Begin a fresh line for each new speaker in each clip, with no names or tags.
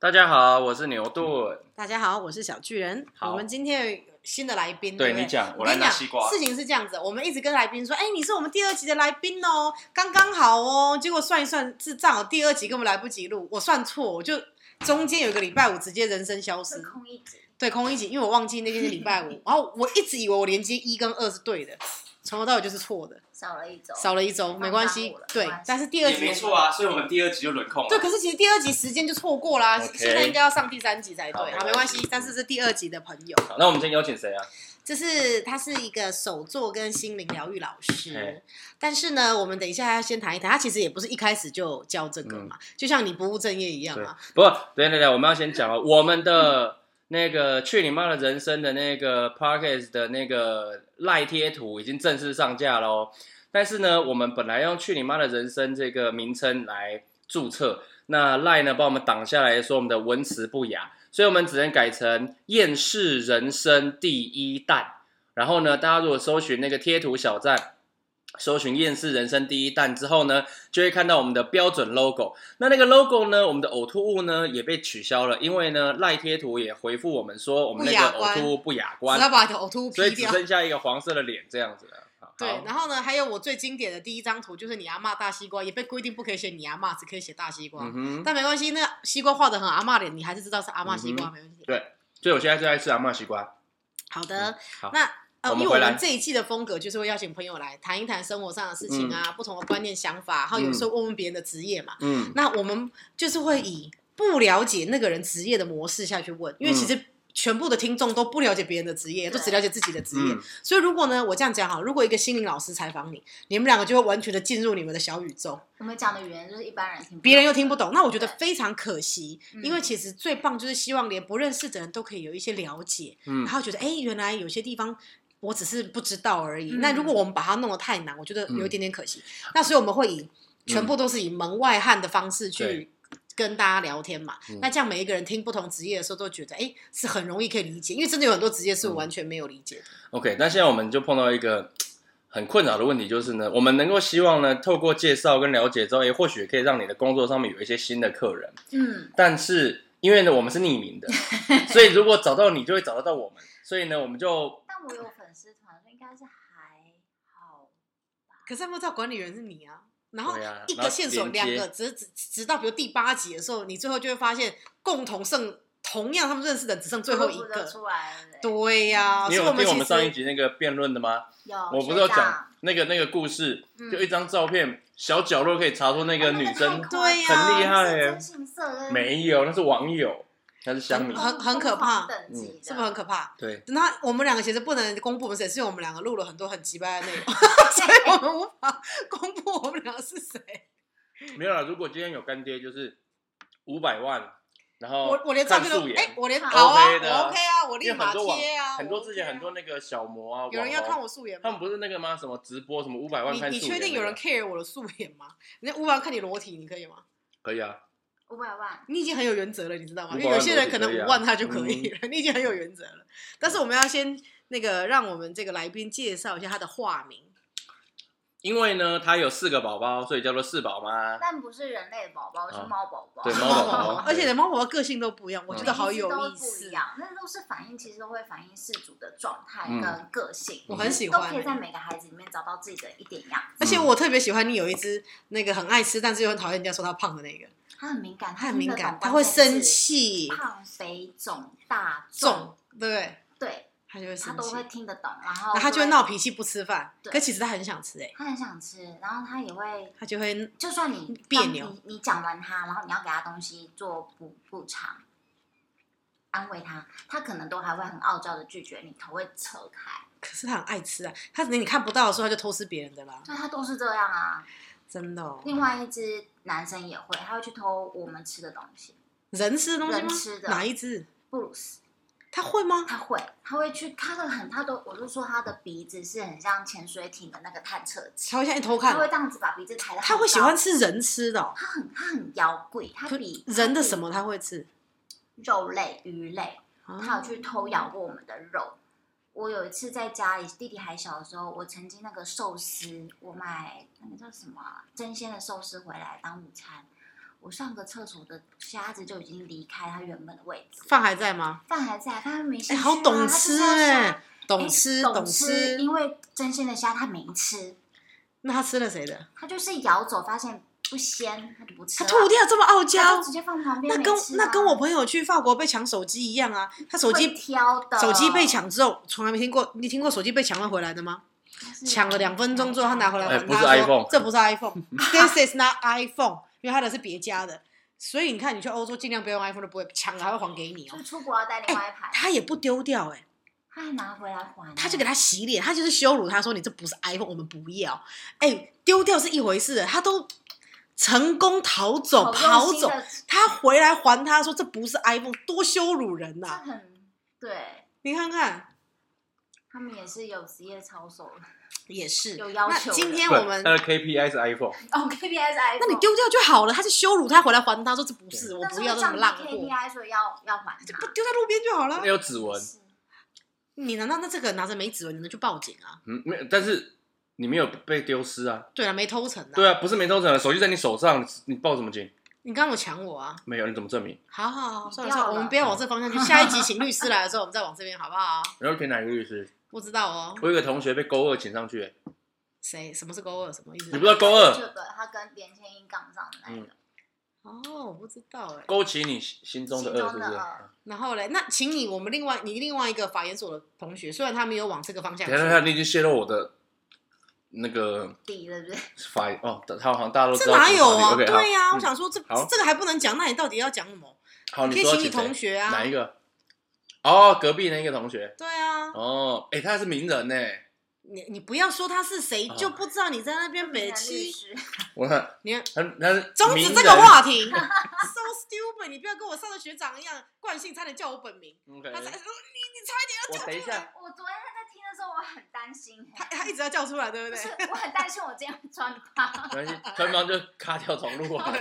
大家好，我是牛顿。
大家好，我是小巨人。
好
我们今天有新的来宾，
对
不对
你讲，我
跟
来
你
拿
讲，
西瓜。
事情是这样子，我们一直跟来宾说，哎、你是我们第二集的来宾哦，刚刚好哦。结果算一算，是正好第二集根本来不及录，我算错，我就中间有一个礼拜五直接人生消失
是，空一集，
对，空一集，因为我忘记那天是礼 拜五，然后我一直以为我连接一跟二是对的，从头到尾就是错的，
少了一周，
少了一周没关系
放大我了，没
对
关系，
但是第二
也
集
没错啊，所以我们第二集就轮空了。
对，可是其实第二集时间就错过啦
OK
现在应该要上第三集才对。
好
好，没
没
关
关系
系，但是是第二集的朋友，
好，那我们今天邀请谁啊？
这是他是一个手作跟心灵疗愈老师
嘿，
但是呢，我们等一下要先谈一谈，他其实也不是一开始就教这个嘛，就像你不务正业一样
嗯对
啊。，
不过等一下等一下，我们要先讲哦，我们的那个去你妈的人生的那个 Parkes 的那个赖贴图已经正式上架喽。但是呢，我们本来用“去你妈的人生”这个名称来注册，那赖呢帮我们挡下来说我们的文词不雅，所以我们只能改成“厌世人生第一弹”。然后呢，大家如果搜寻那个贴图小站，搜寻“厌世人生第一弹”之后呢，就会看到我们的标准 logo。那那个 logo 呢，我们的呕吐物呢也被取消了，因为呢赖贴图也回复我们说我们那
不雅
个
观
呕吐物不雅
只要
观，
把你的呕吐物
所
劈
以只
掉。
剩下一个黄色的脸这样子了。好
对，然后呢，还有我最经典的第一张图就是你阿嬷大西瓜，也被规定不可以写你阿嬷，只可以写大西瓜。
嗯哼，
但没关系，那西瓜画的很阿嬷脸，你还是知道是阿嬷西瓜，
嗯
没问题。
所以我现在最爱吃阿嬷西瓜。
好的，
嗯好
那呃，
我
因
们
为我
回来
们这一季的风格就是会邀请朋友来谈一谈生活上的事情啊，不同的观念、想法，然后有时候问问别人的职业嘛。
嗯，
那我们就是会以不了解那个人职业的模式下去问，因为其实。全部的听众都不了解别人的职业，都只了解自己的职业。
嗯
所以，如果呢，我这样讲好，如果一个心灵老师采访你，你们两个就会完全的进入你们的小宇宙。
我们讲的语言就是一般人听，
别人又听不。懂，那我觉得非常可惜，
嗯
因为其实最棒就是希望连不认识的人都可以有一些了解，
嗯
然后觉得哎，诶原来有些地方。我只是不知道而已。
嗯
那如果我们把它弄得太难，我觉得
嗯
有一点点可惜。那所以我们会以全部都是以门外汉的方式去
对
跟大家聊天嘛。
嗯
那这样每一个人听不同职业的时候，都觉得哎、诶是很容易可以理解，因为真的有很多职业是我
嗯
完全没有理解的。
OK，那现在我们就碰到一个很困扰的问题，就是呢，我们能够希望呢，透过介绍跟了解之后，也或许可以让你的工作上面有一些新的客人，
嗯，
但是因为呢，我们是匿 名的，所以如果找到你，就会找得到我们，所以呢，我们就
但我有粉丝团，所以应该是还好。
可是他们知道管理员是你啊。然后
对啊
一
然
个
后
线索，
连
两
接
个，直直直到比如第八集的时候，你最后就会发现，共同剩同样他们认识的只剩最后一
都不得
个。
出来了，欸对，
对呀、
你
所以
有
我们
听我
其
们上一
实哦
集那个辩论的吗？
有
我不是
学
有
长
讲那个那个故事，
嗯
就一张照片，小角落可以查出那个
哦那
女
个
生
太，
对呀、
很厉害
是
耶
真性色跟
没有，那是网友，那是乡民，
很很可怕
嗯
等级的
是不是很可怕？
对，
那我们两个其实不能公布我们谁，是因为我们两个录了很多很奇葩 的内容，所以我们无法公布我们两个是谁。
没有了。如果今天有干爹，就是五百万，然后
我我连照
哦看
片都
素，颜
哎，，我连
好
好啊，我
OK 的啊
OK 啊，我
因
立
为很
马
多网
贴啊，
很多
我
之前
OK 啊
很多那个小模啊，
有人要
网
看
红
我素颜吗，
他们不是那个吗？什么直播什么五百万看
你
素颜
你
那
确
个？
定有人 care 我的素颜吗？人家五百万看你裸体，你可以吗？
可以啊？
五百万，
你已经很有原则了，你知道吗？
500
因为有些人可
裸
能
体可以啊
五万他就可以
嗯
了， 你已经很有原则了。但是我们要先那个，让我们这个来宾介绍一下他的化名。
因为呢，他有四个宝宝，所以叫做四宝妈。
但不是人类的宝宝，是
啊
猫宝宝，
对猫宝宝
而且猫宝宝个性都不一样，我觉
每
得
一
好
只
有
都
意
不一
思。啊
样，那都是反映，其实都会反映事主的状态
嗯
跟个性，
我很喜
都
欢
可以在每个孩子里面找到自己的一点样子。
而且我特别喜欢你有一只那个很爱吃，但是又很讨厌人家说他胖的那个，
他很敏感，
他很
听
敏
得懂
感，
关
他会
键
生
字，
气，
胖肥肿大
重，对不对？
对
他就会
他
生
都
气，
会听得懂，然后
然后他就会闹，脾气不吃饭。
对
可其实他很想吃哎、
他很想吃，然后他也会。
他就会
就算你
别扭，
你你讲完他，然后你要给他东西做补补偿，安慰他，他可能都还会很傲娇的拒绝你，头会扯开，
可是他很爱吃啊，他连你看不到的时候，他就偷吃别人的啦，
对他都是这样啊。
真的、哦。
另外一只男生也会，他会去偷我们吃的东西，
人吃的东西吗？
人吃的
哪一只？
布鲁斯
他会吗？
他会，他会去，他的很，他都，我就说他的鼻子是很像潜水艇的那个探测器，
他会像你偷
他会
看，
这样子把鼻子抬的，
他会喜欢，吃人吃的哦、
他很他很妖怪，他比
人的什
么
么他会吃？
肉类、鱼类，他有
啊，
去偷咬过我们的肉。我有一次在家里，弟弟还小的时候，我曾经那个寿司，我买那个叫什么啊、真鲜的寿司回来当午餐，我上个厕所的虾子就已经离开它原本的位置，
饭还在吗？
饭还在，它没兴
哎、
趣啊、
好懂
它就是
吃
要
哎、
虾
懂吃
懂
吃。
因为真鲜的虾它没吃，
那他吃了谁的？
它就是咬走发现不鲜，它就不吃
他
了，
吐掉这么傲娇
它就，直接放旁边、
那
没
跟
吃啊
那跟我朋友去法国被抢手机一样啊，他手
会啊
机。
挑的，
手机被抢之后，从来没听过。你听过手机被抢了回来的吗？
它是
抢了两分钟之后，他拿回来
哎
还
不是
他说
iPhone
这不是 iPhone，This is not iPhone，因为他的是别家的。所以你看，你去欧洲尽量不要用 iPhone 都不会抢了，还会还给你
所
哦
以。出国要带另外一盘，
他也不丢掉哎、
他还拿回来还，
他就给他洗脸，他就是羞辱他说你这不是 iPhone，我们不要。哎、丢掉是一回事，他都成功逃走
好
跑
用心
走
的，
他回来还他说这不是 iPhone，多羞辱人呐、
这很对。
你看看，
他们也是有职业操守的。
也是
有要求
那
的
今天
不
我们，啊
他的 KPI 是 iPhone，
哦，KPI 是 iPhone，
那你丢掉就好了，他是羞辱他回来还他说这不是，我
但是
不要
会
这么
降低
烂货，
KPI 所以要要还
就不
他。
丢在路边就好了
那。有指纹，
是
你难道那这个拿着没指纹，你能去报警啊？
嗯，没有，但是你没有被丢失啊。
对啊，没偷成啊。
对啊，不是没偷成，手机在你手上，你报什么警？
你刚刚有抢我啊？
没有，你怎么证明？
好好好，算了
你掉
算了，
了
我们不要往这方向去。下一集请律师来的时候，我们再往这边好不好？
然后给哪个律师？
不知道哦，
我有一个同学被勾二请上去、欸
谁什么是勾二，什么意思？
你不知道勾二嗯
这个他跟连千英杠上的那一个，
哦，我不知道哎。
勾起你心中的恶，是
心
不
中
是
的恶？
然后嘞，那请你我们另外你另外一个法研所的同学，虽然他没有往这个方向
等一下，等一下，
去，
你已经泄露我的那个
底了对不对？
法哦，他好像大家都知
这
道
哪有
法
啊？
律 OK，好
对呀，
嗯
我想说这
好
这个还不能讲，那你到底要讲什么？
好，
你
你
可以
说
请你
请谁
同学啊
哪一个？哦，隔壁那个同学。
对啊，
哦，哎、他是名人呢、
你你不要说他是谁，
哦
就不知道你在那边 北
男律
七。
师
我看
你看
他他是
终
名
止
人
这个。话题 ，so stupid！你不要跟我上次学长一样惯性，差点叫我本名。
OK，
他才说你
我
你差
等
一点要
一
跳出来
下，
哎我昨天他在听的时候，我很担心，
他他一直要叫出来，对不
不是
对？
我很担心我今天会穿 趴。
没关系，对方就卡掉重录啊。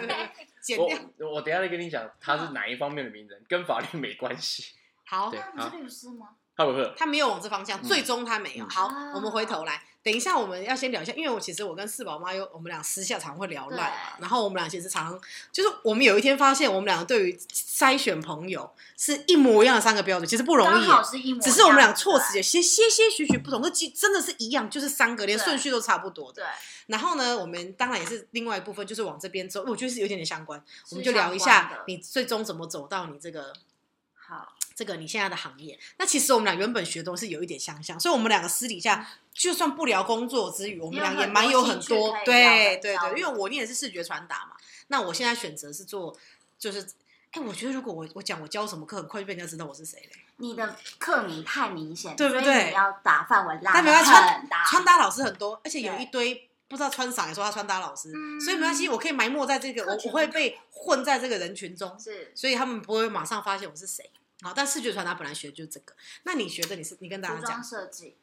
剪掉。
我我等一下再跟你讲他是哪一方面的名人，跟法律没关系。
好
对，
他不是律师吗？
他不是
他没有往这方向，
嗯
最终他没有。
嗯
好
啊，
我们回头来，等一下我们要先聊一下，因为我其实我跟四宝妈有我们俩私下常会聊赖啊嘛，
对
然后我们俩其实常就是我们有一天发现，我们两个对于筛选朋友是一模一样的三个标准，其实不容易
刚
耶。
好是一模一样，
只是我们俩措辞
对
有些些些许许不同，可其真的是一样，就是三个，连
对
顺序都差不多的。
对，
然后呢，我们当然也是另外一部分，就是往这边走，我觉得是有点点相关，我们
是
就聊一
相关
下
的
你最终怎么走到你这个
好，
这个你现在的行业。那其实我们俩原本学的东西有一点相像，所以我们两个私底下
嗯
就算不聊工作之余，我们俩也蛮有很
也
多
有很多兴趣可以聊
对
的
对
交流
对，因为我念的是视觉传达嘛，那我现在选择是做就是，哎，我觉得如果我我讲我教什么课，很快就被人家知道我是谁嘞。
你的课名太明显，
对不对
所以你要打范围拉
但没
得
关系
很大，
穿搭老师很多，而且有
啊对
一堆。不知道穿啥，也说他穿搭老师，
嗯
所以没关系，我可以埋没在这个，我
客群
我会被混在这个人群中，
是
所以他们不会马上发现我是谁。好，但视觉传达本来学的就是这个，那你学的你是你跟大家
服
讲
装，设计。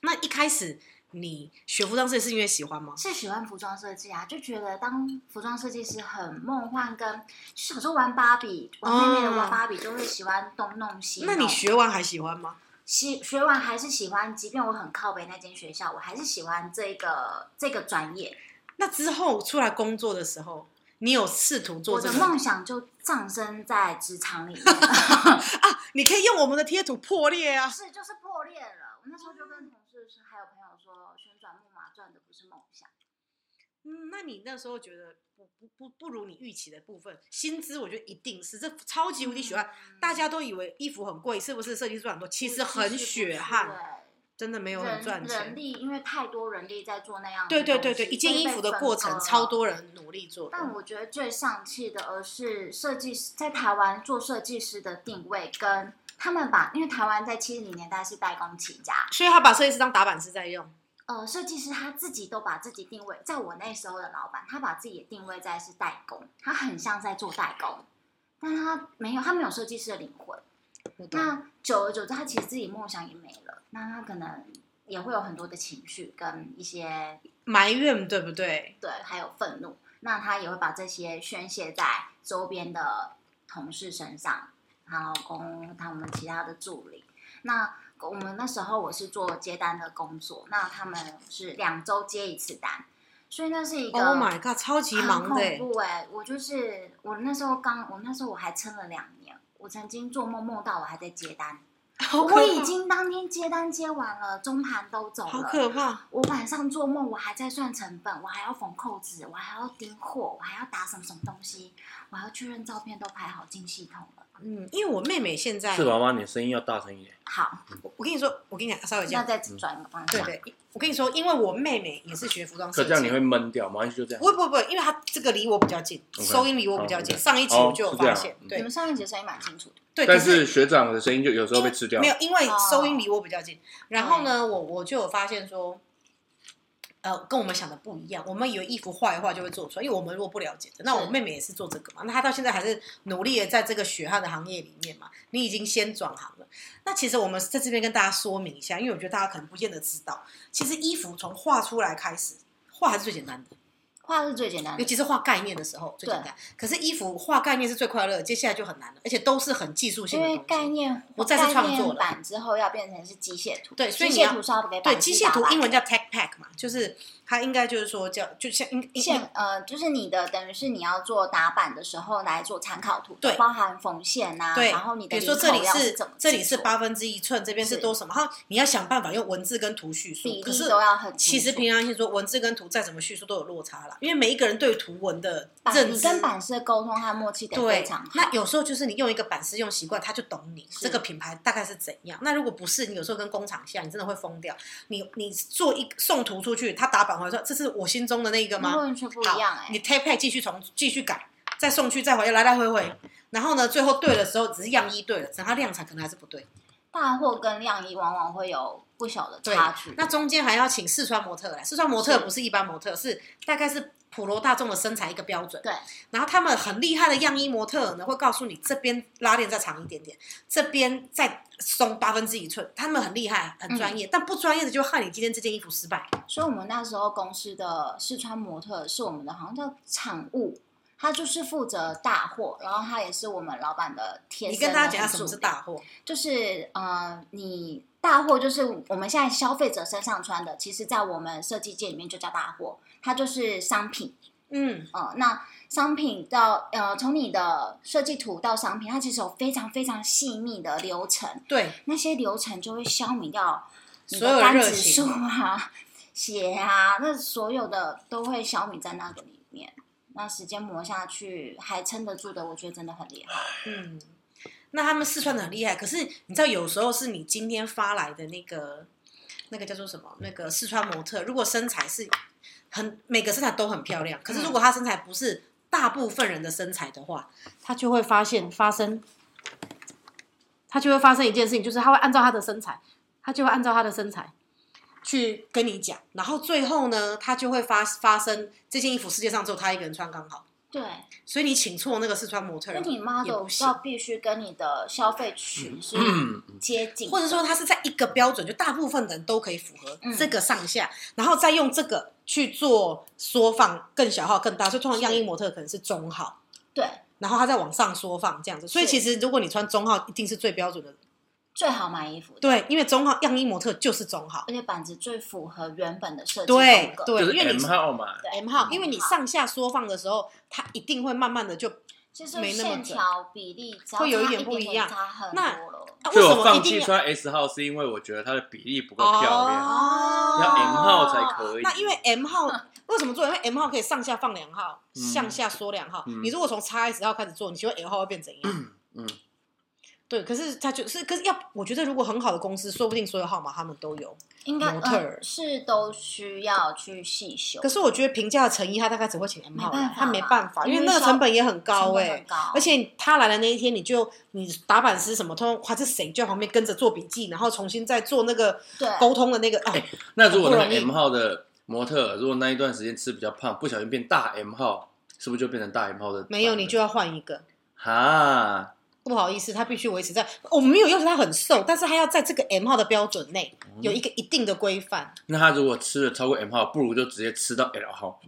那一开始你学服装设计是因为喜欢吗？
是喜欢服装设计啊，就觉得当服装设计师很梦幻跟，小时候玩芭比，我妹妹的玩芭比就会喜欢东弄西弄。
哦那你学完还喜欢吗？
喜学完还是喜欢，即便我很靠北那间学校，我还是喜欢这个这个专业。
那之后出来工作的时候，你有试图做
我
这
的
个
梦想就葬身在职 场里面，
啊？你可以用我们的贴图破裂啊！
是就是破裂了。我那时候就跟同事说，还有朋友说，旋转木马赚的不是梦想，
嗯，那你那时候觉得不不不不如你预期的部分，薪资我觉得一定是这超级无敌血汗。
嗯
啊大家都以为衣服很贵，是不是设计师赚很多？其实很血汗，。真的没
没
有很赚
人
钱。
力因为太多人力在做那样的
对对对
东西
对，一件衣服的过程超。多人努力做的。
但我觉得最丧气的，而是设计师在台湾做设计师的定位跟他们把，因为台湾在七零年代是代工起家，
所以他把设计师当打板师在用。
呃，设计师他自己都把自己定位，在我那时候的老板，他把自己也定位在是代工，他很像在做代工，但他没有，他没有设计师的灵魂。
我懂。
那久而久之，他其实自己梦想也没了，那他可能也会有很多的情绪跟一些
埋怨对不对？
对，还有愤怒，那他也会把这些宣泄在周边的同事身上，她老公，他们其他的助理。那我们那时候我是做接单的工作，那他们是两周接一次单，所以那是一个
Oh my god，超级
很
忙的欸、
恐怖哎、我就是我那时候刚，我那时候我还撑了两年，我曾经做梦梦到我还在接单，
好可
我已
怕，
经当天接单接完了，中盘都走
好
了。
可怕，
我晚上做梦，我还在算成本，我还要缝扣子，我还要订货，我还要打什么什么东西，我还要确认照片都拍好进系统了。
嗯，因为我妹妹现在，
是娃娃，你声音要大声一点。
好，
我跟你说，我跟你讲，稍微这
那
样，嗯
再转一个方
对
向。
对，我跟你说，因为我妹妹也是学服装设
可
计，
这样你会闷掉吗？还是就这样
不？会不会不会，因为她这个离我比较近，
OK，
收音离我比较近。
好
上一集
哦
我就有
是这
发
样
现，
嗯
你
对
们上一节声音蛮清楚的，
对，
但
可是
是学长的声音就有时候被吃掉
没。有，因为
哦嗯
收音离我比较近。然后呢，我我就有发现说，呃，跟我们想的不一样。我们以为衣服画一画就会做出来，因为我们如果不了解的。那我妹妹也是做这个嘛，那她到现在还是努力的在这个血汗的行业里面嘛。你已经先转行了，那其实我们在这边跟大家说明一下，因为我觉得大家可能不见得知道，其实衣服从画出来开始，画还是最简单的。
话是最简单
尤
的。
其是画概念的时候最简单。可是衣服画概念是最快乐的，接下来就很难了，而且都是很技术性
因
的
为
东
概
西。
念
不再是创作了
概念版之后要变成是机械图，
对所以
机
你要
械图是要给版
对，
式
机械
打
图
版
英文叫 tech pack 嘛，就是它应该就是说叫就像应应
线呃，就是你的等于是你要做打板的时候来做参考图，
对
包含缝线呐、
对
然后你
比如
的
说
领
这
口
里
要
是
怎么
这里是
制作
八分之一寸，这边是
是
多什么，然后你要想办法用文字跟图叙述
比。
可
例
是
都要很
其
清
实
楚
平常心说，文字跟图再怎么叙述都有落差啦，因为每一个人对图文的
版
认
你
知
跟版式的沟通和默契得非
对
常好，。
那有时候就是你用一个版式用习惯，他就懂你
是
这个品牌大概是怎样。那如果不是，你有时候跟工厂下，你真的会疯掉。你你做一送图出去，他打版回来说这是我心中的那一个
那
吗？
完全不一样哎、
你 t a p e 继续重继续改，再送去再回来来来回回。
嗯
然后呢，最后对的时候只是样衣对了，等它量产可能还是不对。
大货跟晾衣往往会有不小的
对
差距。
那中间还要请试穿模特来，试穿模特
是
不是一般模特，是大概是普罗大众的身材一个标准。
对，
然后他们很厉害的样衣模特呢，会告诉你这边拉链再长一点点，这边再松八分之一寸。他们很厉害，
嗯
很专业，但不专业的就会害你今天这件衣服失败。
所以我们那时候公司的试穿模特是我们的好像叫产物，他就是负责大货，然后他也是我们老板的贴
你
身。
跟大家讲一下什么是大货，
就是呃，你大货就是我们现在消费者身上穿的，其实在我们设计界里面就叫大货，它就是商品。
嗯，
呃，那商品到呃，从你的设计图到商品，它其实有非常非常细密的流程，
对，
那些流程就会消弭掉你
所有
的
的
单
热
指
情
数啊、血啊，那所有的都会消弭在那个里面。那时间磨下去还撑得住的，我觉得真的很厉害。
嗯。 那他们试穿的很厉害，可是你知道，有时候是你今天发来的那个那个叫做什么？那个试穿模特，如果身材是很每个身材都很漂亮，可是如果她身材不是大部分人的身材的话，她就会发现发生，她就会发生一件事情，就是她会按照她的身材，她就会按照她的身材去跟你讲，然后最后呢，她就会发发生这件衣服世界上只有她一个人穿刚好，
对，
所以你请错那个试穿模特
那
儿，
你
也
model
不行
要必须跟你的消费群是接近的，
嗯或者说它是在一个标准，就大部分人都可以符合
嗯
这个上下，然后再用这个去做缩放更小号、更大，所以通常样衣模特可能是中号，
对
然后它再往上缩放这样子。所以
是
其实如果你穿中号，一定是最标准的，
最好买衣服的，
对，因为中号样衣模特就是中号
而，且板子最符合原本的设计
对
风格。嗯
对
就，是
因为你
M 号嘛，
对
M 号，因为你
M 号
上下缩放的时候，它一定会慢慢的就
其
没
实
那么准
线条比例只要
会有一
差
点
一
不一
点
样
差很
那
多了。
啊，为
所以
什
我
么一
放
定
弃
要？
穿 S 号是因为我觉得它的比例不够漂亮，
哦
要 M 号才
以。嗯
可以。
那因为 M 号为什么做？因为 M 号可以上下放两号，
嗯
向下缩两号。
嗯
你如果从 x S 号开始做，你请问 L 号会变怎样？
嗯
对，可是它就是，可是要我觉得如果很好的公司，说不定所有号码他们都有。
应该
模特儿
嗯是都需要去细修
可，是我觉得评价的成衣，他大概只会请 M 号
没
来
办法，
他没办法，因
因为
为那个
销
成本也很高
成
哎、
本很高
而且他来的那一天，你就你打板师什么，通通还是谁就在旁边跟着做笔记，然后重新再做那个
对
沟通的那个哦，
那如果那
很不
个
容易
M 号的模特，如果那一段时间吃比较胖，不小心变大 M 号，是不是就变成大 M 号的版本？
没有你就要换一个。
哈，
不好意思，他必须维持在我们没有要求他很瘦，但是他要在这个 M 号的标准内有一个一定的规范。
那他如果吃了超过 M 号，不如就直接吃到 L 号。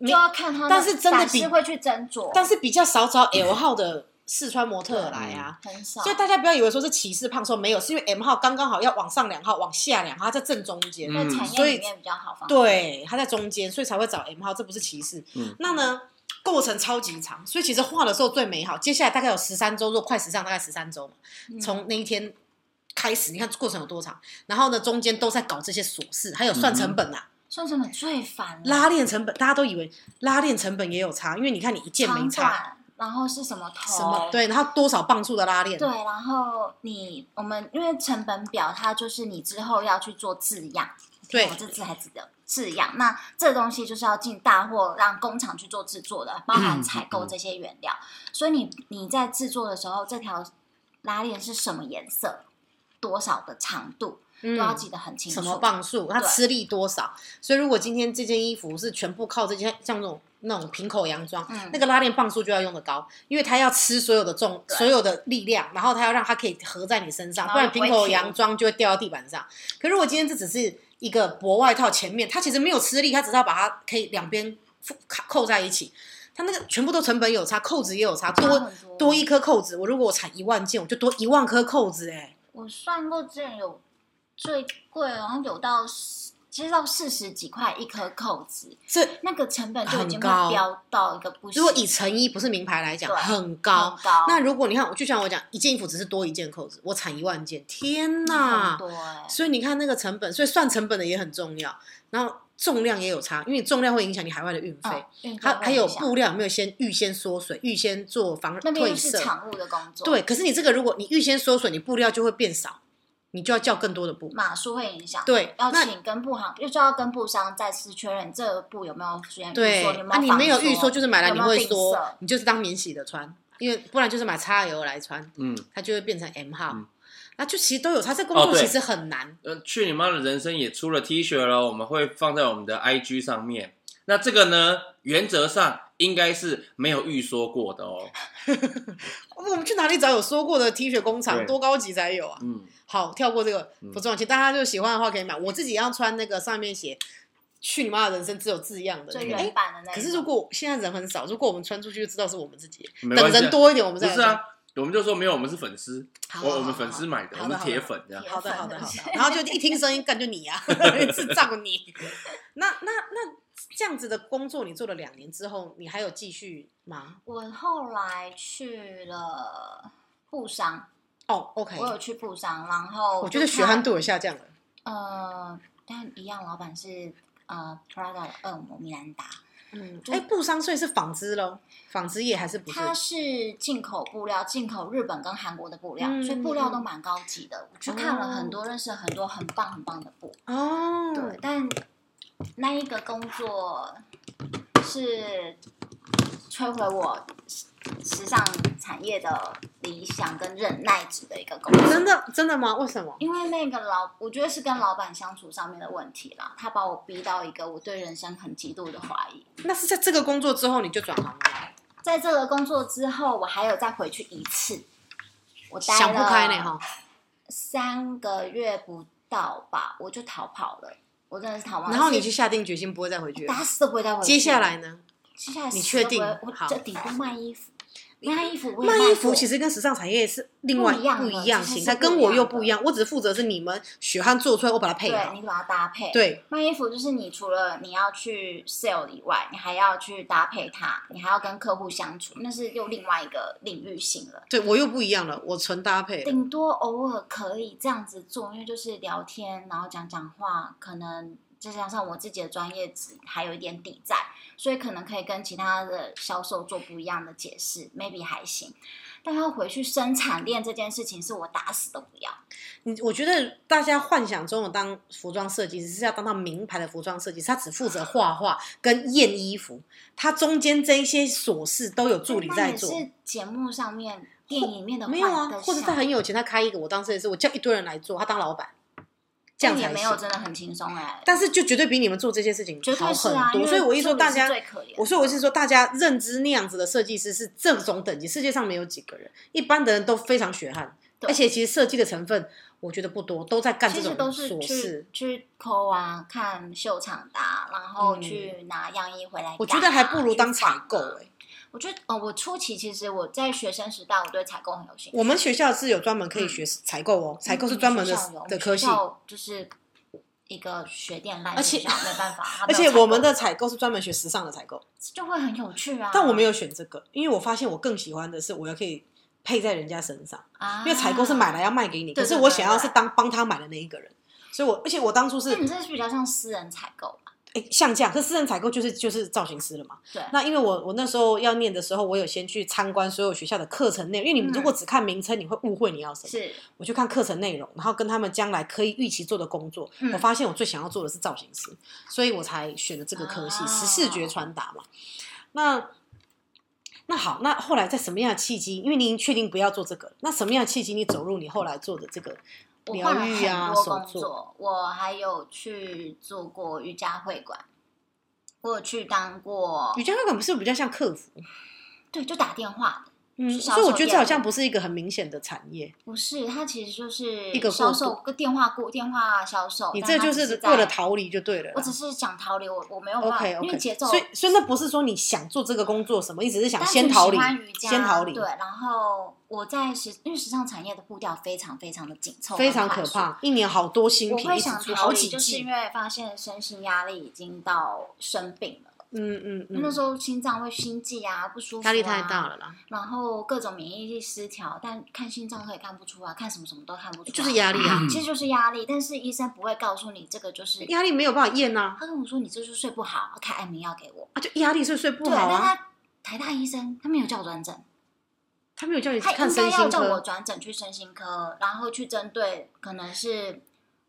就要看他的，
但是真的
版
比
式会去斟酌，
但是比较少找 L 号的四川模特儿来啊。
很少
所。以大家不要以为说是歧视胖瘦，没有，是因为 M 号刚刚好要往上两号，往下两号，它在正中间。
嗯
在产
所
业
以
里面比较好放。，
对，它在中间，所以才会找 M 号，这不是歧视。
嗯
那呢，过程超级长，所以其实画的时候最美好。接下来大概有十三周，如果快时尚大概十三周嘛，
嗯
从那一天开始，你看过程有多长。然后呢，中间都在搞这些琐事，还有算成本啊，
算成本最烦了
拉链成本，大家都以为拉链成本也有差，因为你看你一件没
长
差，
短，然后是什么头？
什么对，然后多少磅数的拉链，
哦对，然后你我们因为成本表它就是你之后要去做字样，
对
我这字还记得字样。那这东西就是要进大货，让工厂去做制作的，包
嗯
含采购这些原料。所以你你在制作的时候，这条拉链是什么颜色，多少的长度，都要
嗯。
记得很清楚。
什么磅数，它
对
吃力多少？所以如果今天这件衣服是全部靠这件像这种那种平口洋装，
嗯
那个拉链磅数就要用的高，因为它要吃所有的重、
对
所有的力量，然后它要让它可以合在你身上，
然后
不然平口
不会
洋
停
装就会掉到地板上。可如果今天这只是一个薄外套，前面它其实没有吃力，它只是要把它可以两边附卡扣在一起。它那个全部都成本有差，扣子也有差，
差
多
很多
多一颗扣子，我如果我产一万件，我就多一万颗扣子哎、
我算过，之前有最贵，然后有到四其实到四十几块一颗扣子，
这
那个成本就已经
很高
会飙到一个不行。
如果以成衣不是名牌来讲，
对
很
很
高。
高，嗯
那如果你看，我就像我讲，一件衣服只是多一件扣子，我产一万件，天
嗯很
呐！
多哎、
所以你看那个成本，所以算成本的也很重要，然后重量也有差，因为重量会影响你海外的运费，
嗯，
还、还有布
不
料有没有先预先缩水，预先做防
那边
褪
又是
色，
厂务的工作，
对。，可是你这个如果你预先缩水，你布料就会变少，你就要叫更多的布，
码数会影响，，
对，
要
那
请跟布行，又就要跟布商再次确认这个布有没有出现预
对
缩，有，没
啊，
有
你没有
防
预缩，就是买来
有
你
没有
会
定
缩
色，
你就是当免洗的穿，因为不然就是买 XL 来穿。
嗯，
它就会变成 M 号。
嗯
那就其实都有差，这工
哦
作
对
其实很难。
呃，去你妈的人生也出了 T 恤了，我们会放在我们的 IG 上面。那这个呢，原则上应该是没有预说过的哦。
我们去哪里找有说过的 T 恤工厂？
对
多高级才有啊！
嗯，
好，跳过这个不重要，其实大家就喜欢的话可以买。我自己要穿那个上面写“去你妈的人生”只有字样的那
最
个。
原
哎，
版的那一种。
可是如果现在人很少，如果我们穿出去就知道是我们自己。
没
等
关系啊、
人多一点，我们
不
再来
是
穿。
啊，我们就说没有，我们是粉丝，
好，好
我我们
好
粉
好
丝买的，
好
我
的
们
好的
铁粉这样。
好的，好的，
粉
好的。然后就一听声音，干就你啊，智障你。那那那这样子的工作，你做了两年之后，你还有继续吗？
我后来去了布商，
哦，OK、o k
我有去布商，然后
我觉
就
得血
看
汗度有下降了。
呃，但一样，老板是呃 Prada 的恶魔米兰达，
嗯，
就
哎，布商税是纺织喽，纺织业还是不是？
它是进口布料，进口日本跟韩国的布料，
嗯
所以布料都蛮高级的。我去看了很多，认识很多很棒很棒的布。
哦，
对，但那一个工作是摧毁我时时尚产业的理想跟忍耐值的一个工作。
真的真的吗？为什么？
因为那个老，我觉得是跟老板相处上面的问题啦，他把我逼到一个我对人生很极度的怀疑。
那是在这个工作之后你就转行了吗？
在这个工作之后，我还有再回去一次，我待
想不开呢
了
哈。
三个月不到吧，我就逃跑了，我真的是逃跑。
然后你
而
就
且
下定决心不会再回去了
打死都不会再回去。
接下来，呢？
接下来
你
死
确
都不
定
会我
好
这顶多卖衣服，卖衣服我也
卖衣服
过
其实跟时尚产业是另外
不一样的
不一样
其实
形
是
态，
不一
跟我
样
又
的
不一样。我只负责是你们血汗做出来，我把它配
对
好。
你把它搭配。
对，
卖衣服就是你除了你要去 sale 以外，你还要去搭配它，你还要跟客户相处，那是又另外一个领域性了。
对我又不一样了，我纯搭配了。
顶多偶尔可以这样子做，因为就是聊天，然后讲讲话，可能再加上我自己的专业值还有一点底在，所以可能可以跟其他的销售做不一样的解释，maybe 还行。但要回去生产链这件事情，是我打死都不要。
你我觉得大家幻想中的当服装设计师是要当到名牌的服装设计师，他只负责画画跟验衣服，他中间这一些琐事都有助理
那
在
也
做。
是节目上面、电影里面的
没有啊
换个，
或者
项
他很有钱，他开一个我当设计师，我叫一堆人来做，他当老板，这样
但也
才
没有
行。
真的很轻松哎、
但是就绝对比你们做这些事情
绝
好
对是
很
啊。
多，
因为
所以我一说
助理
大
是
家
最可怜的，
我说我是说，大家认知那样子的设计师是这种等级，世界上没有几个人，一般的人都非常血汗，
对
而且其实设计的成分我觉得不多，都在干这
其实
种
都是
琐
去
事。
去抠啊，看秀场的啊、然后
嗯
去拿样衣回来改啊、
我觉得还不如
去
当
仿
采
啊
购哎、
我觉得哦，我初期其实我在学生时代我对采购很有兴趣，
我们学校是有专门可以学采购哦，采购是专门的
我嗯们学校有
的科系
我，们学校就是一个学电烂
而且
学校，没 办法，它没
而
有
且
采购
我们的采购是专门学时尚的采购，
就会很有趣啊。
但我没有选这个，因为我发现我更喜欢的是我要可以配在人家身上，
啊，
因为采购是买来要卖给你，
对
可
对嗯
是我想要是当帮他买的那一个人，所以我而且我当初是
那你这是比较像私人采购啊吧？
哎，像这样，可是私人采购就是就是造型师了嘛。
对，
那因为我我那时候要念的时候，我有先去参观所有学校的课程内容，因为你
嗯
如果只看名称，你会误会你要什么。
是
我去看课程内容，然后跟他们将来可以预期做的工作，
嗯
我发现我最想要做的是造型师，所以我才选了这个科系，
哦
视视觉传达嘛。那那好，那后来在什么样的契机？因为你已经确定不要做这个，那什么样的契机你走入你后来做的这个
我
疗
换了
愈啊、
很多
手
工
作？
作，我还有去做过瑜伽会馆，我有去当过
瑜，伽会馆不是比较像客服？
对，就打电话的，
嗯，
是销
所以我
售
觉得这
业
好
务
像不是一个很明显的产业，
不是，它其实就是
一个过
销售个电话顾电话销售，
你
哦但
这
它
就
只是
为了
在，
逃离就对了啦。
我只是想逃离，我我没有办法
OK
因为
OK，
节奏，
所以所以那不是说你想做这个工作什么，你只是想
单
先
纯
逃
喜
离
欢瑜，伽
先逃离
对，，然后我在时，因为时尚产业的步调非常非常的紧凑，
非常可。怕。一年好多新
我
品，
会
一直
想
出
逃
好
离，
几
就是因
季。
为发现身心压力已经到生病了。
嗯嗯
那
嗯，
时候心脏会心悸啊，不舒服、啊，
压力太大，了啦，
然后各种免疫力失调，但看心脏科也看不出来，看什么什么都看不出来，
就是压力啊，
嗯
其实就是压力，但是医生不会告诉你这个就是，
压力没有办法验啊，
他跟我说你这就是睡不好，开安眠药给我，
啊就压力所以睡不
对，
好
但
啊，
他台大医生他没有叫我转诊，
他没有叫你
他
看
应该
身
要
心
叫我
科，
转诊去身心科，然后去针对可能是，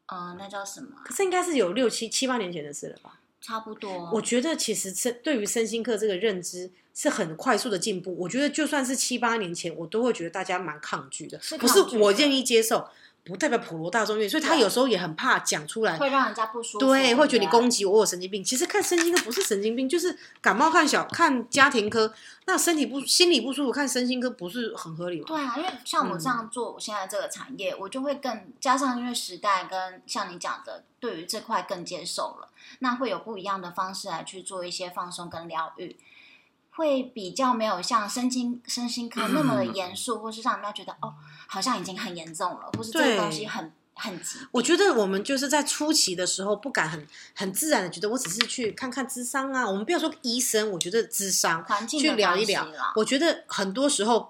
呃，那叫什么啊，
可是应该是有六七七八年前的事了吧？
差不多，
我觉得其实身对于身心课这个认知是很快速的进步。我觉得就算是七八年前，我都会觉得大家蛮抗拒的，
是
不
抗
是
拒
我
的
愿意接受，不代表普罗大众愿意，所以他
对啊
有时候也很怕讲出来。
会让人家不舒服，
对，会觉得你
不对啊
攻击我，我有神经病。其实看身心科不是神经病，就是感冒看小看家庭科，那身体不心理不舒服看身心科不是很合理吗？
对啊，因为像我
嗯
这样做，我现在这个产业，我就会更加上因为时代跟像你讲的，对于这块更接受了，那会有不一样的方式来去做一些放松跟疗愈，会比较没有像身心身心科那么的严肃，或是让人家觉得哦，好像已经很严重了，或是这
对
个东西很很急。
我觉得我们就是在初期的时候不敢很很自然的觉得，我只是去看看智商啊。我们不要说医生，我觉得智商
环境的
去聊一聊
关系啦。
我觉得很多时候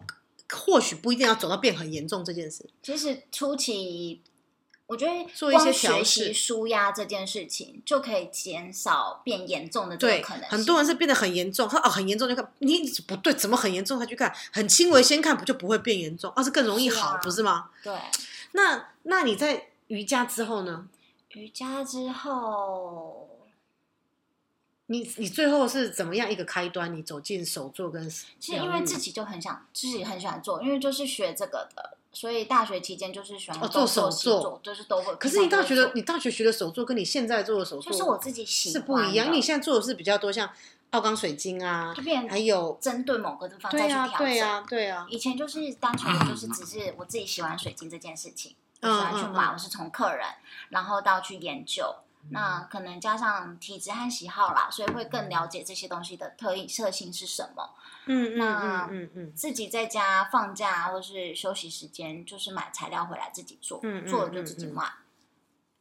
或许不一定要走到变很严重这件事。
其实初期，我觉得
做一些
光
调
学
试
习舒压这件事情，就可以减少变严重的这
对
个可能，性。
很多人是变得很严重，他哦很严重就看，你不对，怎么很严重才去看？很轻微先看不就不会变严重，哦而、是更容易
是
好，
啊
不是吗？
对。
那那你在瑜伽之后呢？
瑜伽之后，
你你最后是怎么样一个开端？你走进手作跟
其实因为自己就很想，自
嗯
己很喜欢做，因为就是学这个的，所以大学期间就是喜欢
哦
东
做手
西
作
做，就是都会。
可是你
平常
大
都
学
会
的
做
你大学学的手作跟你现在做的手作
就是我自己喜
是
欢
不一样，因
的
为你现在做的是比较多像奥钢水晶啊
就，变
还有
针对某个地方再去
对啊
调整。
对啊对啊，
以前就是单纯的就是只是我自己喜欢水晶这件事情，我
嗯
喜欢去
嗯
买，
嗯
我是从客人，然后到去研究。那可能加上体质和喜好啦，所以会更了解这些东西的特异特性是什么。
嗯嗯嗯
那
嗯嗯，
自己在家放假或是休息时间，就是买材料回来自己做，
嗯嗯
做了就自己
嗯嗯
卖。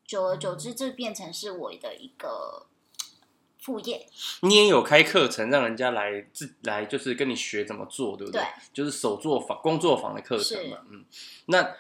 久而
哦
久之，这变成是我的一个副业。
你也有开课程让人家来自来，就是跟你学怎么做，对不
对
就是手作坊、工作坊的课程嘛。嗯，那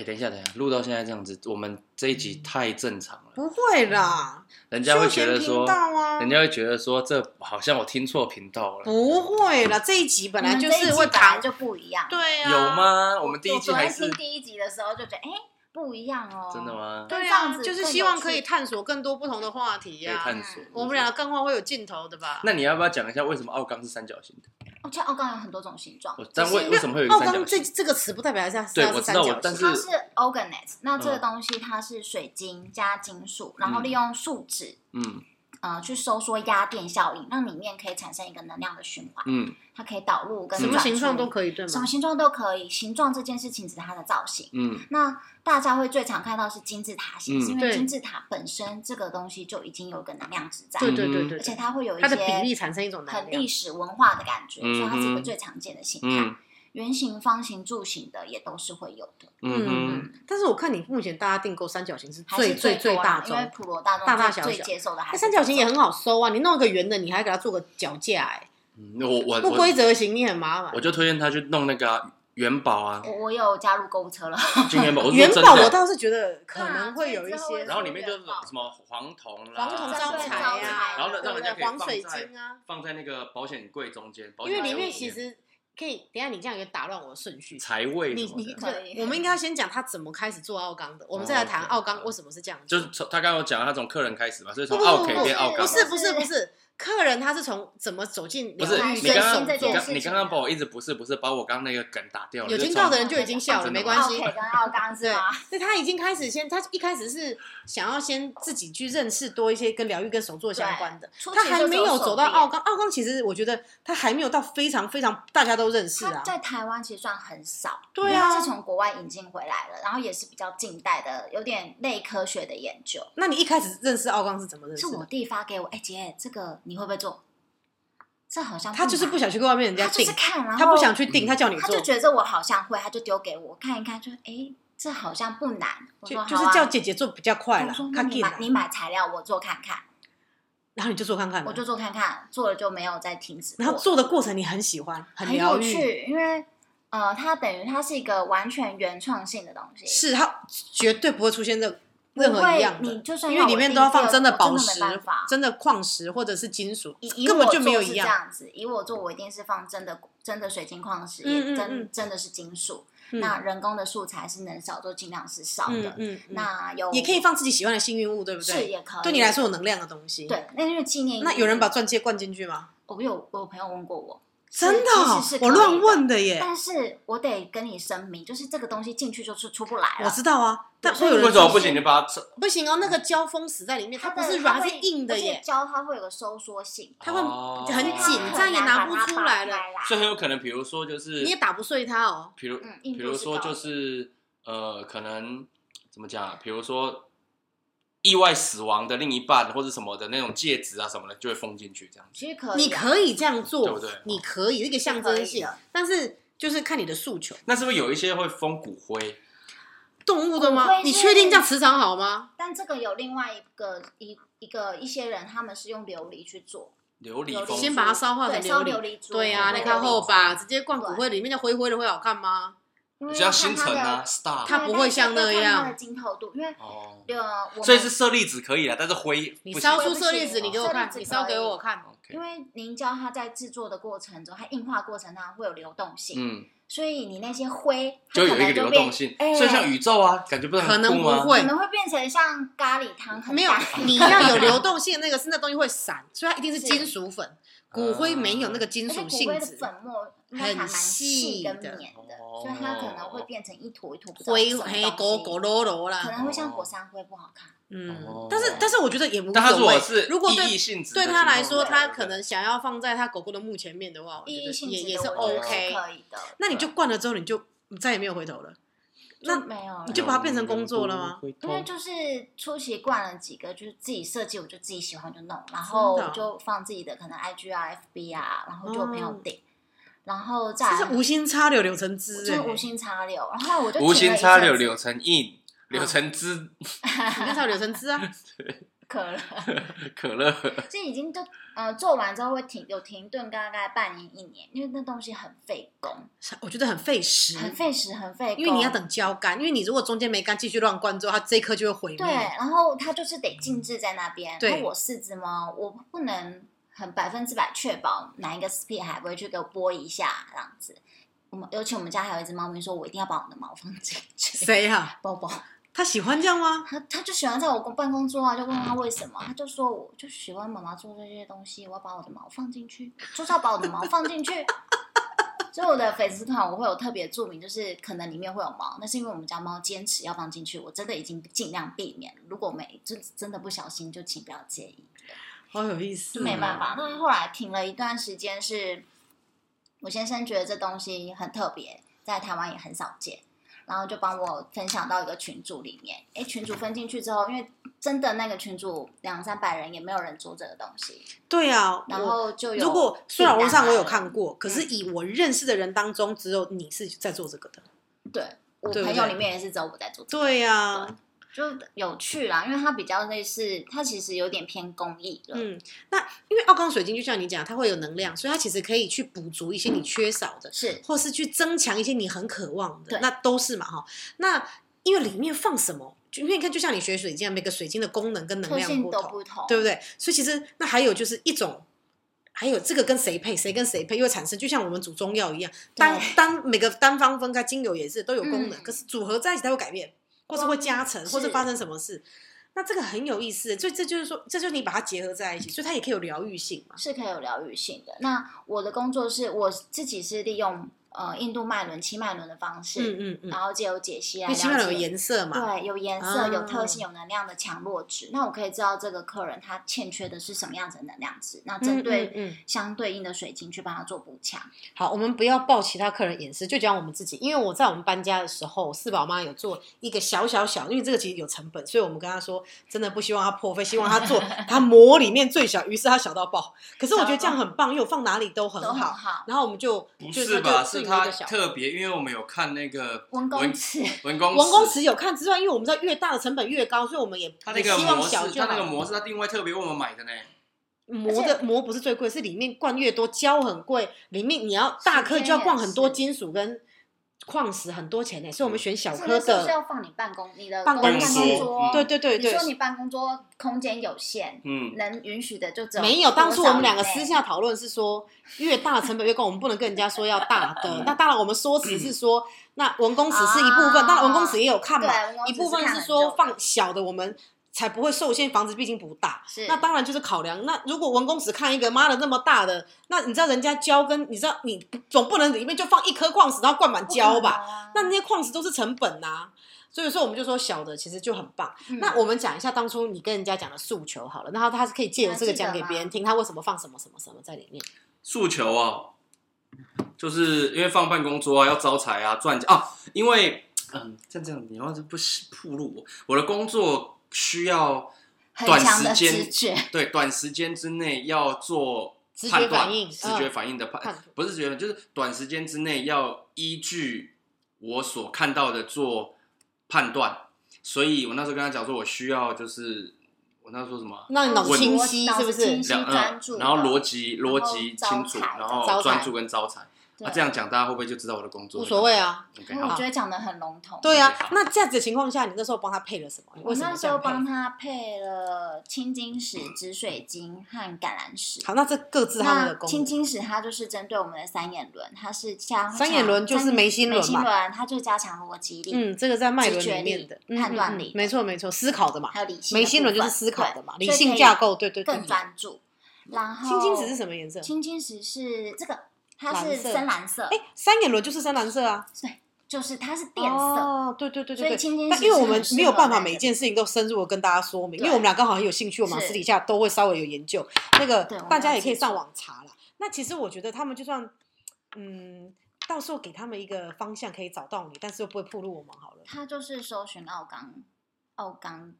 哎、诶等一下，等一下，录到现在这样子，我们这一集
嗯
太正常了，
不会啦，
人家会
休
觉
闲
得
频
说，
道啊
人。家会觉得说，这好像我听错频道了。
不会啦，这一集本来
你
就
们这一
是
集
会
本来
谈，
就不一样。
对啊，
有？吗？我们第一季
我昨
还
天
是
听第一集的时候就觉得，哎、不一样哦。
真的？吗？
对
这
啊
样，子
就是
更
希
有
望可以
趣
探索更多不同的话题
可以
呀、
探索。
啊我们俩的干话会有尽头的 吧？
那你要不要讲一下为什么奥钢是三角形的？
我哦觉得奥钢有很多种形状
我，但
只
为
是
为什么会有一
奥
个三角
刚这
形？
这个词不代表它是
对
它
我
是
知
三
道
角
我但是
形
它是 organite，那这个
嗯
东西它是水晶加金属，然后利用树脂
嗯，
呃去收缩压电效应，让里面可以产生一个能量的循环，
嗯，
它可以导入跟
什么
转
形状
出
都可以，对
什
吗
么？形状都可以，形状这件事情只是它的造型。
嗯，
那大家会最常看到是金字塔形，
嗯
是因为
对
金字塔本身这个东西就已经有一个能量值在，
对对对对
嗯而且
对，
它会有一
它的比例
些
产生一种能
很
量
历。史文化的感觉，
嗯
所以它是一个
嗯
最常见的形态。
嗯
圆形、方形、柱形的也都是会有的，
嗯哼，
但是我看你目前大家订购三角形是
还是
最最
最
最
多
大
啦因
众
为
的，
普罗大众
大大
最
小
最
小
接受的还
那
是
三角形也
这
很
种
好收啊，你弄一个圆的，你还给它做个脚架，哎，
嗯我我
不
我
规则型你很麻
我
烦。
就推荐他去弄那个啊元宝啊，
我我有加入购物车了，
金元宝，我是
哦元
说真
宝我
的。
倒是觉得可能会有一
对啊所以
些
之后
然后里面就是
元宝
什么黄铜啦，
黄铜
招
招
财
财
啊
啊，
然后让
对
让
不
人家可
对
以
黄
放
水
在
晶啊，
放在那个保险柜中间，保
因
险
为
柜
里面
中
其
间
实可以，等一下你这样也打乱我的顺序。
财位
你
什么
你
的，
可以
对，我们应该要先讲他怎么开始做奥钢的，我们
哦
再来谈
OK，
奥钢
好
为什么是这样子。
就是从他刚刚有讲他从客人开始嘛，所以从
不不
奥
不
K
不
变奥
不
刚，
是不是不是，客人他是从怎么走进
不
疗
是
愈
你
跟
刚
手
刚
这
你
件
作
事
刚
情
你刚刚把我一直不是不是把我刚刚那个梗打掉了，
有
就
听
从
到的人就已 经
哦
笑了，
真的
没
吗
关系。
OK，跟奥刚是吗？
所以他已经开始先，他一开始是想要先自己去认识多一些跟疗愈跟手作相关的
初，期
他还没有走到
就是有手链
奥钢。奥钢其实我觉得他还没有到非常非常大家都认识
它
啊，
在台湾其实算很少，
对啊
因为它是从国外引进回来了，然后也是比较近代的，有点类科学的研究。
那你一开始认识奥钢是怎么认识
是我
的？
弟发给我，哎、姐，这个你会不会做？这好像
他就是不
难，
想去跟外面人家
他就
订
是，看，然后
他不想去订，他叫你
他
做
就，觉得我好像会，他就丢给我看一看，说，哎、这好像不难。我
就
说
就
好
是
啊
叫姐姐做比较快
我
了
说，那
他
你
进
买
来，
你买材料，我做看看，
然后你就做看看了
我就做看看，做了就没有再停止过。
然后做的过程你很喜欢，
很
疗
有
愈，
趣，因为呃，它等于它是一个完全原创性的东西，
是它绝对不会出现任任
不
何
会
一样
你
的，
就算
因为
要
里
我
面
定
都要
做
放真
我
的
的
宝
没
石
办法、
真的矿石或者是金属
以以，
根
我
本就
做
没有
是
一
这
样。
样子，以我做，我一定是放真的真的水晶矿石，
嗯
也
嗯
真
嗯
真的是金属。
嗯
那人工的素材是能少就尽量是少
嗯
的。
嗯，嗯
那有
也可以放自己喜欢的幸运物，对不
是
对？
也可以，
对你来说有能量的东西。，
对。那因为纪念意义，
那有人把钻戒灌进去吗？
我有我有朋友问过我，
真的
其
哦
实是，可
我乱
以的
问的耶。
但是我得跟你声明，就是这个东西进去就是出不来
我
了。
知道啊，但会有
为
人
什么
说
不行？你把它扯
不行哦，那个胶封死在里面，它不
的
是软，它
会
是硬的
而且
耶，
胶它会有个收缩性，
它会
哦
很紧
它很
这样也
难
拿
把
不
它
出
拔
来了
所以很有可能，比如说就是
你也打不碎它哦。
比如，
嗯
比
硬度
如
是
说
高
就
的
是呃，可能怎么讲啊？比如说意外死亡的另一半或者什么的那种戒指啊什么的，就会封进去这样子。
其实可以啊，
你可以这样
对哦
做
不对，
你可以一个象征性，但是就是看你的诉求。
那是不是有一些会封骨灰？
动物的
骨
吗？
灰
你
哦是
确定这样磁场好吗？
但这个有另外一个一一个一些人，他们是用琉璃去做，
琉璃
琉
封
璃
住，
先把它烧化
对
成
烧
璃。
琉璃珠，
对呀、
对啊
你看后吧，直接灌骨
对
灰，里面的灰灰的会好看吗？
因为要
像星
看它
辰
的
啊、，star
它不会像那
要看它
样
的晶透度，因为
哦，
呃，我
所以
们
是舍利子可以啊，但是灰
你
不
烧
行嗯
出色粒子，
不行
你给我看
舍利，子
你烧
可以
给我看。
OK，
因为凝胶它在制作的过程中，它硬化过程它会有流动性，
嗯，
所以你那些灰它
就有
可
一个
能
流
变
动性，
哎
所以像宇宙啊，感觉不是
可
很
能
酷吗？
不
可
会，
能会变成像咖喱汤很
没有
大，
你要有流动性，那个是那东西会散，所以它一定是金属粉。
啊
骨灰没有那个金
而且
属
骨灰
性
的
质，
粉末应该还蛮
很
细
细
跟
的
绵的，
哦
所以它可能会变成一坨一坨不知道是
灰
什么
黑
东西
狗狗啰啰
可
啦。
能会像火山灰不好看。
嗯
哦，
但是但是我觉得也无
但他如
所
果
谓。
是
如果
意义
对
性质的
对
形
他
状
来
的
说，
话
他
对不
可
对
能想要放在他狗狗的墓前面的话，我觉
意义
得
性
哦也
质
也
的
是
我觉得
OK。
可以的。
那你就灌了之后，你就再也没有回头了。那
就没有了
你就把哦它变成工作了吗？嗯
因为就是初期灌了几个，就是自己设计，我就自己喜欢就弄，然
哦
后就放自己的可能 IG 啊、FB 啊，然后就有朋友订，然后再
这哦是无心插柳柳橙汁、
就
欸，
是无心插柳，然后我就
无
停
心
了一
插
阵
柳
子
柳成荫，
啊
柳成枝，
无心插柳柳橙汁啊！
可了，
可乐。
这已经就呃做完之后会停有停顿，大概半年一年，因为那东西很费工，
啊我觉得很费时，
很费时，很费
嗯
工，
因为你要等胶干，因为你如果中间没干，继续乱灌之后，它这一颗就会毁灭。
对，然后它就是得静置在那边。
对
那我四只猫，我不能很百分之百确保哪一个 speed 还不会去给我拨一下这样子。我们尤其我们家还有一只猫咪，说我一定要把我的毛放进去。
谁啊？
包包，
他喜欢这样吗？
它它就喜欢在我办公桌啊，就问他为什么，他就说我就喜欢妈妈做这些东西，我要把我的毛放进去，就是要把我的毛放进去。 所以我的粉丝团我会有特别注明，就是可能里面会有毛，那是因为我们家猫坚持要放进去，我真的已经尽量避免。如果没就真的不小心，就请不要介意。
好有意思
就
哦，
没办法。但是后来停了一段时间，是我先生觉得这东西很特别，在台湾也很少见，然后就帮我分享到一个群组里面。哎，群组分进去之后，因为真的那个群组两三百人，也没有人做这个东西，
对啊，
然
我
后就有啊
如果虽然网上我有看
过，
过，可
嗯
是以我认识的人当中，只有你是在做这个的。
对我
对不
朋友
对
里面也是只有我在做这个，
对呀、啊
就有趣啦，因为它比较类似，它其实有点偏公益了。
嗯，那因为奥钢水晶就像你讲，它会有能量，所以它其实可以去补足一些你缺少的，
是
或是去增强一些你很渴望的
对，
那都是嘛哈。那因为里面放什么，就因为你看，就像你学水晶，每个水晶的功能跟能
特
量
性
不
都
同，
不同，
对不对？所以其实那还有就是一种。还有这个跟谁配，谁跟谁配，又会产生就像我们煮中药一样，单
对
单每个单方分开，精油也是都有功能，
嗯
可是组合在一起它会改变，或是会加成，
是
或是发生什么事，那这个很有意思。欸所以这就是说，这就是你把它结合在一起，所以它也可以有疗愈性嘛。
是可以有疗愈性的。那我的工作是我自己是利用呃印度脉轮、七脉轮的方式，
嗯嗯嗯，
然后借由解析
因
来
为
哦了
起码有
解。
颜色嘛。
对，有颜色、
啊
有特性、有能量的强弱值，那我可以知道这个客人他欠缺的是什么样子的能量值，那针
嗯
对
嗯嗯
相对应的水晶去帮他做补强。
好，我们不要报其他客人隐私，就讲我们自己。因为我在我们搬家的时候，四宝妈有做一个小小小，因为这个其实有成本，所以我们跟她说，真的不希望它破费，希望它 做它模里面最小。于是它小到爆，可是我觉得这样很棒，因为我放哪里都很
都很
哦好。
好
然后我们就
不
就是就
吧？
就是有一
他
个小
特别，因为我们有看那个
文公
文
尺，
文公
王宫
尺
池有看之外，因为我们知道越大的成本越高，所以我们也
他那
也
个
希望
模
小
式，
就
他那个
好。
模式，他定位特别为我们买的呢。
磨的磨不是最贵，是里面灌越多，胶很贵，里面你要大颗
时间
就要灌
也
很多
是
金属跟矿石，很多钱呢。所以我们选小
这
颗
个是不是
的。
要放你办公你的
办
公
公哦
办
室
公桌？
嗯
对对对
你
对，
说你办公桌空间有限，
嗯，
能允许的就只有
没有，当初我们两个
多少以
私
内
下讨论是说，越大成本越高，我们不能跟人家说要大的。那当然，我们说辞是说，那文公尺是一部分，
啊
当然文公尺也有看嘛
嗯对文公，尺
一部分是
是看很
说
久
放小的，我们才不会受限，房子毕竟不大。
是
那当然就是考量。那如果文公尺看一个妈的那么大的，那你知道人家胶跟你知道你总不能里面就放一颗矿石，然后灌满胶吧？
吧
那那些矿石都是成本呐、所啊以说我们就说小的其实就很棒。
嗯
那我们讲一下当初你跟人家讲的诉求好了，然后他是可以借由这个讲给别人听，他为什么放什么什么什么在里面。
诉求啊，就是因为放办公桌啊，要招财啊，赚钱啊，因为嗯，像这样你要是不是铺路我，我的工作需要
很
短
强的
时间
直觉，
对短时间之内要做
直觉
判断
反应
直
嗯
觉反应的判、
判
不是直觉，就是短时间之内要依据我所看到的做判断，所以我那时候跟他讲说，我需要就是我那时候说什么啊。
那你脑
稳
清晰是不
脑子清
是
晰？
两
专注
嗯，然后
的
逻辑
然后
逻辑
招
清楚，
财
然
招财
后专注跟招财。
对
啊，这样讲大家会不会就知道我的工作？
无所谓。啊，
OK，
我
好
觉。得讲的很笼统。
对啊
好。
那这样子的情况下，你那时候帮他配了什么？
我
为什
那
么
时
这
候
样配？
帮他配了青金石、紫水晶和橄榄石。
好，那这各自他们的
那
功
青
能。
金石它就是针对我们的三眼轮，它是加
三眼轮就是
三
眉心轮
眉心
嘛
轮它就是加强逻辑力，
嗯，这个在脉轮
直觉
里
力
面的嗯
判断
嗯嗯
力
没错没错，思考的嘛。
还有理性的部分。
眉心轮就是思考的嘛，
对
理性架，
所
构，对对
以
对
可以。更专注。然后
青金石是什么颜色？
青金石是这个，它
蓝
是
色
深蓝色，
哎，三眼轮就是深蓝色啊。
对，就是它是变色，
哦，对对对
所
对
以
对。
青金
但
石
因为我
是
们
很适
没有
合
办法
男
每一
人
件事情都深入的跟大家说明，因
对
为我们俩刚好很有兴趣，我们俩
是
私底下都会稍微有研究。那个
对我们
大家
有
也可以
接触
上网查啦。那其实我觉得他们就算，嗯，到时候给他们一个方向可以找到你，但是又不会暴露我们好了。
他就是搜寻奥钢，奥钢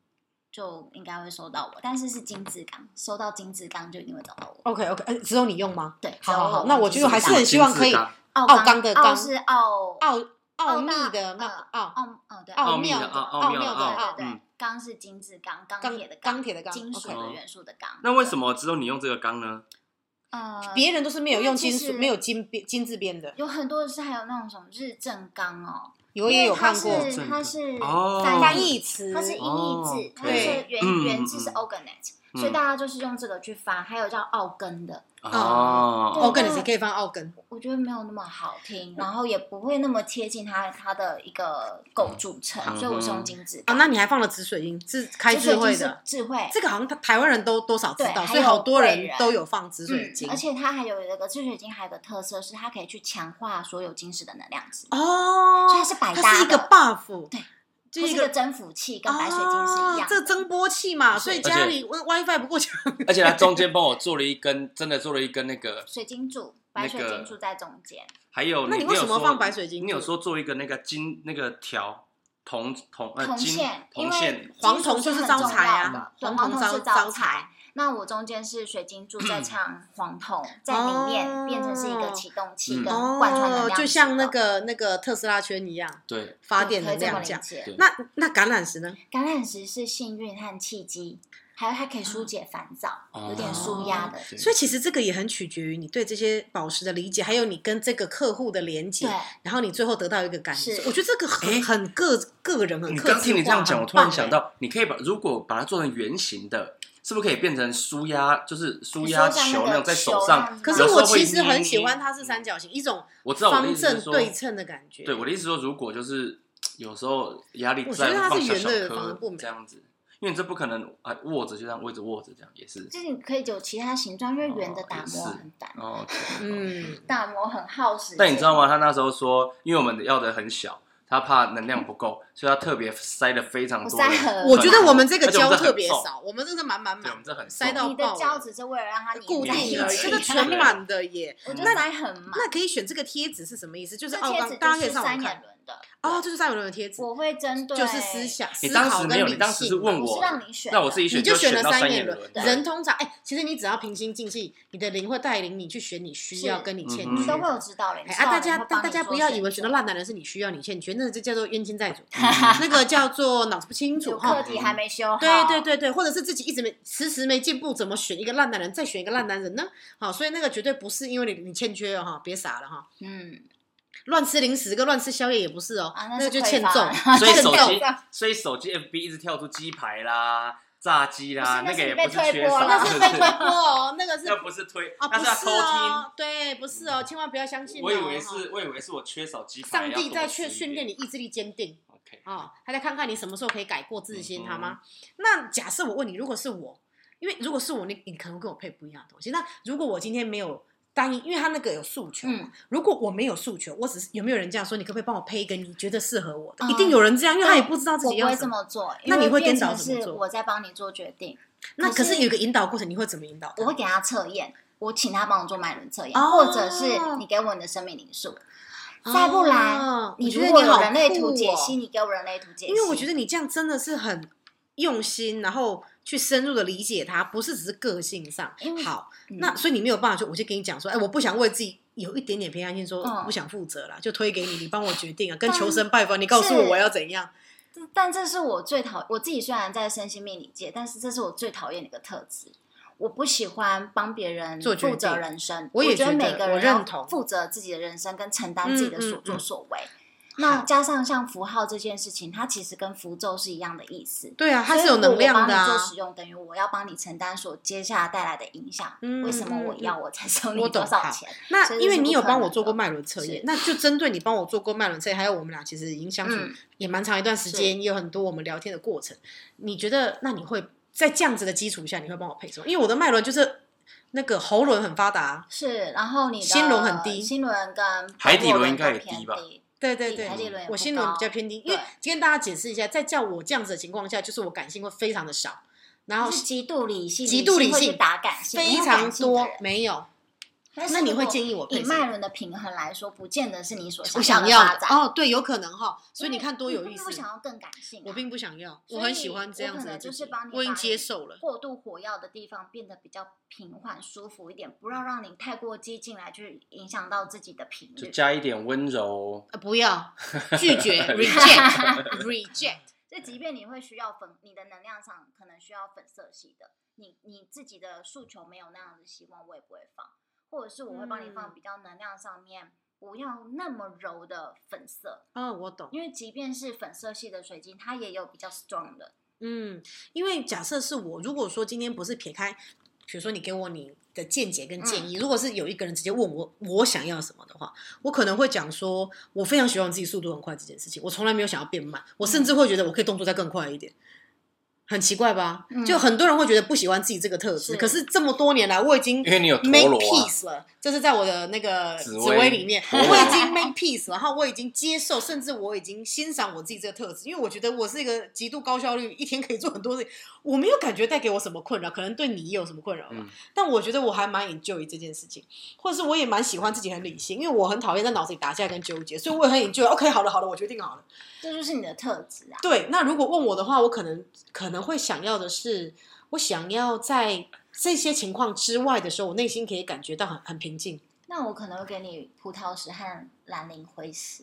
就应该会搜到我，但是是金字钢，搜到金字钢就一定会找到我。
OK OK，呃，只有你用吗？
对，
好好
只有
好，
我
那我
金
就
字
还是
钢
很希望可
金
以
字塔
奥
奥钢的
奥
钢
是哦奥
奥奥秘
大
的那
呃
奥
奥奥对
奥
奥
妙
妙
的
的
奥
奥
奥
妙
妙
的
的
奥
奥
对对
嗯，
钢是金字钢，
钢
钢铁的
钢铁的钢
金属
OK
的元素的钢。
那为什么只有你用这个缸呢？
呃，
别人都是没有
因为
用
其
金属，
实
没有金边金字边的，
有很多是还有那种什么日正钢哦，
我也有看
因
过
为
正
它
钢
是
哦
它是
翻译词
它。是音译字
哦，
它是
对
原
嗯
原字是
嗯
organet，
嗯
所以大家就是用这个去发。还有叫奥根的，
哦
哦，
奥根你是可以放奥根，
我觉得没有那么好
嗯
听，然后也不会那么贴近它它的一个构筑成，
嗯
所以我是用金字
啊，
钢。
那你还放了紫水晶，是开智
紫水晶
慧
是
的。
智慧，
这个好像他台湾人都多少知道，
对
所以
还有
好多
贵
人
人
都有放紫水晶。
嗯，而且它还有一个紫水晶，还有个特色是它可以去强化所有晶石的能量值，
哦
所以它是百搭的
它是一个 buff。
对，它
就是一
一个蒸浮器，跟白水晶是一
哦
样的。
这蒸波器嘛，所以
且
家里 Wi- WiFi 不够 强，
而且他中间帮我做了一根，真的做了一根那个，
水晶柱，白水
那个
晶柱在中间，
还有
那
你
你为
有
什么
说
放白水晶
你有
柱
说做一个那个金那个条铜铜呃
铜
金
线，因
铜
为
线，
黄
铜
铜就是招财啊
对，
黄
黄
铜
铜
招
是招
招
财
财。
那我中间是水晶柱
嗯
在唱黄铜，在里面变成是一个
哦
启动器
嗯
跟贯穿能量系统，
就像那个那个特斯拉圈一样，
对，
发电
可以
能
这么
量
理
这样。
解
对
那那橄榄石呢？
橄榄石是幸运和契机，还有它可以
嗯
疏解烦躁，有点舒压的。
对
所以其实这个也很取决于你对这些宝石的理解，还有你跟这个客户的连接
对，，
然后你最后得到一个感受
是。
我觉得这个
诶
很很个个人很
你
个
刚
性
听你这样讲，我突然想
到，
到，你可以把如果把它做成圆形的，是不是可以变成舒压，就是舒
你
压
说像
球那
那个
种在
球
手
那
上
样？
可
有
是
时候
我
会
其实很
捏
喜欢它是三角形，一种
我知道我的意
方
思
正
是说，
对称的感觉。
对我的意思是说，如果就是有时候压力
我觉
在
得它是
放小
圆
小
的反而
颗
不美
这样子，因为这不可能啊握着就这样握着握着这样也是
就是你可以有其他形状，因为圆的打
哦也
磨
是
很难，
哦。
嗯，
打磨很耗时。
但你知道？吗？他那时候说，因为我们要的很小，他怕能量不够，所以他特别塞了非常
我
多
塞
的。
很
我觉得我们这个
嗯而且我
胶
们这
特别
很重
少，我们这个是满满
对，我们
满，
这很
塞
重
到
你的
爆
胶
了，
只是为了让它粘
固定
在一
而已，
起
这 个全满的 耶。
我就塞很满。
那可以选这个贴纸是什么意思？就是哦
这
奥
贴
钢，
纸
大家
就
可以
是
上网
三眼
看。
轮的，
哦，就是三角轮的贴纸，
我会针对
就是思，想、思
你当
考
时没
跟
有，
理
你
性。
当时是问
我是让你选的，
那我自己选
你就
选
了
到三
眼
轮
轮，
对
人通常哎，其实你只要平心静气，你的灵会带领你去选你需要
是
跟你欠
嗯
缺
你
的。
都会有指导嘞。
哎啊，大家大大家不要以为
学
选到烂男人是你需要你欠缺，那这叫做冤 亲债主，那个叫做脑子不清楚
有
哈
课。题还没修好，
对对对对，或者是自己一直没迟迟没进步，怎么选一个烂男人，再选一个烂男人呢？好，所以那个绝对不是因为你你欠缺哦哈，别傻了哈，
嗯，
乱吃零食跟乱吃宵夜也不是哦，
啊那
那
是
个就
匮
欠
乏
揍。
所以手
欠
机
揍，
所以手机 FB 一直跳出鸡排啦、炸鸡啦，
不是
个也
那
不
是
缺
被推播
少，
了
那是被推播哦，那个 是
那不是推，那
啊，不
要
是
偷听。
哦，对，不是哦，千万不要相信、哦。
我以为
哈
是，我以为是我缺少鸡排
上
哎要多吃一点。
帝在训训练你意志力坚定
OK，
哦，他在看看你什么时候可以改过自
嗯
新，
哼
好吗？那假设我问你，如果是我，因为如果是我，你你可能会跟我配不一样的东西。那如果我今天没有单一，因为他那个有诉求嘛，
嗯
如果我没有诉求，我只是有没有人这样说，你可不可以帮我配一个你觉得适合我的？
嗯
一定有人这样，因为哦他也不知道自
我
己
不
要
会
什
这
么。
么做，
那你
因为
会颠
变
倒
成
怎么
是
做
我在帮你做决定，
那可
可是
是有一个引导过程，你会怎么引导他？
我会给他测验，我请他帮我做脉轮测验，
哦
或者是你给我你的生命灵数。
哦
再不然
我，
你
觉
如
得
果
你
有
好
人类
酷
图解
哦
析，你给我人类图解析，
因为我觉得你这样真的是很用心，然后去深入的理解它，不是只是个性上
因为
好。
嗯
那所以你没有办法说，我就跟你讲说，哎，我不想为自己有一点点偏爱性，说
嗯
不想负责啦，就推给你，你帮我决定啊，跟
但
求神拜佛，你告诉
是
我我要怎样。
但这是我最讨我自己虽然在身心命理界，但是这是我最讨厌的一个特质。我不喜欢帮别人
做决定
负责人生，
我也
觉得
觉得
每个
我
人
认
要
同
负责自己的人生跟承担自己的
嗯嗯
所作
嗯
所为。那加上像符号这件事情，它其实跟符咒是一样的意思。
对啊，它是
所以
有
如果
能量
我
的
帮你
啊
做。使用，等于我要帮你承担所接下来带来的影响。
嗯
为什么
嗯
我
嗯
要我才收你
我
多
懂
少
好
钱？所
那
以这
因为
是
你
不
有
可
帮
能
我做过
的
脉轮测
是
验，那就针对你帮我做过脉轮测验，还有我们俩其实已经相处
嗯
也蛮长一段时间，也有很多我们聊天的过程。你觉得，那你会在这样子的基础下，你会帮我配什么？因为我的脉轮就是那个喉轮很发达，
是，然后你的
心轮很低
心轮跟
海底
波
轮应
都
该也
偏
低吧
对对对
海底轮也，不
我心轮
高
比较偏低，因为
对
今天大家解释一下，在叫我这样子的情况下，就是我感性会非常的少，然后
就是哦极度理性，
极度理
会去
性
打感性，没
非
有
常
感性的
多
人
没有。
但是
那你
如
会
果
建议我配
以
什么
脉轮的平衡来说，不见得是你所
我
想
想要
要的发
的
展。
哦，对，有可能哈，所以你看多
因
有
为
意
你
思
不。想要更感性啊、
我并不想要，
所以
我很喜欢这样子
我可
的
能
自
就
己
是帮你
我已经
把
接受了。
过度火药的地方变得比较平缓、舒服一点，不要让你太过激进来，去影响到自己的频
就
率。
加一点温柔。
呃，不要拒 绝 reject reject，
所以，即便你会需要粉，你的能量场可能需要粉色系的，你你自己的诉求没有那样的希望，我也不会放，或者是我会帮你放
嗯
比较能量上面、不要那么柔的粉色，
哦，我懂。
因为即便是粉色系的水晶，它也有比较 strong 的。
嗯，因为假设是我，如果说今天不是撇开，比如说你给我你的见解跟建议，如果是有一个人直接问我我想要什么的话，我可能会讲说，我非嗯常喜欢自己速度很快这件事情，我从来没有想要变慢，我甚至会觉得我可以动作再更快一点。很奇怪吧？
嗯
就很多人会觉得不喜欢自己这个特质，
是
可是这么多年来，我已经
因为你有陀
make
螺啊，
peace 了，就是在我的那个
紫
紫
薇
薇里面，
陀
我
螺
已经 make peace，然后我已经接受，甚至我已经欣赏我自己这个特质，因为我觉得我是一个极度高效率，一天可以做很多事情，我没有感觉带给我什么困扰，可能对你有什么困扰吧，
嗯
但我觉得我还蛮 enjoy 这件事情，或者是我也蛮喜欢自己很理性，因为我很讨厌在脑子里打架跟纠结，所以我也很 enjoy。OK，好了好了，我决定好了。
这就是你的特质啊。
对，那如果问我的话，我可能可能会想要的是，我想要在这些情况之外的时候，我内心可以感觉到很很平静。
那我可能会给你葡萄石和蓝磷灰石，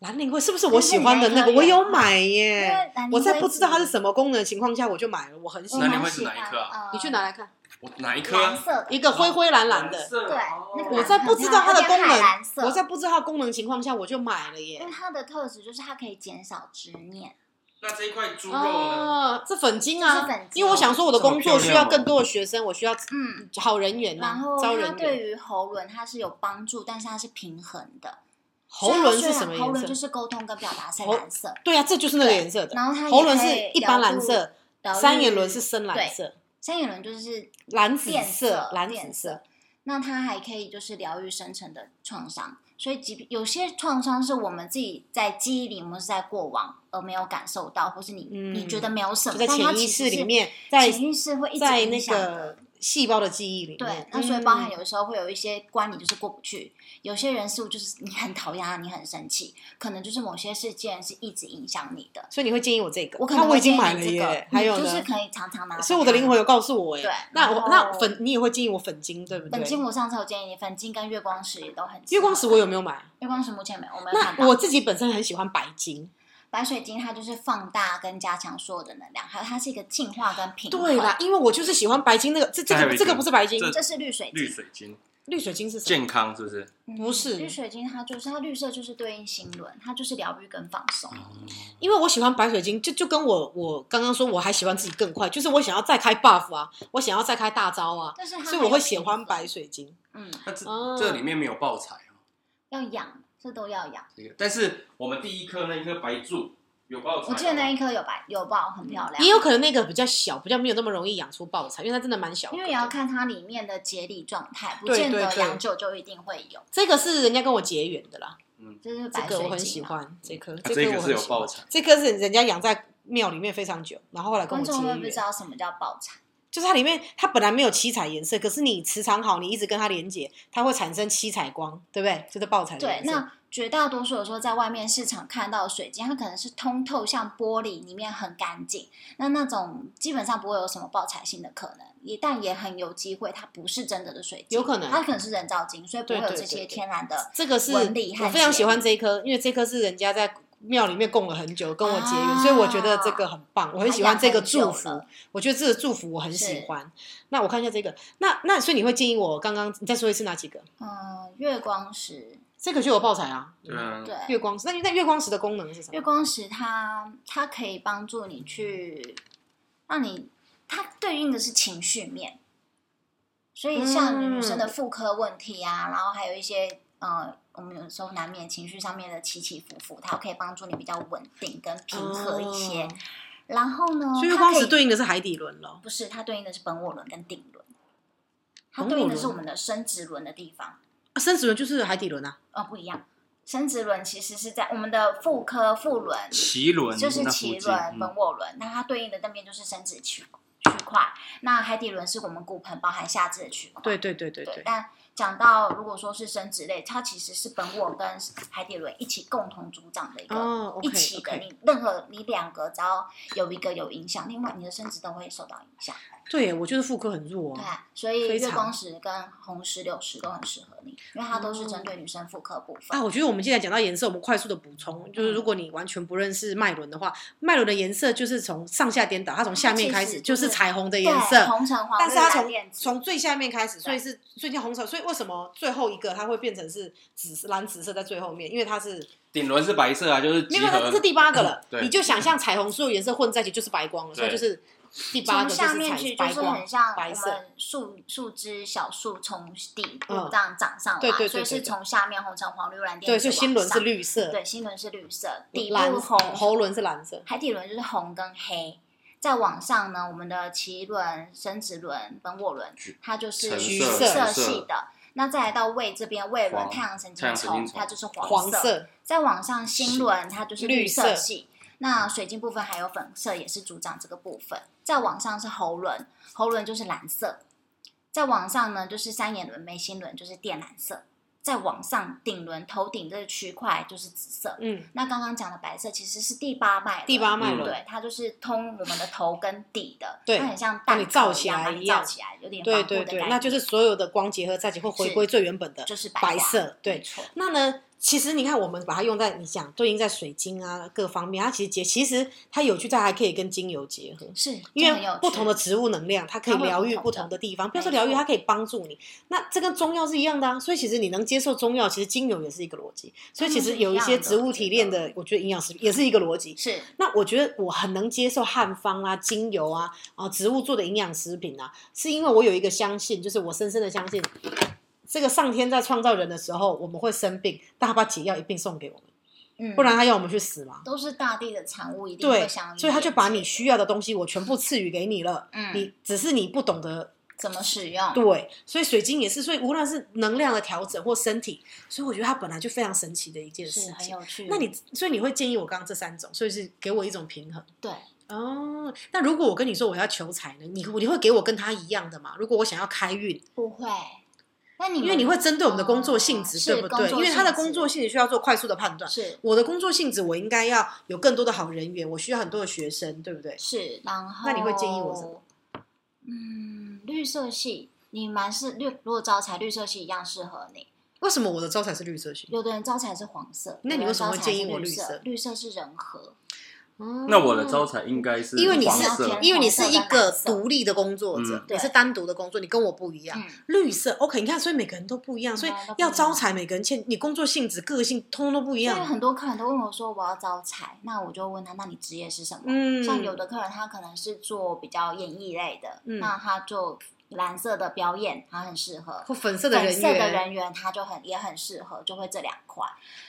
兰陵会是不是我喜欢的那个？
可
我
是你还可以
有买
因
耶，
为蓝磷
我在
灰
不知道它是
石
什么功能的情况下，我就买了，我很喜
我
蓝
欢。
磷灰
蛮
石
喜
哪一
欢
颗啊
呃
哦你去拿来看，
我哪一颗
蓝
啊？
色的，
一个灰灰蓝蓝的，
色
对
哦
那个
我
蓝
在不知道它的功
很漂亮蓝
能，
色嗯
我在不知道它的功能情况下，我就买了
因
耶
为。它的特质就是它可以减少执念。
那这一块猪肉呢？
啊，这粉晶
这是粉
啊，
晶
因为我想说我的工作需
这么漂亮哦
要
吗
更多的学生，我需要
嗯，
好人缘
然
啊
后，
招
它
人
对
缘。
于喉轮它是有帮助，但是它是平衡的。
喉轮
所
是
以它
什
虽
么
然喉
颜
轮就
色？
是沟通跟表达是
喉
蓝色，
对啊，这就是那个颜色的。
然后它也
喉轮
可
是
以
一般
疗
蓝
愈
色，
疗
三眼
愈
轮是深蓝
对
色，
三眼轮就是
蓝紫
变
色
色，、
蓝
变
紫色。。
那它还可以就是疗愈深层的创伤，所以即便有些创伤是我们自己在记忆里，我们是在过往而没有感受到，或是你、你觉得没有什么，
就在
但它
嗯潜
其
意
实
识
是
里面，在
潜意识会一直
在
影
那
响
个
的
细胞的记忆里面。嗯
对，那所以包含有的时候会有一些关你就是过不去，有些人事物就是你很讨厌他，你很生气，可能就是某些事件是一直影响你的。
所以你会建议我这个？
我可
看
能
我
会
已经
建议
买
你
了
这
耶
个，
还有
你就是
呢，
可以常常拿着它。
所以我的灵魂有告诉我
对
哎，那
然
我
后
那粉你也会建议我粉晶对不对
本？金，我上次有建议你，粉金跟月光石也都很适合。
月光石我有没有买？
月光石目前没有，我没有看
那我
到。
自己本身很喜欢白金，
白水晶它就是放大跟加强所有的能量，还有它是一个净化跟平衡。
对啦，，因为我就是喜欢白金那个，这这
还有
个
一
这个
个
不是白金，
这
这是绿水
绿
晶，
水晶
绿水晶是什么？
健康是不是？
嗯
不是
绿水晶，它就是它绿色就是对应心轮，它就是疗愈跟放松。
哦
因为我喜欢白水晶，就就跟我我刚刚说，我还喜欢自己更快，就是我想要再开 buff 啊，我想要再开大招啊，
但是它
所以
还
我会
有
喜
平
欢
衡
白水晶。
嗯，
那这
哦
这里面没有爆彩哦。
要养，这都要养。
这个但是我们第一颗那一颗白柱有爆彩哦，
我记得
啊
那一颗有白有爆，很漂亮。
也有可能那个比较小，比较没有那么容易养出爆彩，因为它真的蛮小。
因为也要，看它里面的结理状态，不
对
见得
对对
养久就一定会有。
这个是人家跟我结缘的啦，
这是
这
白
个
水
我很喜
晶啊嘛。
欢，这颗、
啊这
颗
个
我
是
很
有
喜
爆
欢，
彩，
这颗是人家养在庙里面非常久，然后后来跟
观
我结
众会不会
缘
知。道什么叫爆彩？
就是它里面，它本来没有七彩颜色，可是你磁场好，你一直跟它连接，它会产生七彩光，对不对？就是爆彩的
对
颜，色。
那绝大多数有时候在外面市场看到的水晶，它可能是通透，像玻璃，里面很干净。那那种基本上不会有什么爆彩性的可能，也但也很有机会，它不是真的的水晶，
有可能
它可能是人造晶，所以不会有
对对
这些
对对
天然的。
这个是
纹理和
我非常
结
喜欢
理
这一颗，因为这颗是人家在庙里面供了很久，跟我结缘，
啊
所以我觉得这个很棒，我很喜欢这个祝
它养很久
福
了。
我觉得这个祝福我很喜欢。那我看一下这个，那那所以你会建议我刚刚你再说一次哪几个？
嗯，月光石，
这个就有爆彩啊，
对啊，
对，
月光石。那那月光石的功能是什
月
么？
光石它它可以帮助你去让你它对应的是情绪面，所以像女生
嗯
的妇科问题啊，然后还有一些呃，我们有时候难免情绪上面的起起伏伏，它可以帮助你比较稳定跟平和一些。
哦
然后呢，
所以月
它
光
可
石
以
对应的是海底轮咯。
不是它对应的是本我轮跟定轮，它
本我
对应的是
轮
我们的生殖轮的地方，
啊，生殖轮就是海底轮啊。
呃，不一样。生殖轮其实是在我们的妇科妇轮，
脐轮
就是
那附
脐
近
轮、
嗯
本我轮，那它对应的那边就是生殖区区块。那海底轮是我们骨盆包含下肢的区块。
对对对对
对
对。
但讲到如果说是生殖类，它其实是本我跟海底轮一起共同主掌的一个。
哦
一起的，
，OK，OK，
你任何你两个只要有一个有影响，另外你的生殖都会受到影响。
对耶，我就是妇科很弱
对
啊。
啊，所以
非常
月光石跟红石、柳石都很适合你，因为它都是针对女生妇科部分。
哦啊，我觉得我们现在讲到颜色，我们快速的补充，
嗯
就是如果你完全不认识脉轮的话，脉轮的颜色就是从上下颠倒，它从下面开
它其
始
实
就
就是是
彩虹的
对
颜色，
红橙黄
但
绿
是它
蓝
从
靛紫，
从最下面开始，所以
对
是最近红色，所以为什么最后一个它会变成是紫色蓝紫色在最后面？因为它是
顶轮是白色啊，就是
没
集
有，它
合嗯
是第八个了，
对
你就想象彩虹所有颜色混在一起就是白光了，所以
对
就是第八
从
个就
下
是
面
彩
去就
白
是
光
很。像
白
我
色
们树树枝小树从底部
嗯
这样长上来，
对对对
所以
对
是
对
从下面红橙黄绿蓝靛紫
对，所以心轮
往
是
上，
绿色，
对，心轮是绿色，底
蓝
部红，
喉轮是蓝色，
海底轮就是红跟黑，在网上呢，我们的脐轮、生殖轮、本我轮，它就是
橙
橘
色
色
橘
色
系的。那再来到胃这边，胃轮
黄
太阳
太
神经
阳神
丛，
经丛
它就是
黄色，
再往上心轮，它就是
绿
绿色
色
系。那水晶部分还有粉色，也是主掌这个部分。再往上是喉轮，喉轮就是蓝色。再往上呢，就是三眼轮、眉心轮，就是靛蓝色。再往上顶轮、头顶这个区块就是紫色。
嗯，
那刚刚讲的白色其实是第八脉轮，
第八脉
嗯
轮，
对，它就是通我们的头跟底的，
对
它很像
帮
蛋
你
壳
罩
一
起
样
来
把你
一
罩
样
起来，有点
对
防护
对
的
对
概，
那
念
就是所有的光结合在一起会回
是
归最原本的，
就是
白
花
色，对
没，错，
那呢，其实你看，我们把它用在你讲对应在水晶啊各方面，它其实结其实它有趣在还可以跟精油结合，
是
因
这很有
为不
趣
同的植物能量，它可以
它会有
疗愈
不同的
不同的地方。不要说
没错
疗愈，它可以帮助你。那这跟中药是一样的啊，所以其实你能接受中药，其实精油也是一个逻辑。所以其实有一些植物提炼
它们是一样
的
的，
我觉得营养师也是一个逻辑。
是
那我觉得我很能接受汉方啊、精油啊、啊植物做的营养食品啊，是因为我有一个相信，就是我深深的相信，这个上天在创造人的时候，我们会生病，但他把解药一并送给我们，
嗯，
不然他要我们去死嘛。
都是大地的产嗯物，一定
对
会想，
所以他就把你
去
需要的东西，我全部赐予给你了。
嗯
你只是你不懂得，
怎么使用，
对，所以水晶也是，所以无论是能量的调整或身体，所以我觉得它本来就非常神奇的一件事
是很
情。
有趣。
那你所以你会建议我刚刚这三种，所以是给我一种平衡。
对
哦，那如果我跟你说我要求财呢，你你会给我跟他一样的吗？如果我想要开运，
不会？那你
因为你会针对我们的工作性质，
哦
对不对？因为他的工作性质需要做快速的判断。
是
我的工作性质，我应该要有更多的好人员，我需要很多的学生，对不对？
是，然后
那你会建议我什么？
嗯，绿色系你蛮是绿，如果招财绿色系一样适合你。
为什么我的招财是绿色系？
有的人招财是黄色，
那你
有的人
为什么
招
会
财
建议
是
我
绿
绿色
绿色是人和，
那我的招财应该是
哦因为你
黄
是
色
黄色
因为你是一个
黄色
独立的工作者
嗯，
你
对
是单独的工作，你跟我不一样。
嗯，
绿色 OK，你看，所以每个人都不一样，所以
每个人都不一
要
样
招财，每个人欠你工作性质、个性，通通都不一
因为
样。
很多客人都问我说我要招财，那我就问他，那你职业是什么？
嗯
像有的客人他可能是做比较演艺类的，
嗯
那他就蓝色的表演，他很适合。
或粉色的
粉
人
色的
员，
人员，他就很也很适合，就会这两块。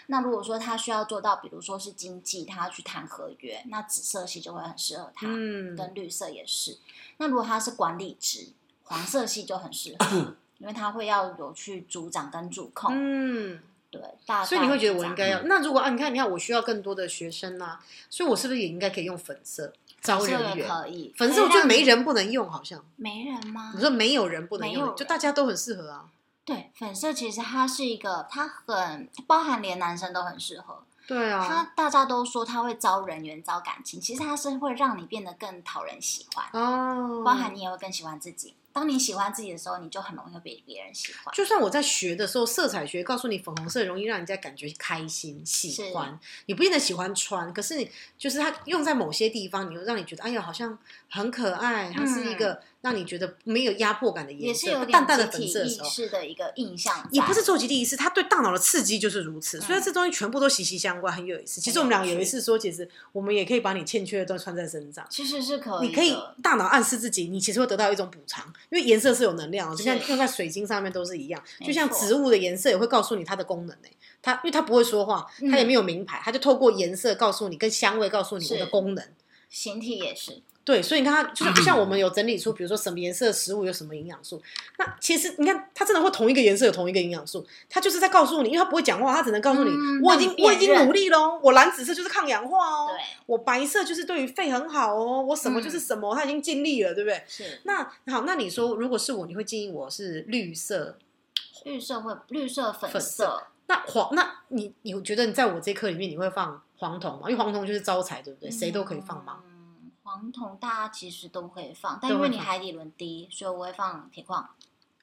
那如果说他需要做到，比如说是经济，他要去谈合约，那紫色系就会很适合他，
嗯，
跟绿色也是。那如果他是管理职，黄色系就很适合，因为他会要有去组长跟主控，
嗯，
对，大
所以你
概
会觉得
是
我
这
应
样
该要？那如果啊，你看，你看，我需要更多的学生啦、所以我是不是也应该可以用粉色招
这个
人
也
员？
可以，
粉
可以
色我觉得
让
没
你
人不能用，好像
没人吗
你？说没有人不能
没有
用，
人
就大家都很适合啊。
对，粉色其实它是一个，它很包含连男生都很适合。
对
它
啊，
大家都说它会招人缘、招感情，其实它是会让你变得更讨人喜欢，
哦，
包含你也会更喜欢自己。当你喜欢自己的时候，你就很容易会被别人喜欢。
就算我在学的时候，色彩学告诉你粉红色容易让人家感觉开心、喜
是
欢，你不一定喜欢穿，可是你就是它用在某些地方，你又让你觉得哎呀，好像很可爱，它是一个让你觉得没有压迫感的
嗯也
颜
是
色，
有点
淡淡的粉
集
色的
体意
时候。
识的一个印象在，
也不是周级第一次，他对大脑的刺激就是如
嗯
此，所以这东西全部都息息相关，很有意思。其实我们两个有一次说，其实我们也可以把你欠缺的都穿在身上，
其实是可以，
你可以大脑暗示自己，你其实会得到一种补偿，因为颜色是有能量的，就是像用在水晶上面都是一样，
没错
就像植物的颜色也会告诉你它的功能呢、它因为它不会说话，
嗯
它也没有名牌，它就透过颜色告诉你，跟香味告诉你
是
我的功能。
形体也是，
对，所以你看它，就像 像我们有整理出，比如说什么颜色的食物有什么营养素。那其实你看，它真的会同一个颜色有同一个营养素，它就是在告诉你，因为它不会讲话，它只能告诉你，
嗯
我已
让你
经我已经
辨认
努力喽，我蓝紫色就是抗氧化哦，
对，嗯
我白色就是对于肺很好哦，我什么就是什么，它已经尽力了，对不对？
是
那好，那你说如果是我，你会建议我是绿色？
绿色会绿色粉
粉
色，
那黄，那你你觉得你在我这课里面你会放黄铜吗？因为黄铜就是招财，对不对？谁都可以放吗？
嗯，黄铜大家其实都可以放，但
都
因
会
为你
放
海底轮低，所以我会放铁矿。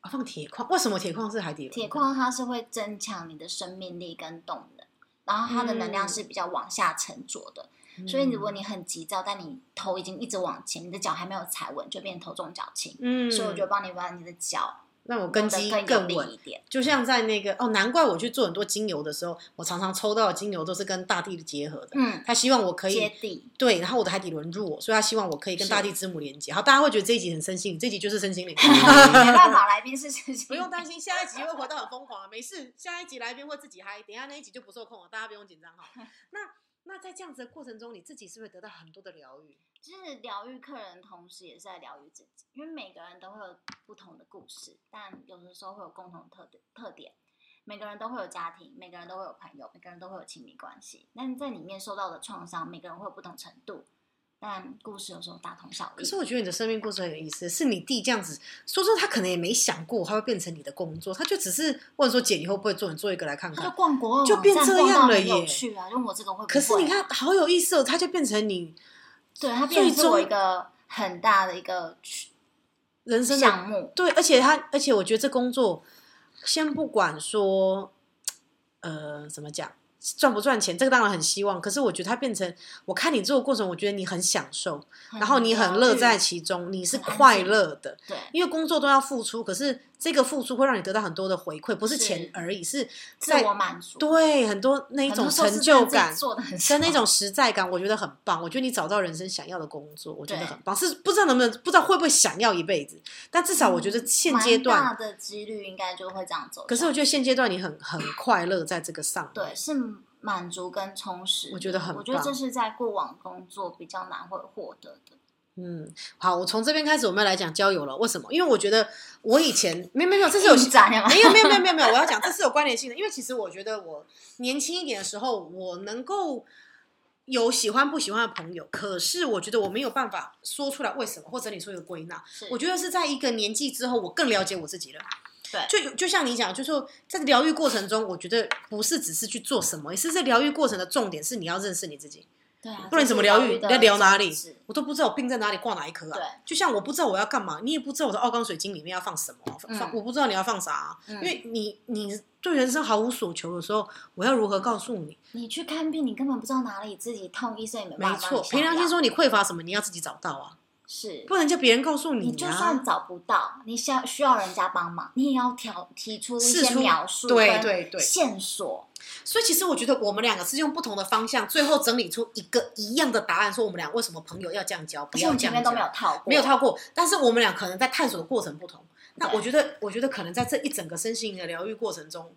啊，放铁矿？为什么铁矿是海底轮？
铁矿它是会增强你的生命力跟动能，然后它的能量是比较往下沉着的。
嗯，
所以如果你很急躁，但你头已经一直往前，你的脚还没有踩稳，就变头重脚轻。
嗯，
所以我就帮你把你的脚
让我根
弄得
基
更有
更
力
稳
一。点。
就像在那个哦，难怪我去做很多精油的时候，我常常抽到的精油都是跟大地的结合的。
嗯，
他希望我可
接
以
地
对，然后我的海底轮入我，所以他希望我可以跟
是
大地之母连接。好，大家会觉得这一集很身心灵，这一集就是身 心灵。
没办法，来宾是 事情
不用担心，下一集会 活得很疯狂啊，没事，下一集来宾会自己嗨，等一下那一集就不受控了，大家不用紧张哈。那那在这样子的过程中，你自己是不是得到很多的疗愈？
就是疗愈客人，同时也是在疗愈自己，因为每个人都会有不同的故事，但有的时候会有共同特点特点。每个人都会有家庭，每个人都会有朋友，每个人都会有亲密关系。但在里面受到的创伤，每个人会有不同程度，但故事有时候大同小异。
可是我觉得你的生命故事很有意思，是你弟这样子，说说他可能也没想过他会变成你的工作，他就只是问说姐你会不会做，你做一个来看
他就
看。
逛国外
就
网
变
站
这
逛
样
到
了
很有
耶
趣啊！用我这个会不会、啊？
可是你看，好有意思哦，他就变成你
对它变成
最
是我
终
一个很大的一个去
人生的
项目，
对，而且他，而且我觉得这工作，先不管说，呃，怎么讲，赚不赚钱，这个当然很希望。可是我觉得他变成，我看你做的过程，我觉得你很享受，然后你很
疗
乐
愈
在其中，你是
很安
快
静
乐的。
对
因为工作都要付出，可是这个付出会让你得到很多的回馈，不是
是
钱而已，是
自
在
我满足，
对很多那一
很
种
多时候
成
是
就
真的自己
感。
做的很
跟那
爽
种实在感，我觉得很棒。我觉得你找到人生想要的工作，我觉得
对
很棒。是不知道能不能，不知道会不会想要一辈子，但至少我觉得现阶段
嗯蛮大的几率应该就会这样走下去。
可是我觉得现阶段你很很快乐在这个上，
对，是满足跟充实，
我觉得很
我觉得
棒
这是在过往工作比较难会获得的。
嗯，好，我从这边开始我们要来讲交友了。为什么？因为我觉得我以前没有没有没有，这是有
展吗？
没有没有没有没有没有，我要讲这是有关联性的，因为其实我觉得我年轻一点的时候，我能够有喜欢不喜欢的朋友，可是我觉得我没有办法说出来为什么，或者你说一个归纳，
是
我觉得是在一个年纪之后，我更了解我自己了。
对
就有就像你讲，就是说在疗愈过程中，我觉得不是只是去做什么，也是在疗愈过程的重点是你要认识你自己。
对啊，
不然
这
怎么
是
疗愈
的
要聊哪
宗
里
旨
我都不知道我病在哪里，挂哪一科啊？
对，
就像我不知道我要干嘛，你也不知道我的奥钢水晶里面要放什么，放、
嗯
我不知道你要放啥啊、
嗯
因为你你对人生毫无所求的时候，我要如何告诉你？
你去看病，你根本不知道哪里自己痛，医生也没办
没
法帮
错
你，想
凭良心
药
说，你匮乏什么，你要自己找到啊，
是
不能叫别人告诉
你
啊。
就算找不到，你需要需要人家帮忙，你也要调提出一
试
些
出
描述
对
跟
对对
线索，
所以其实我觉得我们两个是用不同的方向，最后整理出一个一样的答案，说我们俩为什么朋友要这样交，不
而且
要
我
这样交
们前面都没有套过，
没有，跳过，但是我们俩可能在探索的过程不同。那
对
我觉得，我觉得可能在这一整个身心灵的疗愈过程中，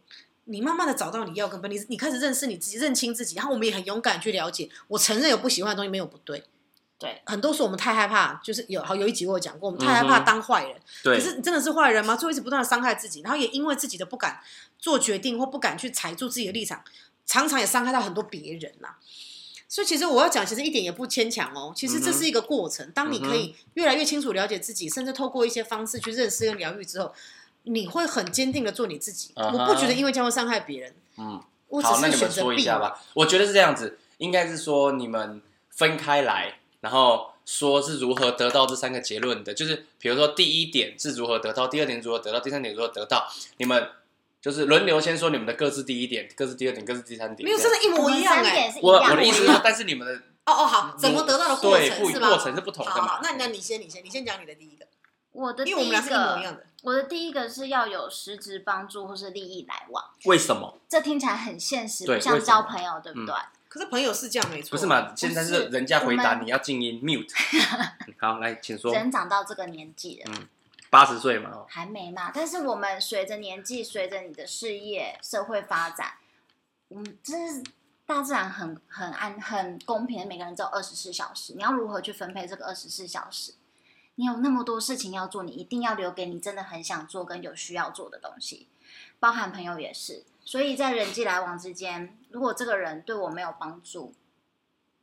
你慢慢的找到你要跟不，你你开始认识你自己，认清自己，然后我们也很勇敢去了解。我承认有不喜欢的东西没有不对，
对，
很多时候我们太害怕，就是有好有一集我有讲过，我们太害怕
嗯哼
当坏人，
对
可，是你真的是坏人吗？最后一直不断的伤害自己，然后也因为自己的不敢做决定或不敢去踩住自己的立场，常常也伤害到很多别人呐、所以其实我要讲，其实一点也不牵强哦。其实这
嗯哼嗯
是一个过程，当你可以越来越清楚了解自己，甚至透过一些方式去认识跟疗愈之后，你会很坚定的做你自己。
啊哈
我不觉得因为这样会伤害别人，
嗯，
我只
好，那
是
你
选
们
择
说一
避
下
免。
吧。我觉得是这样子，应该是说你们分开来，然后说是如何得到这三个结论的。就是比如说第一点是如何得到，第二点如何得到，第三点如何得到。你们就是轮流先说你们的各自第一点，各自第二点，各自第三点。
没有，
这
真
样
的，一
我
模
们
一样
三
哎、
点是一
我
样
我的意思是说，但是你们的
哦哦，好， 怎么得到的过
对
程
不
是
过
吧？
程是不同的
好
嘛
好，？那那你先，你先，你先讲你的第一个，
我的第
因为我
一
们俩是一模一
个，
样的。
我的第一个是要有实质帮助或是利益来往，
为什么？
这听起来很现实，
对
不像
为什
交
么
朋友，对不
嗯
对？
可是朋友是这样没错，
不是？嘛？现在是人家回
我
答
们
你要静音 mute。嗯好，来，请说。
人长到这个年纪了，
八十岁嘛，哦
还没嘛，但是我们随着年纪，随着你的事业、社会发展，嗯，这是大自然很很安很公平的，每个人只有二十四小时，你要如何去分配这个二十四小时？你有那么多事情要做，你一定要留给你真的很想做跟有需要做的东西，包含朋友也是。所以在人际来往之间，如果这个人对我没有帮助，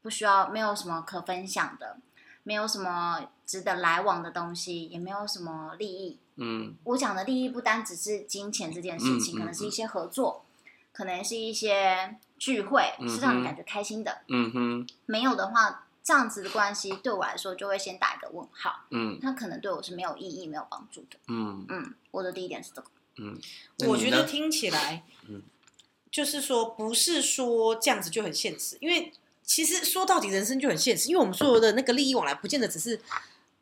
不需要没有什么可分享的，没有什么值得来往的东西，也没有什么利益，
嗯，
我讲的利益不单只是金钱这件事情，
嗯嗯
可能是一些合作，可能是一些聚会，
嗯哼
是让你感觉开心的。
嗯哼，
没有的话，这样子的关系对我来说就会先打一个问号，
嗯
它可能对我是没有意义、没有帮助的。
嗯
嗯，我的第一点是这个，
嗯，那
我
你
觉
呢
得听起来，
嗯
就是说不是说这样子就很现实，因为其实说到底人生就很现实，因为我们所有的那个利益往来，不见得只是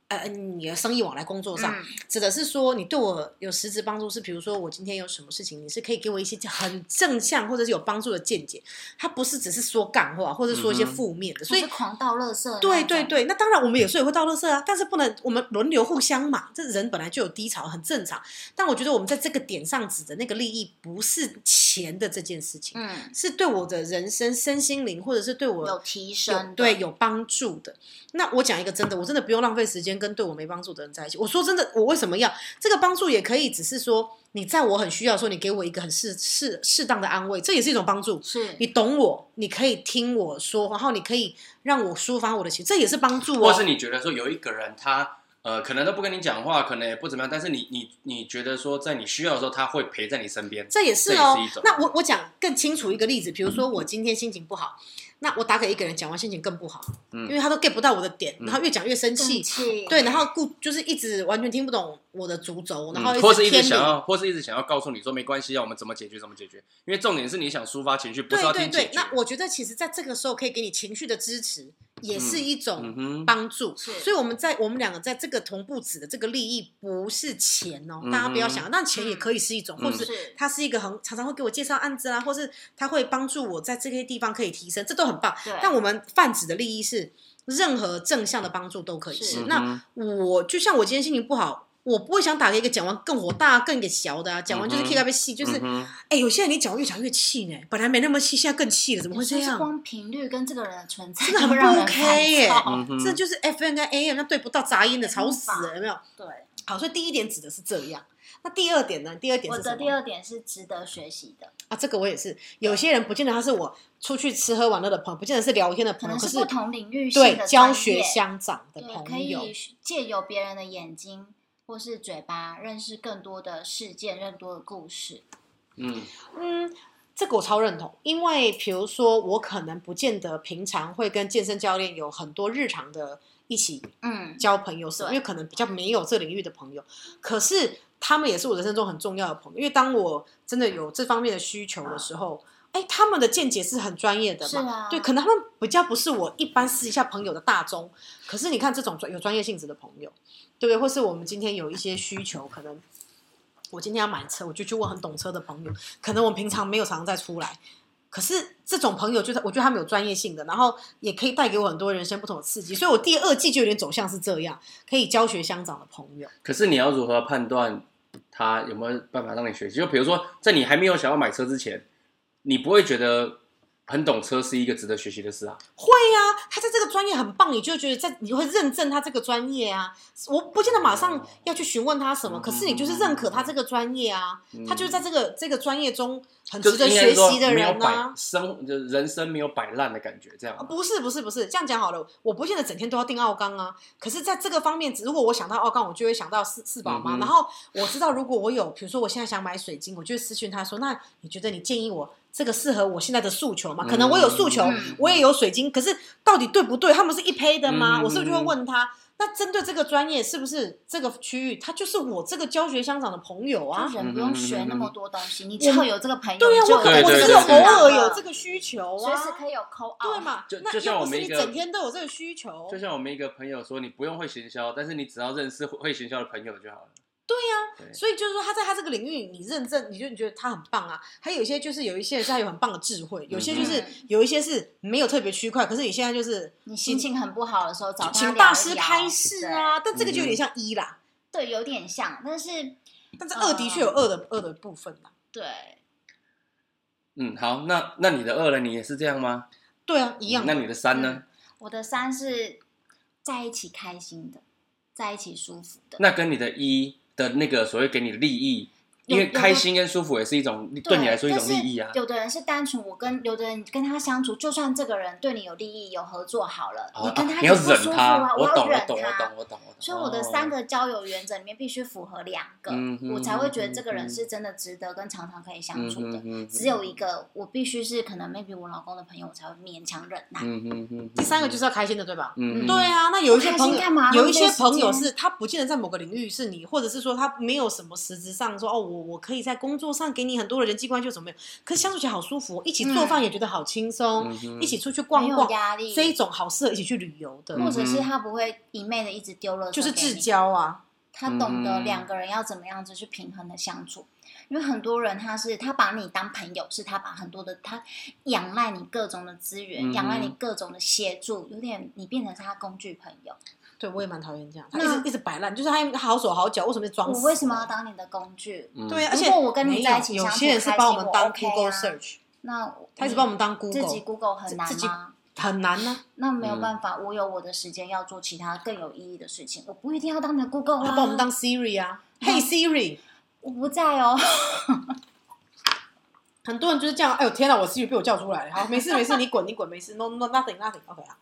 呃你的生意往来工作上，
嗯
指的是说你对我有实质帮助，是比如说我今天有什么事情，你是可以给我一些很正向或者是有帮助的见解，它不是只是说干话或者说一些
嗯哼
负面的，
不
所以
是狂倒垃圾的那种，
对对对，那当然我们有时候也会倒垃圾啊，但是不能我们轮流互相嘛，这人本来就有低潮，很正常。但我觉得我们在这个点上指的那个利益，不是钱的这件事情，
嗯，
是对我的人生、身心灵，或者是对我
有提
有
升的，
对有帮助的。那我讲一个真的，我真的不用浪费时间跟对我没帮助的人在一起。我说真的，我为什么要这个帮助？也可以只是说，你在我很需要的时候，你给我一个很适适适当的安慰，这也是一种帮助。
是
你懂我，你可以听我说，然后你可以让我抒发我的情绪，这也是帮助哦
或
我。
是你觉得说有一个人他呃可能都不跟你讲话，可能也不怎么样，但是你你你觉得说在你需要的时候他会陪在你身边，
这也是
这也
哦
是一种。
那我我讲更清楚一个例子，比如说我今天心情不好，那我打给一个人讲完心情更不好，
嗯
因为他都 get 不到我的点，
嗯
然后越讲越生气
更，气，
对，然后故就是一直完全听不懂我的主轴，然后
嗯、或是一
直
直
偏离。
想要，或是一直想要告诉你说没关系啊，我们怎么解决怎么解决，因为重点是你想抒发情绪，不
对
是要
对
听解
对
决，。
那我觉得其实在这个时候可以给你情绪的支持，也是一
嗯
种
哼，
帮助。
是
所以我们在我们两个在这个同步指的这个利益不是钱哦，
嗯
大家不要想，但钱也可以是一种，
嗯
或
嗯
是
是
他是一个很常常会给我介绍案子啊啦，或是他会帮助我在这些地方可以提升，这都很棒。
对
但我们泛指的利益是任何正向的帮助都可以
是
是。那
嗯
我就像我今天心情不好，我不会想打给一个讲完更火大、更给小的啊，讲完就是
嗯哼
K 被气，就是
嗯哼
哎、有些人你讲越讲越气呢，本来没那么气，现在更气了，怎么会这
就是
啊
样？
光频率跟这个人的存在
真的很
就让人
不 OK 耶
烦躁
嗯哼
哦这就是 F N 跟 A M，那对不到杂音的，
没
吵
办
死
法
了，有没有？
对，
好，所以第一点指的是这样。那第二点呢？第二点
我
是什
的
么？
第二点是值得学习的，
啊，这个我也是。有些人不见得他是我出去吃喝玩乐的朋友，不见得是聊天的
可
朋友，
能
嗯可
是
是
不同领域性
对
的
教
专
学
业
相长的
对，可
朋友
以，借由别人的眼睛或是嘴巴，认识更多的事件，更多的故事。
嗯
嗯。这个我超认同，因为比如说我可能不见得平常会跟健身教练有很多日常的一起
嗯，
交朋友什么，
对
因为可能比较没有这领域的朋友，可是他们也是我人生中很重要的朋友。因为当我真的有这方面的需求的时候，哎、他们的见解是很专业的
是
嘛，
啊，
对，可能他们比较不是我一般私底下朋友的大宗，可是你看这种专有专业性质的朋友，对不对？或是我们今天有一些需求，可能我今天要买车，我就去问很懂车的朋友，可能我平常没有常常再出来。可是这种朋友，就是我觉得他们有专业性的，然后也可以带给我很多人生不同的刺激，所以我第二季就有点走向是这样，可以教学相长的朋友。
可是你要如何判断他有没有办法让你学习？就比如说，在你还没有想要买车之前，你不会觉得很懂车是一个值得学习的事啊。
会呀、他在这个专业很棒，你就觉得在你会认证他这个专业啊。我不见得马上要去询问他什么，
嗯
可是你就是认可他这个专业啊，
嗯
他就是在这个这个专业中很
就
值
是
得
应该
学
说
习的
没有
人
摆
啊。
生就是人生没有摆烂的感觉，这样
啊
吗。
不是不是不是，这样讲好了，我不见得整天都要定奥钢啊。可是，在这个方面，如果我想到奥钢，我就会想到四四宝
嗯
妈。
哼
然后我知道，如果我有，比如说我现在想买水晶，我就会私讯他说：“那你觉得你建议我这个适合我现在的诉求吗？”可能我有诉求，
嗯
我也有水晶，可是到底对不对？他们是一胚的吗？
嗯
我是不是就会问他？那针对这个专业，是不是这个区域，他就是我这个教学相长的朋友啊嗯
就？人不用学那么多东西，你只
我
要有这个朋友，
对呀、啊
你就
我可
对
能我
对
只是
对对
偶尔有这
个，
个需求
随
啊
时，可以有 call out，
对？嘛
就？
那
就像
又
我
不
们
是
一
你
个
整天都有这个需求，
就像我们一个朋友说，你不用会行销，但是你只要认识会会行销的朋友就好了。
所以就是说，他在他这个领域，你认证，你就你觉得他很棒啊。还有一些就是有一些人是他有很棒的智慧，有些就是
嗯
有一些是没有特别区块，可是你现在就是
你心情很不好的时候找他
请
聊一
大师
聊
开示啊，但这个就有点像一啦，
对，对，有点像，但是
但是二
嗯
的确有二的二的部分啦。
对，
嗯，好，那那你的二呢？你也是这样吗？
对啊，一样
那
的。
你的三呢？
我的三是在一起开心的，在一起舒服的，
那跟你的一的那个所谓给你利益，因为
有有的
开心跟舒服也是一种
对
对你来说一种
但是
利益啊。
有的人是单纯，我跟有的人跟他相处，就算这个人对你有利益、有合作好了，
哦
你跟
啊
他
你要
也不
忍
舒服啊，
我
要
懂，我
忍
懂，我懂，
他。
我懂，我懂。
所以我的三
哦
个交友原则里面必须符合两个，
嗯哼
我才会觉得这个人是真的值得跟常常可以相处的。
嗯哼嗯哼
只有一个，我必须是可能 maybe 我老公的朋友，我才会勉强忍耐。
嗯哼嗯哼，
第三个就是要开心的，对吧？
嗯，嗯
对，啊，那有一些朋
不开
友
心干嘛，
有一些
浪费时间
朋友是他不见得在某个领域是你，或者是说他没有什么实质上说哦，我我可以在工作上给你很多的人际关系，怎么没有？可是相处起来好舒服，一起做饭也觉得好轻松，
嗯哼
一起出去
嗯没
逛
有
逛，
压力，
这一种好适合一起去旅游的，
或者
嗯
是他不会一昧的一直丢了，
就是至交啊。
他懂得
嗯
两个人要怎么样子去平衡的相处。因为很多人他是他把你当朋友，是他把很多的他仰赖你各种的资源，
嗯
仰赖你各种的协助，有点你变成是他工具朋友。
对，我也蛮讨厌这样，他
那
一直一直摆烂，就是他好手好脚，为什么装
我
死？啊
为什么要当你的工具？
嗯
对啊，而
如
且
果我跟你
没有
在一起
有
相处
些人是
开
把我
心
们
我
当
OK 啊
Google search，
那我
他一直把我们当
自己
Google，
Google 很
自
难
自己
吗？
很难啊呢。
那没有
嗯
办法，我有我的时间要做其他更有意义的事情，我不一定要当你的 Google
他
啊。
把我们当 Siri 啊
嗯
，Hey Siri，
我不在哦，
很多人就是这样。哎呦天哪，我 Siri 被我叫出来了，好，没事没事，你滚你滚，没事，No No nothing nothing，OK、啊。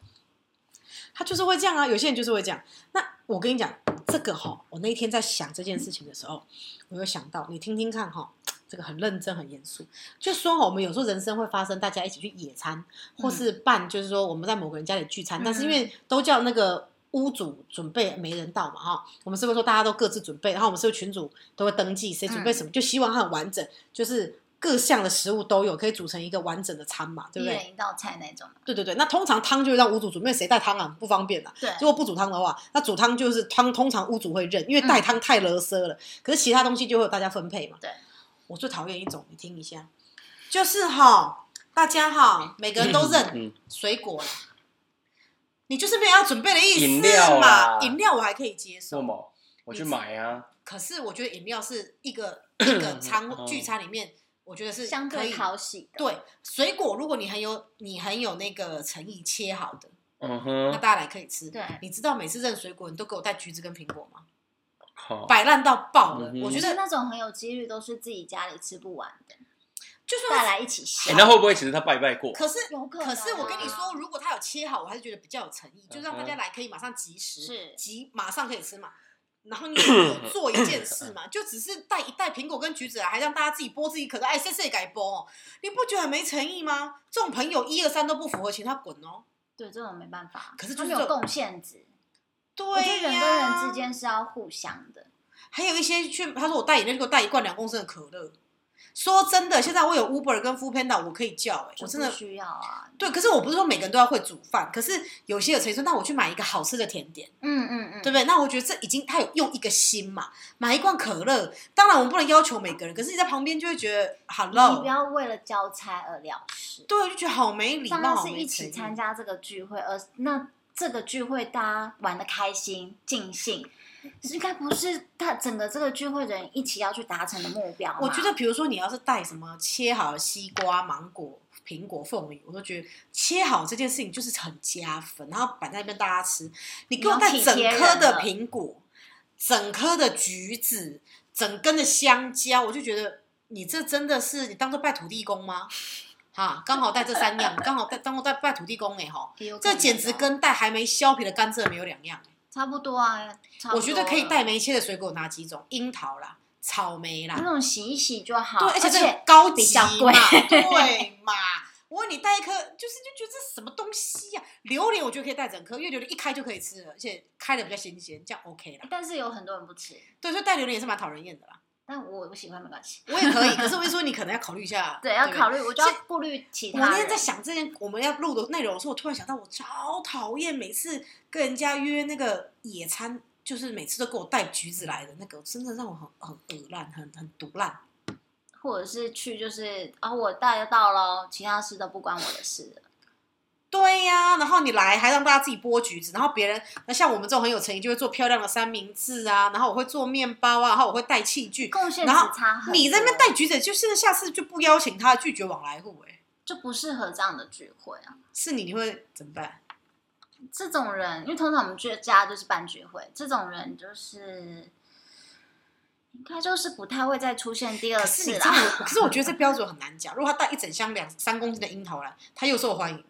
他就是会这样啊，有些人就是会这样。那我跟你讲，这个哈，我那一天在想这件事情的时候，我有想到，你听听看哈，这个很认真很严肃。就说哈，我们有时候人生会发生，大家一起去野餐，或是办，就是说我们在某个人家里聚餐，但是因为都叫那个屋主准备，没人到嘛哈，我们是不是说大家都各自准备？然后我们是不是群主都会登记谁准备什么，就希望它很完整，就是各项的食物都有，可以组成一个完整的餐嘛，对
一
不对？
人一道菜那种。
对对对，那通常汤就会让屋主煮，因为谁带汤啊不方便啊。
对，
如果不煮汤的话，那煮汤就是汤，通常屋主会认，因为带汤太啰嗦了。可是其他东西就会有大家分配嘛。
嗯对，
我最讨厌一种，你听一下，就是哈，大家哈，每个人都认、
嗯
水果啦，你就是没有要准备的意思嘛。
饮料啊啦
饮料我还可以接
什
受，
么？我去买啊，
可是我觉得饮料是一个一 个餐
哦
聚餐里面，我觉得是
相
可
对
以。
讨喜的。
对水果，如果你很有你很有那个诚意切好的，
嗯
那
哼，
大家来可以吃。
对
你知道每次认水果，你都给我带橘子跟苹果吗？
好，
摆烂到爆了
嗯，哼
我觉
就
得
是那种很有几率都是自己家里吃不完的，
就
带
算
来一起
欸
下。
那会不会其实他拜拜过？
可是
有可能
可
啊
是我跟你说，如果他有切好，我还是觉得比较有诚意，
嗯
就让大家来可以马上及时，
是
即马上可以吃嘛。然后你 有做一件事嘛，就只是带一袋苹果跟橘子来，啊还让大家自己剥自己可的，哎，谁谁改剥哦？你不觉得很没诚意吗？这种朋友一二三都不符合，请他滚哦。
对这种没办法，
可是就
他
是
没有
这种
贡献值。我觉
对
得人跟
呀
人之间是要互相的，
还有一些去，他说我带饮料就给我带一罐两公升的可乐。说真的，现在我有 Uber 跟 Food Panda，我可以叫、欸，我真的
就不需要啊。
对。可是我不是说每个人都要会煮饭，可是有些有谁说，那我去买一个好吃的甜点，
嗯嗯嗯，
对不对？那我觉得这已经他有用一个心嘛，买一罐可乐。当然我们不能要求每个人，可是你在旁边就会觉得
你
Hello，
不要为了交差而了事。
对，我就觉得好没礼
大
貌，
家
好
是
没
一起
诚意
参加这个聚会，而那这个聚会大家玩的开心 尽兴，应该不是他整个这个聚会人一起要去达成的目标嘛。
我觉得，比如说你要是带什么切好的西瓜、芒果、苹果、凤梨，我都觉得切好这件事情就是很加分，然后摆在那边大家吃。你给我带整颗的苹果、整颗的橘子、整根的香蕉，我就觉得你这真的是你当做拜土地公吗？哈，刚好带这三样，刚好带当做带拜土地公哎吼，
也有可
这
能啊
简直跟带还没削皮的甘蔗没有两样。欸
差不多啊。差不多
我觉得可以
了
带没切的水果哪几种？樱桃啦、草莓啦，
那种洗一洗就好。
对，而
而
且这个高级
比较贵
嘛， 对嘛？我问你带一颗，就是就觉得这什么东西呀、榴莲我觉得可以带整颗，因为榴莲一开就可以吃了，而且开的比较新鲜，这样 OK 啦。
但是有很多人不吃，
对，所以带榴莲也是蛮讨人厌的啦。
但我不喜欢没关系。
我也可以，可是我就说你可能要考虑一下，
对，要
不
考虑，我就要
所以
顾虑其
我
他人。
那天在想这件我们要录的内容的时候，我突然想到，我超讨厌每次跟人家约那个野餐，就是每次都给我带橘子来的那个，真的让我很很恶烂，很很毒烂。
或者是去就是啊、我带得到喽，其他事都不关我的事了。
对呀、然后你来还让大家自己剥橘子，然后别人那像我们这种很有诚意，就会做漂亮的三明治啊，然后我会做面包啊，然后我会带器具。
贡献值
然后
差很多，
你在那边带橘子，就是下次就不邀请他，拒绝往来户、欸，
就不适合这样的聚会啊。
是你你会怎么办？
这种人，因为通常我们去家就是办聚会，这种人就是应该就是不太会再出现第二
可是
次
你真
啦。
的，可是我觉得这标准很难讲。如果他带一整箱两三公斤的樱桃来，他又受欢迎了，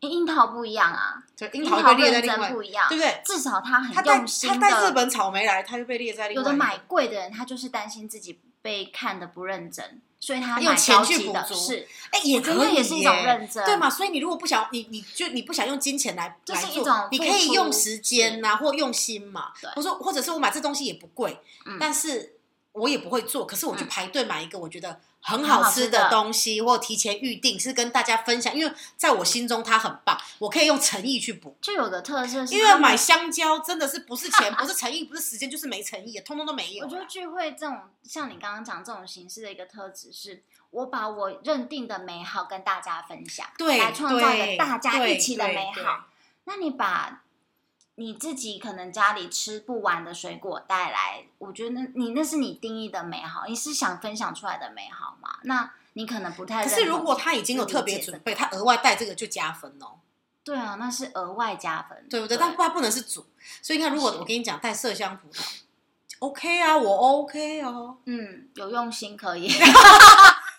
因为樱桃不一样啊，
对，樱
樱
桃会被列在
认
另外
真，不一样，
对不对？
至少他
他
很
带
用心
他
的。
带日本草莓来，他就被列在另外
有
一个。
的买贵的人，他就是担心自己被看的不认真，所以他
用
买
钱
高
去
级
补
的
足
是，
哎、也
我觉
可
得
以
也是一种
耶
认真
对嘛？所以你如果不想，你你就你不想用金钱来，
嗯这是
来
一
做
种
你
付
可以用
出
时间呐、或用心嘛
对。
我说，或者是我买这东西也不贵，
嗯
但是我也不会做，可是我去排队买一个我觉得很
很
好
好
吃
吃
的
的
东西，或提前预定，是跟大家分享，因为在我心中它很棒，我可以用诚意去补。
就有个特色是
因
他
为
们
买香蕉真的是不是钱，不是诚意，不是时间，就是没诚意，啊通通都没有
我
啦。
觉得聚会这种，像你刚刚讲这种形式的一个特质是，我把我认定的美好跟大家分享，
对
来创造
对
一个大家
对
一起的
对
美
对
好。那你把你自己可能家里吃不完的水果带来，我觉得你那是你定义的美好，你是想分享出来的美好嘛？那你可能不太
可
认同。
是如果他已经有特别准备，他额外带这个就加分哦，
对啊，那是额外加分，
对不对？但他不能是主，所以你看，如果
是
我跟你讲带麝香葡萄，OK 啊，我 OK 哦。
嗯，有用心可以。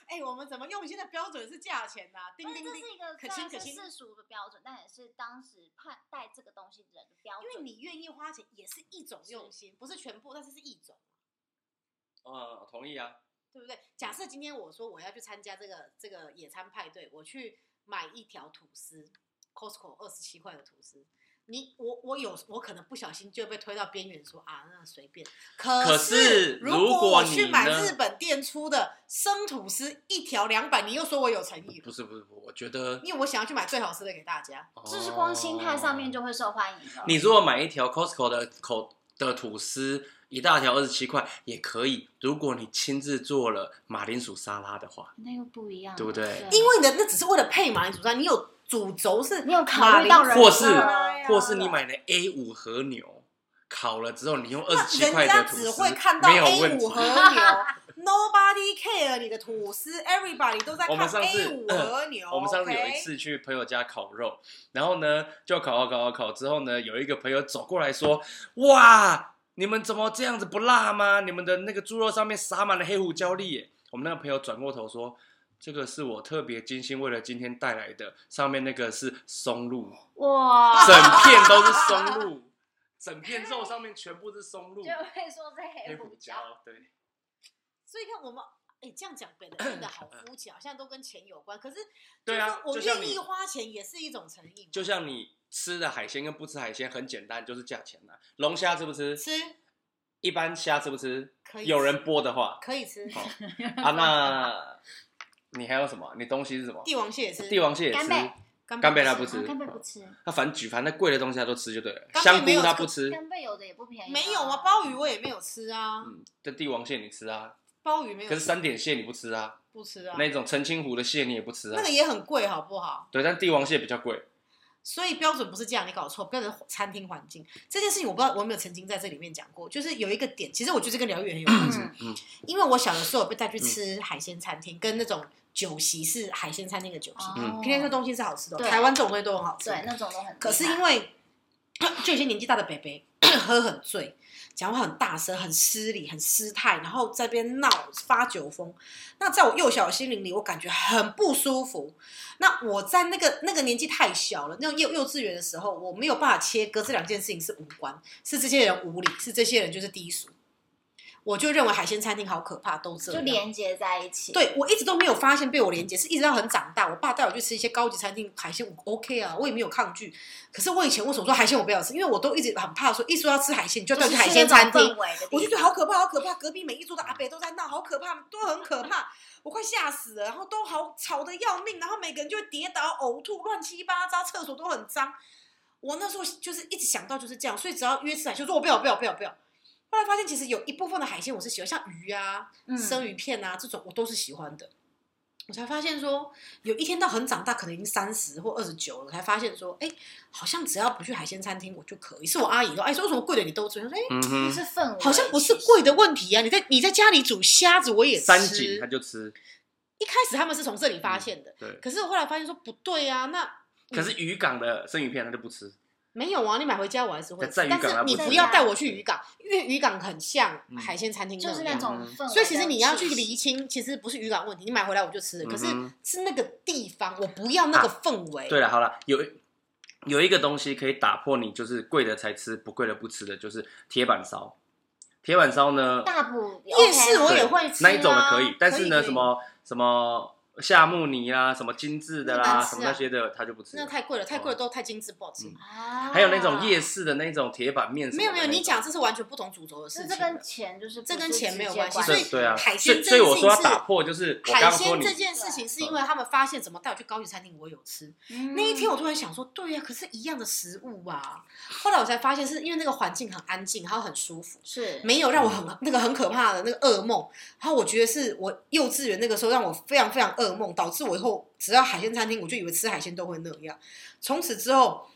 哎，我们怎么用心的标准是价钱呐？叮
但
叮
这
叮
是，一个
可
可
亲
能
可
是
亲
世俗的标准，但也是当时判带这个东西的人的标准。
因为你愿意花钱也是一种用心，不是全部，但是是一种。
嗯，我同意啊。
对不对？假设今天我说我要去参加这个这个野餐派对，我去买一条吐司，Costco 二十七块的吐司，你我我有我可能不小心就被推到边缘说，啊那随便。可
可是
如
如
果
果
我
你
去买
呢
日本店出的生吐司一条两百，你又说我有诚意了
不，是不是，我觉得
因为我想要去买最好吃的给大家。
就是光心态上面
就。
就会受欢迎了。
你如果买一条 Costco 的口的吐司，一大条二十七块也可以。如果你亲自做了马铃薯沙拉的话，
那又不一样了，
对不对
因为你的那只是为了配马铃薯酱，你有主轴是
你有考虑到人
或是
设啊
或是你买的 A 五和牛烤了之后，你用二十七
啊人
块
家
的吐
只
司
会看，到
没有问
A
题
五。和牛，Nobody care 你的吐司，Everybody 都在
我们
看
上
A
次
五和牛。
我们上次有
OK？
一次去朋友家烤肉，然后呢，就烤啊烤啊烤之后呢，有一个朋友走过来说：“哇，你们怎么这样子不辣吗？你们的那个猪肉上面撒满了黑胡椒粒耶。”我们那个朋友转过头说：“这个是我特别精心为了今天带来的，上面那个是松露，
哇，
整片都是松露，整片肉上面全部是松露，
会说这
黑胡椒。”对，
所以看我们，哎，这样讲变得变得好肤浅，好像都跟钱有关。可是，
对啊
就
就
是说
像
我愿
你
意花钱也是一种诚意嘛。
就像你吃的海鲜跟不吃海鲜很简单，就是价钱啦、龙虾吃不吃？
吃
一般虾吃不吃？
可以
有人剥的 话
可以吃，
好啊，那你还有什么？你东西是什么？
帝王蟹也吃，
帝王蟹也吃
干，贝
干贝他
它
不吃
啊干贝不吃，
他反正举凡那贵的东西他都吃就对了。
干贝
香菇
没有
他
吃
不吃，
干贝有的也不便宜，
没有啊，鲍鱼我也没有吃啊，
嗯，这帝王蟹你吃啊，
鲍鱼没有
可
吃，
是三点蟹你不吃啊，
不吃啊，
那种澄清湖的蟹你也不吃啊
那个。也很贵，好不好？
对，但帝王蟹比较贵。
所以标准不是这样，你搞错，标准是餐厅环境这件事情，我不知道我有没有曾经在这里面讲过，就是有一个点，其实我觉得这跟疗愈很有关系，
嗯，
因为我小的时候有被带去吃海鲜餐厅，跟那种酒席是海鲜餐厅的酒席，
嗯，
偏偏说东西是好吃的，哦
对
台湾这种东西都很好吃，
对那种都很厉害，
可是因为 就有些年纪大的北 北喝很醉，讲话很大声、很失礼、很失态，然后在那边闹发酒疯。那在我幼小的心灵里，我感觉很不舒服。那我在那个那个年纪太小了，那种幼幼稚园的时候，我没有办法切割这两件事情是无关，是这些人无理，是这些人就是低俗。我就认为海鲜餐厅好可怕，都这
就
样。
连接在一起，，
对我一直都没有发现被我连接，是一直到很长大，我爸带我去吃一些高级餐厅海鲜，我 OK 啊，我也没有抗拒。可是我以前为什么说海鲜我不要吃？因为我都一直很怕说，一说要吃海鲜，你就要带我去海鲜餐厅，，我就觉得好可怕，好可怕。隔壁每一桌的阿伯都在闹，好可怕，都很可怕，我快吓死了。然后都好吵得要命，然后每个人就会跌倒、呕吐，乱七八糟，厕所都很脏。我那时候就是一直想到就是这样，所以只要约吃海鲜，我说我不要，不要，不要，不要。后来发现其实有一部分的海鲜我是喜欢，像鱼啊、
嗯
生鱼片啊这种，我都是喜欢的。我才发现说，有一天到很长大，可能已经三十或二十九了，我才发现说，哎、好像只要不去海鲜餐厅，我就可以。是我阿姨说，哎、说为什么贵的你都吃？我说，哎、
嗯
不
哼，
是氛围，
好像不是贵的问题啊！你在你在家里煮虾子，我也吃。
三嗯井他就吃，
一开始他们是从这里发现的，
对。
可是我后来发现说不对啊，那
可是渔港的生鱼片他就不吃，
没有啊，你买回家我还是会吃。
在渔港
但是
啊
你
不是嗯
不要带我去渔港，因为渔港很像海鲜餐厅
就是
样
那种氛围，
所以其实你要去厘清，其实不是渔港问题，你买回来我就吃了，可是
嗯啊
是那个地方，我不要那个氛围。
对了，好了，有有一个东西可以打破你，就是贵的才吃，不贵的不吃的，就是铁板烧。铁板烧呢，
大补
夜市我也
对
会吃啊
那一种的可以，但是
可
呢，
以
什么什么夏目尼啦、什么精致的
那
啦、
难吃啊
什么那些的，他就不吃
那。太贵了，太
哦
贵了都太精致不好吃。
啊
还有那种夜市的那种铁板面什么
没
的
有
嗯那种，
没有，你讲这是完全不同主轴的事
是
情。
这跟钱就是不
这跟
是
钱
直
没有
接
关系
这
所以
对啊，
海
所
鲜
以
这
所以
件
我
事
说要
情是
打破，就是我刚
海
刚说
鲜
你
这件事情是因为他们发现怎么带我去高级餐厅我有吃，
啊嗯
那一天我突然想说，对呀、可是一样的食物啊。后来我才发现是因为那个环境很安静，还有很舒服，
是
没有让我很那个很可怕的那个噩梦。然后我觉得是我幼稚园那个时候让我非常非常噩梦，导致我以后只要海鲜餐厅，我就以为吃海鲜都会那样。从此之后。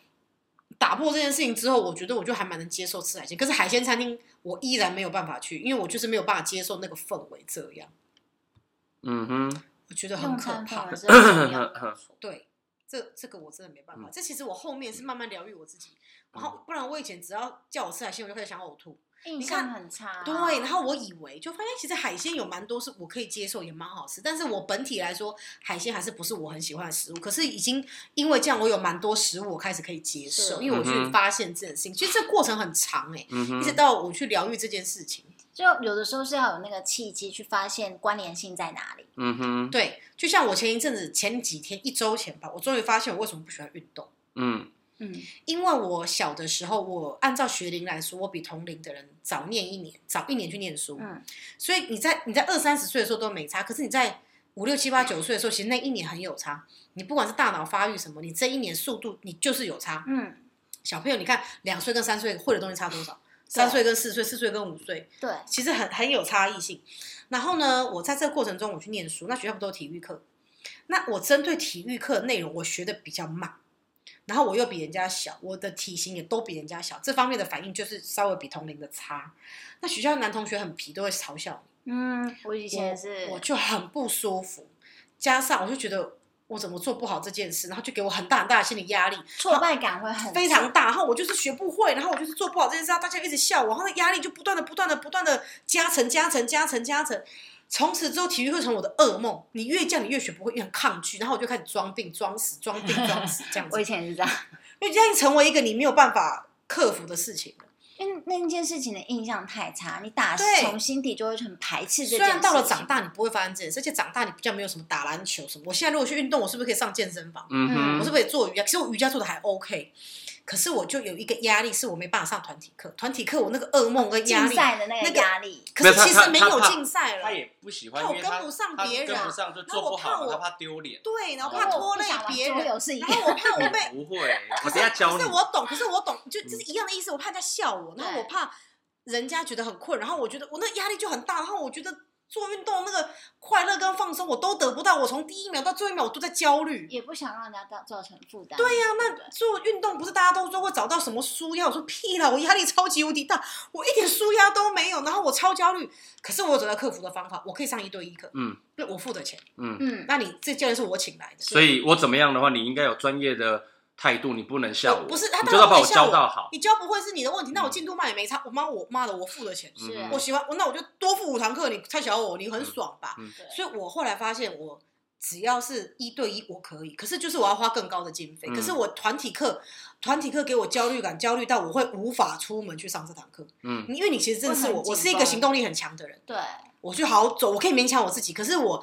打破这件事情之后，我觉得我就还蛮能接受吃海鲜。可是海鲜餐厅我依然没有办法去，因为我就是没有办法接受那个氛围这样，
嗯哼，
我觉得很
用
可
餐
怕
氛围。是很重要的
对，这这个我真的没办法。
嗯
这其实我后面是慢慢疗愈我自己，然后不然我以前只要叫我吃海鲜，我就开始想呕吐。
印
看
象很差。
对，然后我以为就发现其实海鲜有蛮多是我可以接受，也蛮好吃。但是我本体来说，海鲜还是不是我很喜欢的食物。可是已经因为这样，我有蛮多食物我开始可以接受，
是
因为我
嗯
去
哼
发现这件事情。其实这过程很长哎、
嗯
一直
哼，
到我去疗愈这件事情。
就有的时候是要有那个契机去发现关联性在哪里。
嗯哼，
对，就像我前一阵子前几天一周前吧，我终于发现我为什么不喜欢运动。
嗯
嗯，
因为我小的时候，我按照学龄来说，我比同龄的人早念一年，早一年去念书。
嗯，
所以你在你在二三十岁的时候都没差，可是你在五六七八九岁的时候，其实那一年很有差。你不管是大脑发育什么，你这一年速度你就是有差。
嗯，
小朋友，你看两岁跟三岁会的东西差多少？三岁跟四岁，四岁跟五岁，
对，
其实很很有差异性。然后呢，我在这个过程中我去念书，那学校不都有体育课？那我针对体育课内容，我学的比较慢，然后我又比人家小，我的体型也都比人家小，这方面的反应就是稍微比同龄的差。那学校男同学很皮，都会嘲笑你，
嗯，我以前也是，
我就很不舒服，加上我就觉得我怎么做不好这件事，然后就给我很大很大的心理压力，
挫败感会很
非常大，然后我就是学不会，然后我就是做不好这件事，大家一直笑我，然后那压力就不断的、不断的、不断的加成、加成、加成、加成。从此之后，体育会成我的噩梦。你越叫，你越学不会，越很抗拒，然后我就开始装病、装死、装 病、装死这样子
我以，前也是这 样，
因为这样成为一个你没有办法克服的事情了。
因为那件事情的印象太差，你打
对
从心底就会很排斥这
虽
件事
然
情。
到了长，大，你不会发生这件事，而且长大你比较没有什么打篮球什么。我现在如果去运动，我是不是可以上健身房？
嗯
我是
哼，
不是也做瑜伽？其实我瑜伽做的还 OK，可是我就有一个压力，是我没办法上团体课。团体课我那个噩梦跟压
竞
力，
赛的那
那
个
个
压力，
可是
没有他
其实没有
他他
竞赛
他
了，
也不喜欢，
怕我
因为他
跟不上
他
别人
跟不上就
然
做
后我
不
怕
好
我
嘛，他怕丢脸。嗯
对，然后
因为
怕
我
拖
不
累
想玩
别
桌
人，哎
游是一
然
样
后我怕我 被。
不会，我等一下教
可
你
是。我懂，可是我懂，就就是一样的意思。我怕人家笑我，然后
对
我怕人家觉得很困，然后我觉得我那压力就很大，然后我觉得做运动那个快乐跟放松我都得不到，我从第一秒到最后一秒我都在焦虑。
也不想让人家造造成负担。对呀、
那做运动不是大家都说会找到什么舒压？我说屁啦，我压力超级无敌大，我一点舒压都没有，然后我超焦虑。可是我有找到克服的方法，我可以上一对一课，
嗯
对我付的钱。
嗯，
嗯，
那你这教练是我请来的，
所以我怎么样的话，你应该有专业的态度，你不能笑我，
不是他
你就
当然
要
不
把
能
我
笑
教
我
到好。
你教不会是你的问题，那我进度慢也没差。我妈我妈的，我付的钱，
嗯
是啊
我喜欢，我那我就多付五堂课，你太小我，你很爽吧？
嗯
对
所以我后来发现我。只要是一对一，我可以，可是就是我要花更高的经费。
嗯
可是我团体课，团体课给我焦虑感，焦虑到我会无法出门去上这堂课。
嗯，
因为你其实真的是
会
我，
很紧
我是一个
绷
行动力很强的人，
对，
我就好走，我可以勉强我自己。可是我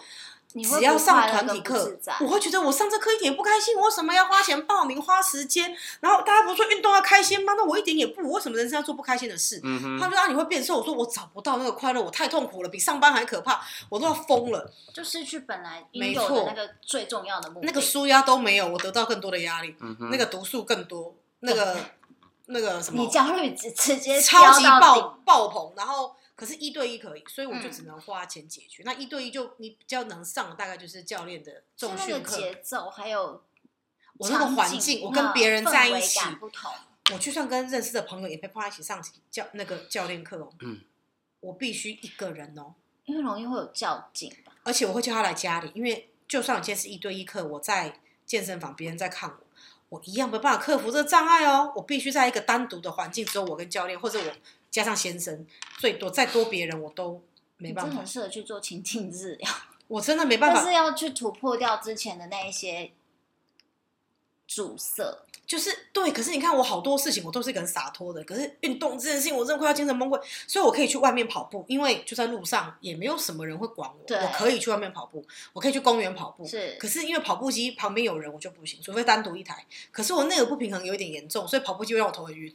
你会
只要
不
上
快乐
团
跟
体
不
课
自在，
我会觉得我上这课一点也不开心，我为什么要花钱报名花时间？然后大家不是说运动要开心吗？那我一点也不，我为什么人生要做不开心的事？
嗯
他
哼，
们说啊，你会变瘦。我说我找不到那个快乐，我太痛苦了，比上班还可怕，我都要疯了。
就失去本来
没
应有的
错
那个最重要的目的。
那个舒压都没有，我得到更多的压力，
嗯哼，
那个毒素更多，那个那个什么，
嗯你焦虑直直接
超级
飙到
爆
顶，
爆棚，然后可是一对一可以，所以我就
嗯
只能花钱解决。那一对一就你比较能上，大概就是教练的
就
重
那个
训课。
节奏还有
我那个环
场
境
景，
我跟别人
嗯
在
氛
一
围
起
感不同，
我就算跟认识的朋友也被放一起上教那个教练课哦，
嗯，
我必须一个人哦，
因为容易会有较劲吧。
而且我会叫他来家里，因为就算我今天是一对一课，我在健身房，别人在看我。我一样没办法克服这个障碍哦，我必须在一个单独的环境，只有我跟教练，或者我加上先生，最多再多别人我都没
你
办
真的
法
很，适合去做情境治疗，
我真的没办
但
法
是要去突破掉之前的那一些注射，
就是对，可是你看我好多事情我都是一个很洒脱的，可是运动这件事情我真的快要精神崩溃，所以我可以去外面跑步，因为就在路上也没有什么人会管我，
对
我可以去外面跑步，我可以去公园跑步。
是
嗯可是因为跑步机旁边有人我就不行，除非单独一台。可是我那个不平衡有一点严重，所以跑步机会让我头很晕。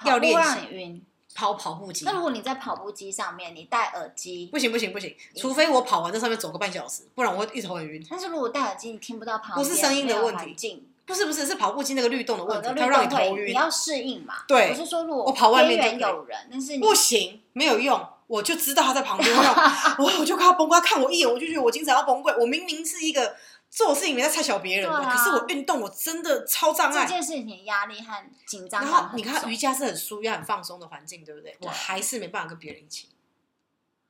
跑
要
步
练习嗯
让你晕。
跑跑步机
那如果你在跑步机上面，你戴耳机，
不行不行不行，除非我跑完在上面走个半小时，不然我会一头很晕。
但是如果戴耳机，你听不到旁边
不是声音的
没有
问题
环境，
不是不是，是跑步机那个律动的问
耳
题，
朵
它会让
哦
你
律动
头
会，
晕
你。要适应嘛。
对
我是说如果
我跑外面就
边缘
可以
有人，但是你
不行，没有用，我就知道他在旁边，我想 我我就快要崩溃，他看我一眼我就觉得我精神要崩溃。我明明是一个做事情没在猜小别人的，
对啊
可是我运动我真的超障
这
碍。
件事情的压力和紧张
然
感
后
很
你看
重
瑜伽是很舒压、很放松的环境，对不对？
对
我还是没办法跟别人一起，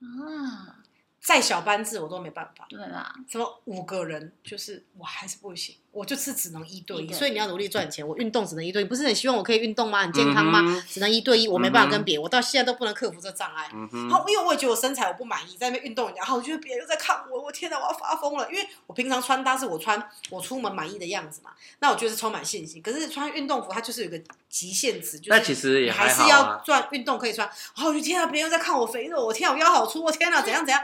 啊，
再小班制我都没办法，
对吧？
什么五个人，就是我还是不行，我就是只能一对
一
一。
对
所
所以
以
你要努力赚钱。我运动只能一对一，不是很希望我可以运动吗？很健康
嗯
吗？
哼
只能一对一，我没办法
嗯
跟
哼
别人，我到现在都不能克服这障碍。
嗯哼
然后因为我也觉得我身材我不满意，在那边运动，然后我觉得别人都在看我，我天哪，我要发疯了！因为我平常穿搭是我穿我出门满意的样子嘛，那我就是充满信心。可是穿运动服它就是有个极限值，就是
那其实也
你还
还好
是要
啊，
赚运动可以穿。然后我就天哪，别人都在看我肥肉，我天哪，我腰好粗，我天哪，怎样怎样。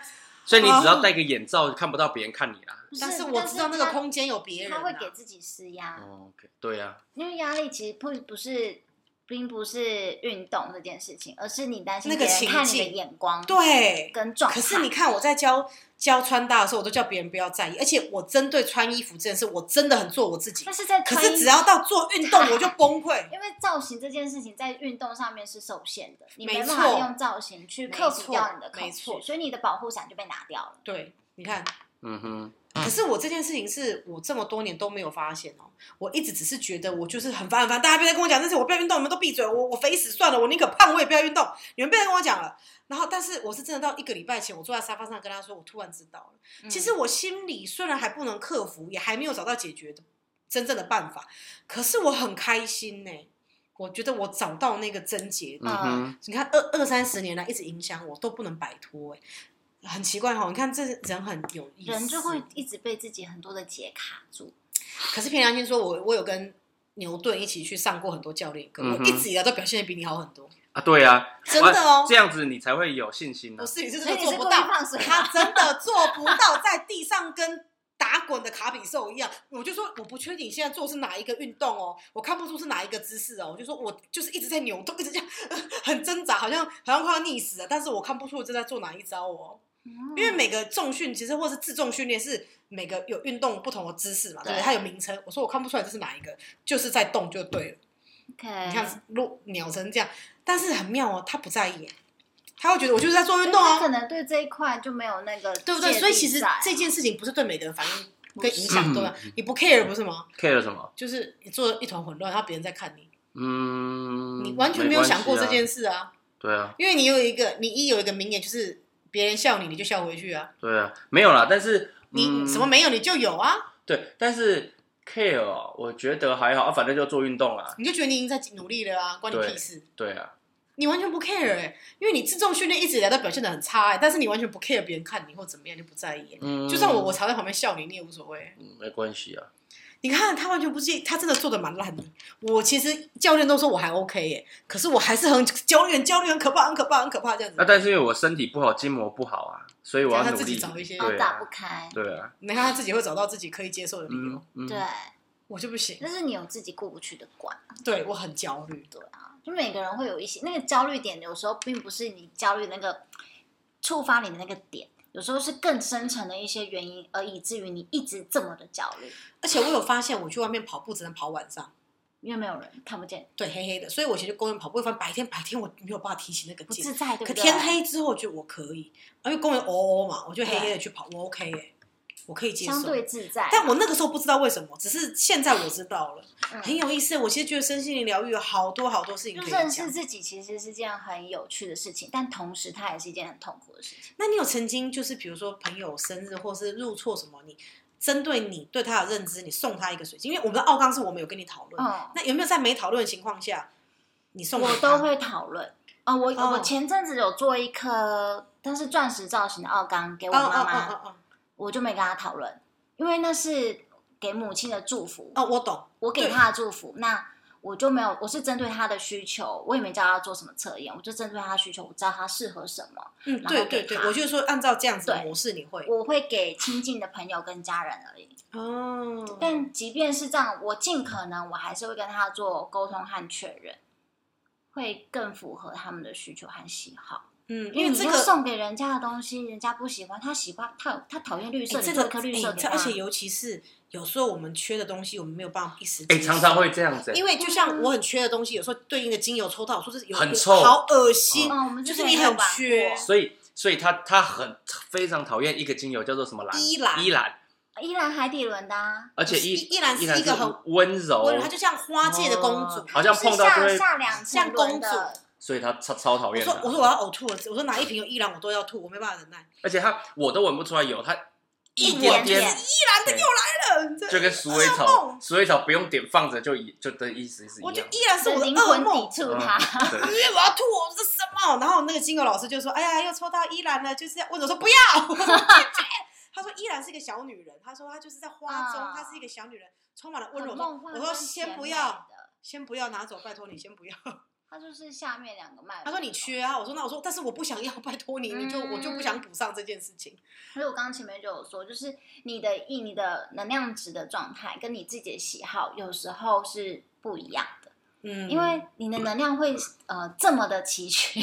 所以你
哦
只要戴个眼罩，看不到别人看你啦。
不
但是我知道那个空间有别人、
但是他，
啊，
他会给自己施压，
哦，OK，对呀、
因为压力其实不不是，并不是运动这件事情，而是你担心
那个
别人
情
看你的
境
眼光
对。
跟状态。
可是你看我在教教穿搭的时候，我都叫别人不要在意，而且我针对穿衣服这件事，我真的很做我自己
但。是在
可
穿
是
衣
只要到做运动， 我就崩溃。
因为造型这件事情在运动上面是受限的，你
没
没办法
错
用造型去
没
克服
错
掉你的
没
恐
错
惧，所以你的保护伞就被拿掉了。
对，你看，
嗯哼，
可是我这件事情是我这么多年都没有发现哦，我一直只是觉得我就是很烦很烦，大家别再跟我讲这些，我不要运动，你们都闭嘴，我我肥死算了，我宁可胖我也不要运动，你们别再跟我讲了。然后，但是我是真的到一个礼拜前，我坐在沙发上跟他说，我突然知道了，
嗯
其实我心里虽然还不能克服，也还没有找到解决的真正的办法，可是我很开心呢、我觉得我找到那个症结
嗯哼，
你看二二三十年来一直影响我，都不能摆脱、欸，很奇怪哈、你看这人很有意思，
人就会一直被自己很多的结卡住，
可是凭良心说，我我有跟牛顿一起去上过很多教练课，
嗯哼
我一直以来都表现的比你好很多。
啊，对呀、
真的哦
哇这样子你才会有信心呢、
不
啊。
是，你是
所以
真
你
的
是
做不
故意
到，
放水吗
他真的做不到，在地上跟打滚的卡比兽一样。我就说，我不确定你现在做的是哪一个运动哦，我看不出是哪一个姿势哦。我就说我就是一直在扭动，一直这样 呃很挣扎，好像好像快要溺死了，但是我看不出我正在做哪一招哦。
因
因为
嗯
每个重训其实或是自重训练是每个有运动不同的姿势嘛，对不
对
对？它有名称，我说我看不出来这是哪一个，就是在动就对了。
OK，
你看落鸟成这样，但是很妙哦，他不在意，他会觉得我就是在做运动
可
哦，
能对这一块就没有那个
对不对？
芥
所以
蒂
其实
在啊
这件事情不是对每个人反应跟影
不
响
是嗯
对吧？你不 care 不是吗？
care 什么？
就是你做的一团混乱，然后别人在看你，
嗯，
你完全没有想过这件
事、
事啊，
对啊，
因为你有一个你一有一个名言就是别人笑你，你就笑回去啊，
对啊，没有啦。但是
你
嗯
什么没有你就有啊，
对，但是 care 哦，我觉得还好，啊、反正就做运动啦。
你就觉得你已经在努力了啊，关你屁事。
对啊，
你完全不 care 哎、因为你自重训练一直以来都表现的很差哎、但是你完全不 care 别人看你或怎么样，你不在意、欸。
嗯，
就算我我常在旁边笑你，你也无所谓欸、
嗯没关系啊，
你看他完全不介意，他真的做的蛮烂的。我其实教练都说我还 OK 耶，可是我还是很教练，教练很可怕，很可怕，很可怕这样子。
那、啊但是因为我身体不好，筋膜不好啊，所以我要
这样
努
他自己
力。
找一些
然后
对
打不
啊，
开，
对啊，
你看他自己会找到自己可以接受的理由，啊
嗯嗯，
对，
我就不行，
但是你有自己过不去的关。
对我很焦虑。
对啊，就每个人会有一些那个焦虑点，有时候并不是你焦虑那个触发你的那个点，有时候是更深层的一些原因，而以至于你一直这么的焦虑，
而且我有发现，我去外面跑步只能跑晚上，
因为没有人看不见，
对，黑黑的，所以我以前去公园跑步，一般白天白天我没有办法提起那个
不
劲
自，啊在，对不
可
对？
天黑之后，我觉得我可以，因为公园哦哦嘛，我就黑黑的去跑，我 OK 耶，我可以接受。
相对自在，
但我那个时候不知道为什么，只是现在我知道了，
嗯
很有意思。我其实觉得身心灵疗愈有好多好多事情
就
可以
认识
讲。
自己其实是件很有趣的事情，但同时它也是一件很痛苦的事情。
那你有曾经就是比如说朋友生日或是入错什么，你针对你对他的认知，你送他一个水晶，因为我们的奥刚是我们有跟你讨论，
嗯，
那有没有在没讨论的情况下，你送给
我
他
都会讨论。哦，我、
哦
我前阵子有做一颗，但是钻石造型的奥钢给我
哦哦
妈妈，
哦哦哦，
我就没跟她讨论，因为那是给母亲的祝福，
哦，我懂，
我给
对
他的祝福，那我就没有，我是针对他的需求，我也没叫他做什么测验，我就针对他的需求，我知道他适合什么，
嗯，
然后
对
给
对对，
他
我就说按照这样子的
对
模式，你会
我会给亲近的朋友跟家人而已。
哦，
但即便是这样，我尽可能我还是会跟他做沟通和确认，会更符合他们的需求和喜好。
嗯，
因
因为
你
这
要
个
送给人家的东西，人家不喜欢，他喜欢他他讨厌绿色，
哎，
你
这
做
个
一颗绿
哎
色给
这
他。
而且尤其是有时候我们缺的东西，我们没有办法一时。
哎、常常会。这样子、
因
欸，
为就像我很缺的东西，有时候对应的精油抽到，我说这有
很
有
臭
好恶心。
嗯，我们
就
之
是
前
你
也有
很
玩
缺
过
所以所以他他很非常讨厌一个精油叫做什么兰
依兰
依兰，
依然海底轮的、啊，
而且依
依依兰是
依兰
一个很
温柔
我以为，她就像花界的公主
哦，好像碰到就
就是
会
下，下两层
像公
轮
主。
的，
所以他超超讨
我
厌啊
说
的
我。说我要呕吐了，我说哪一瓶有依兰我都要吐，我没办法忍耐。
而且他我都闻不出来有，他
一
点
点
点
点
依兰的又来了，
就
这
跟鼠尾
噩
草
梦，
鼠尾草不用点放着就一就的意思是一
我就
样。
依然是我的
灵
噩
魂
梦
抵。触它。
嗯对
因为我要吐，我说这什么？然后那个金牛老师就说：“哎呀，又抽到依兰了，就是要问我说不要。 我说”他说：“依兰是一个小女人，他说她就是在花中，
啊
她是一个小女人，充满了温
很
柔。 我
梦
说
幻欸
我说
跟甜
先不
美
要，
的，
先不要拿走，拜托你先不要。
它就是下面两个脉。
他说你缺啊，我说那我说但是我不想要， 拜托你，你就我就不
嗯
想补上这件事情。
所以我刚刚前面就有说，就是你的意、你的能量值的状态跟你自己的喜好有时候是不一样的，
嗯，
因为你的能量会呃这么的崎岖。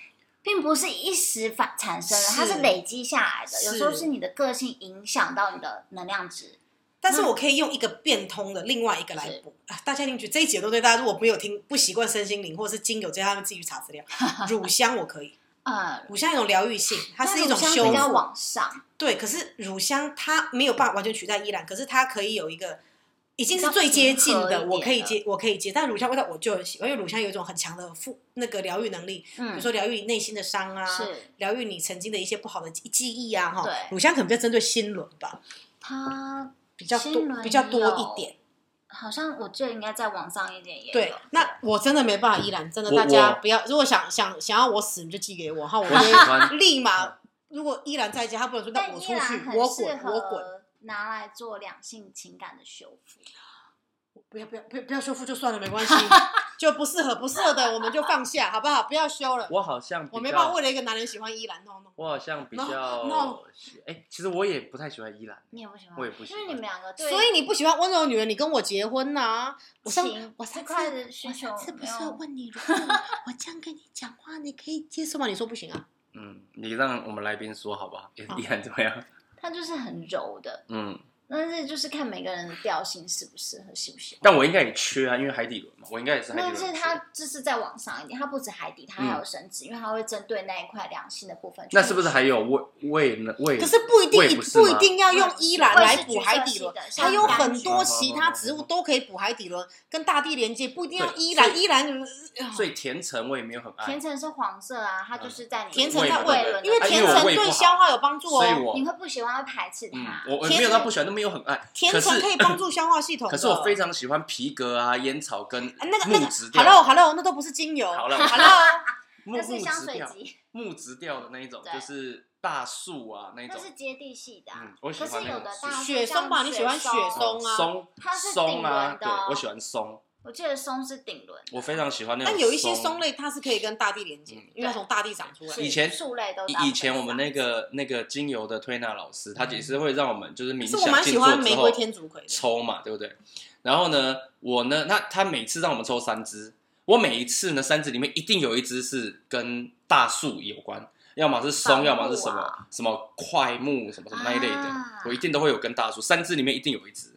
并不是一时反产生的，它
是
是累积下来的。有时候
是
是你的个性影响到你的能量值，
但是我可以用一个变通的另外一个来补。啊大家一定觉得这一节都对，大家如果没有听不习惯身心灵或者是精油，这些他们自己去查 资料。乳香我可以，
呃，
乳香有一种疗愈性，它是一种
但乳香
修
比较
复。
往上，
对，可是乳香它没有办法完全取代依兰，可是它可以有一个已经是最接近
比较
的，
平衡
我可以
一
接，我可以接。但乳香味道我就很喜欢，因为乳香有一种很强的复那个疗愈能力，比
嗯
如，说疗愈你内心的伤啊，
是
疗愈你曾经的一些不好的记记忆啊，哈
对。
乳香可能比较针对心轮吧，
它
比较
心轮
多
有
比较多一点。
好像我记得应该再往上一点也有
对，那我真的没办法依然，真的
我
大家
我
不要，如果想想想要我死，你就寄给我，然后我
我喜欢
会立马。如果依然在家，他不能说那
但
我
依
出
然
去，
很
我
适
滚，我滚，
合拿来做两性情感的修复。
不要不要不要不要修复就算了，没关 系，就不适合不适合的我们就放下，好不好？不要修了，
我好像比较
我没办法为了一个男人喜欢依然弄弄。
我好像比较
No，no
喜哎、其实我也不太喜欢依兰，
你也不喜欢，
我也不喜
因为你
欢
们两个对
所以你不喜欢温柔女人，你跟我结婚呐、我上
情
我上
这
次
块的需
我
求
上次不
没
是
有
有问你，如果我这样跟你讲话，你可以接受吗？你说不行啊，
嗯，你让我们来宾说好不好？依
好
依兰怎么样？
它就是很柔的，
嗯，
但是就是看每个人的调性适不适合，喜不喜欢。
但我应该也缺啊，因为海底轮嘛，我应该也是海底
但
轮
是
缺。
它就是再往上一点，它不止海底，它还有生殖，因为它会针对那一块良性的部分
嗯
去。
那是不是还有胃胃呢？胃
可是不一定
我也
一
不是吗
一定要用依兰
我也
来
是橘
补
色
海
系
底轮
的，
还
像
有
柑
很
橘
多
嗯
其他植物都可以补海底轮，跟大地连接，不一定要
对
依兰
所以
依兰。呃
所以甜橙我也没有很爱
甜，橙是黄色啊，它就是在你
甜橙
在胃
轮的
因为
啊
甜
因为我
橙
胃不
对
好
消化有帮助
所以
哦，
我
你会不喜欢，会排斥
嗯
它。，
我我
啊甜
没有到
橙
不喜欢，都没有很爱。
甜
可
橙
是
可以帮助消化系统的。
可是我非常喜欢皮革啊、烟草跟
啊那个那
木
个
质调。
，hello hello，那都不是精油。
好了
hello，
木
那
木
是香
质
水
调，
集，
木质调的那一种，
对
就是大树啊那一
那
种。
是接地气的、啊
嗯我喜
可
欢
是
那
有
种
的
是
大
雪松吧你喜欢雪
松？
松啊
松
它是
松啊，
顶轮的
对
哦
我喜欢松，
我记得松是顶轮的，
我非常喜欢那 种。
但有一些松，类它是可以跟大地连接的，
嗯
因为它从大地长出来
是
的。
以前
树类都大部分
以以前我们那个那个精油的推拿老师，他也是会让我们就是冥
嗯是我
想
蛮
静
喜
坐
欢
之
玫
后
瑰天竺葵的。
抽嘛，对不对？然后呢，我呢，那他每次让我们抽三支，我每一次呢，三支里面一定有一支是跟大树有关，要么是
大
松，
树
要么是什么
啊
什么块木什么什么那一类的
啊，
我一定都会有跟大树，三支里面一定有一支。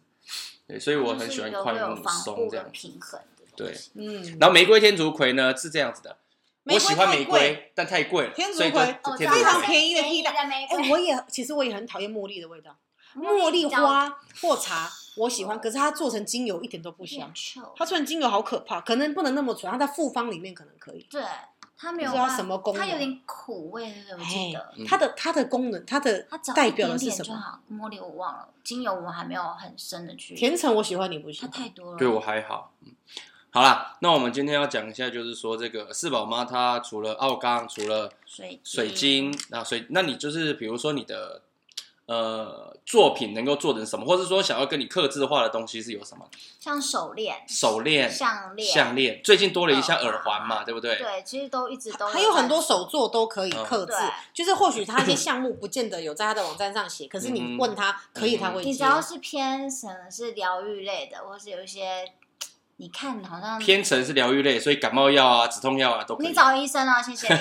对，所以
哦
我很喜欢块
它就是一个会
木
有防
松
护
这样
跟。平衡的东
对
西，
嗯，
然后玫瑰天竺葵呢是这样子的，
玫
我
瑰
喜欢玫
太贵。
瑰，但太贵了，
天竺
所以就
葵
就
哦
天
非
竺
常
葵
便宜的
便
替
宜
代
的玫
哎、
瑰，
我也其实我也很讨厌茉莉的味道，茉莉
比较
花或茶我喜欢，可是它做成精油一点都不
有点
香。
臭，
它做成精油好可怕，可能不能那么纯，它在复方里面可能可以。
对它没有
不知道
办法
什么功能
它有点苦味，对不对我记得。
嘿它的它的功能，它的
它只要
代
一
表
点
的是
点
什
就
么？
好，茉莉我忘了，精油我还没有很深的去。
甜橙我喜欢，你不喜
它
欢。
太多了，
嗯对我还好。嗯，好啦，那我们今天要讲一下，就是说这个四宝妈她除了奥钢，除了
水
水晶，那水，那你就是比如说你的呃作品能够做成什么，或是说想要跟你刻制化的东西是有什么？
像手链、
手链、
项链、嗯
项链，最近多了一项耳环嘛，对不对？
对，其实都一直都
还有很多
在
手作都可以刻制
嗯，
就是或许他一些项目不见得有在他的网站上写，可是你问他，可以他会
你
接啊
只。
啊
要是偏可能是疗愈类的，或是有一些你看好像
偏成是疗愈类，所以感冒药啊、止痛药啊都可以。
你找医生啊，谢谢你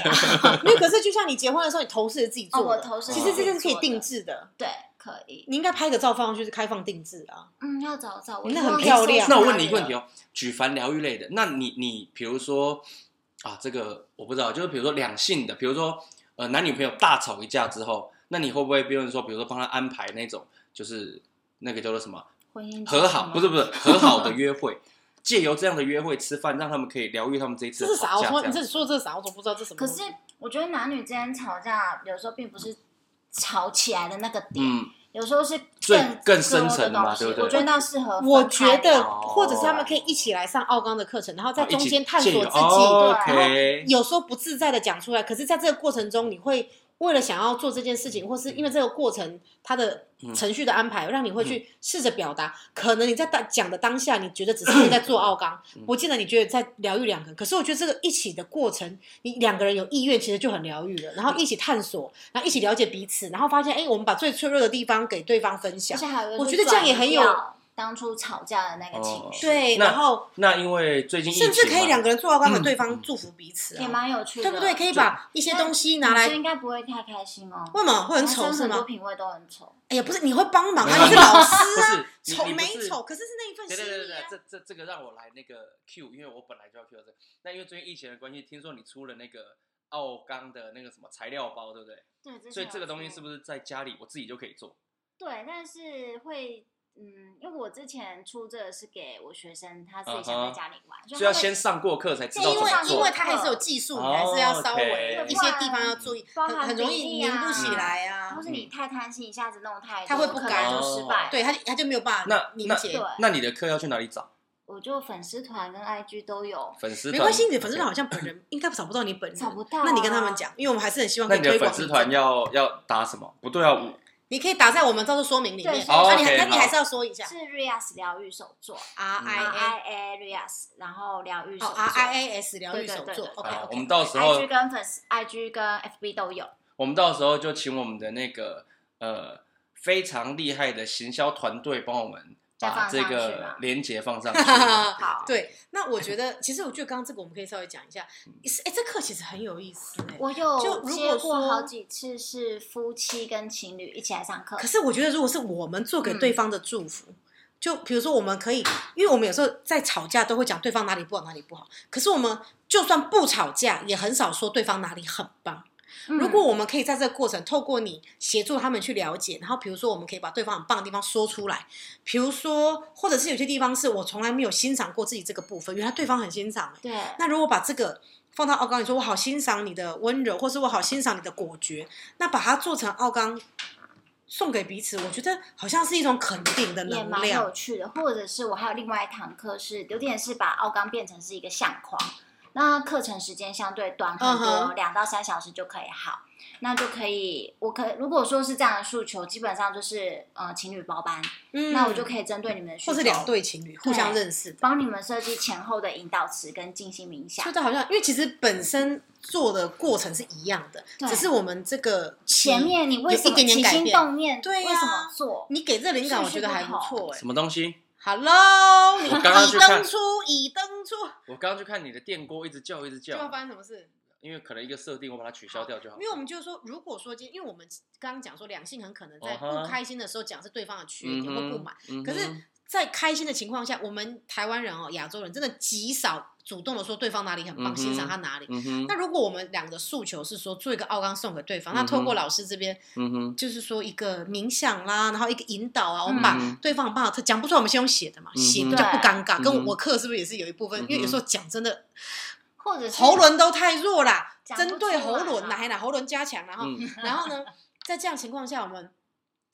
啊。
没有，可是就像你结婚的时候，你头饰自己
哦，
做
我
的，
头是
其实这
自己
个是可以
做的
定，制的。
对，可以。
你应该拍个照放上去是开放定制啊。
嗯，要找找，我
那
就
很
忘记
漂
搜
亮
寻
那我
哪
问你一
里
个问题
了，
哦，举凡疗愈类的，那你你比如说啊，这个我不知道，就是比如说两性的，比如说呃男女朋友大吵一架之后，那你会不会比如说，比如说帮他安排那种就是那个叫做什么
婚姻
和好，
嗯
不是不是和好的约会， 借由这样的约会吃饭，让他们可以疗愈他们这一次
这
的
是啥？
吵
我
架。
说
这
你
样
这说这是啥？我怎么不知道这是什么
可
东西？
是我觉得男女之间吵架有时候并不是吵起来的那个点，
嗯，
有时候是
最更
更
深
多的
层嘛
东西
对不对
我觉得那适合
我
分
觉
开
得，
聊哦
或者是他们可以一起来上奥刚的课程，然后在
好一
中
起
间探索
借
自
由
己。
哦
对
OK，
有时候不自在的讲出来，可是在这个过程中，你会为了想要做这件事情，或是因为这个过程它的
嗯
程序的安排，让你会去试着表达。可能你在当讲的当下，你觉得只是在做奥刚，
嗯
不见得你觉得在疗愈两个人。可是我觉得这个一起的过程，你两个人有意愿，其实就很疗愈了。然后一起探索，然后一起了解彼此，然后发现，哎，我们把最脆弱的地方给对方分
而
享
且。还有一个
我
是
觉得这样也
转移
很有
掉当初吵架的
啊
那个情
哦
绪，
对，
那
然后
那因为最近疫情
甚至可以
嘛
两个人啊做奥刚，和
嗯
对方祝福彼此、
也
啊，
蛮有趣的，
对不对？可以把一些东西拿来
女生应该不会太开心哦。
为什么会很
男生
丑是
很多
吗？
品味都很丑，
哎呀，不是，你会帮忙
没
啊，
有
你是老师
不
啊，
是你
丑
你不
没
是
丑？可是是那一份
对对
心
对对
意
对
啊，。
这这这个让我来那个 Q，因为我本来就要 Q 到这个。那因为最近疫情的关系，听说你出了那个奥钢的那个什么材料包，对不对？
啊
对，
所以这个东西是
不
不是在家里我自己就可以做？
对？但是会，嗯，因为我之前出这个是给我学生，他自己
嗯
想
哼
在家里玩，
所
所
以
以
要
他会
先上过课才知
这
道
啊因
怎
为
么
因
做
为。它还是有技术，你还是要稍微
哦，OK
一些地方要注意，
包
很
含
很容
比
易
例
凝
啊
固起来啊
或。是
嗯
你太贪心，一下子弄太多，
他会不
可能
敢
就失败。
对，他他就没有办法
那
理
那
解。
对
那你的课要去哪里找？
我就粉丝团跟 IG 都有，
粉丝团
没关系，你的粉丝团
OK
好像本人应该找不到你本人，
找不到啊
嗯那你跟他们讲，因为我们还是很希望可
那你
以
的
推广
粉丝团
你这个
要要打什么？不对啊，我
你可以打在我们到时候说明里面。
对
那你
哦，OK，
那你还
好
是要说一下
是 Rias 疗愈手作
R
，R
I
I A Rias，然后疗愈
A
手
哦
作
R I A S 疗愈
对对
手
对
作
对
，OK
好，啊我
OK。
们到时候
哎
IG 跟粉丝 IG 跟 FB 都有。
我们到时候就请我们的那个呃非常厉害的行销团队帮我们把这
再放上去
个
吧
链接放 上去。
好，
对，那我觉得，其实我觉得刚刚这个我们可以稍微讲一下。哎，这课其实很有意思哎。
嗯我有
就如
接
果
过
说
好几次是夫妻跟情侣一起来上课
欸可，是我觉得，如果是我们做给
嗯
对方的祝福，就比如说我们可以，因为我们有时候在吵架都会讲对方哪里不好哪里不好，可是我们就算不吵架，也很少说对方哪里很棒。
嗯
如果我们可以在这个过程，透过你协助他们去了解，然后比如说我们可以把对方很棒的地方说出来，比如说或者是有些地方是我从来没有欣赏过自己这个部分，原来对方很欣赏、欸
对
那如果把这个放到奥刚，你说我好欣赏你的温柔，或是我好欣赏你的果决，那把它做成奥刚送给彼此，我觉得好像是一种肯定的
也
能
蛮有
量。
趣的，或者是我还有另外一堂课是有点是把奥钢变成是一个相框，那课程时间相对短很
嗯
多，
哼
两、到三小时就可以好，那就可以我可如果说是这样的诉求，基本上就是呃情侣包班，
嗯
那我就可以针对你们的需求，
或是两对情侣互相认识的，
帮你们设计前后的引导词跟静心冥想
就，是好像因为其实本身做的过程是一样的，
对
只是我们这个
前面你为什
嗯有
么
一点点
起
改变
心动念，
对呀
为什么做？
你给这灵感，我
顺序
觉得还
不
不
同
错哎、
什么东西？
Hello，你
我刚刚
已
去看
登出，已登出，
我刚刚去看你的电锅一直叫一直
就要
叫，
发生什么事？
因为可能一个设定我把它取消掉就好
因。为我们就是说，如果说今天，因为我们刚刚讲说两性很可能在
嗯哼
不开心的时候讲是对方的缺
嗯
点或不
哼
满，，
嗯哼
可是，在开心的情况下，我们台湾人哦，亚洲人真的极少主动的说对方哪里很棒，
嗯哼
欣赏他哪里。
嗯哼，
那如果我们两个诉求是说做一个奥刚送给对方，那
嗯哼
透过老师这边
嗯哼，
就是说一个冥想啦，然后一个引导啊，我们
嗯
把对方的棒讲不出来，我们先用写的嘛，
嗯哼
写比较不尴尬。
对嗯
跟我课是不是也是有一部分？
嗯哼
因为有时候讲真的
或者是
喉轮都太弱啦，
讲不
针对喉
出来
轮
啦
哪还哪喉轮加强，然后
嗯
然后呢，在这样情况下，我们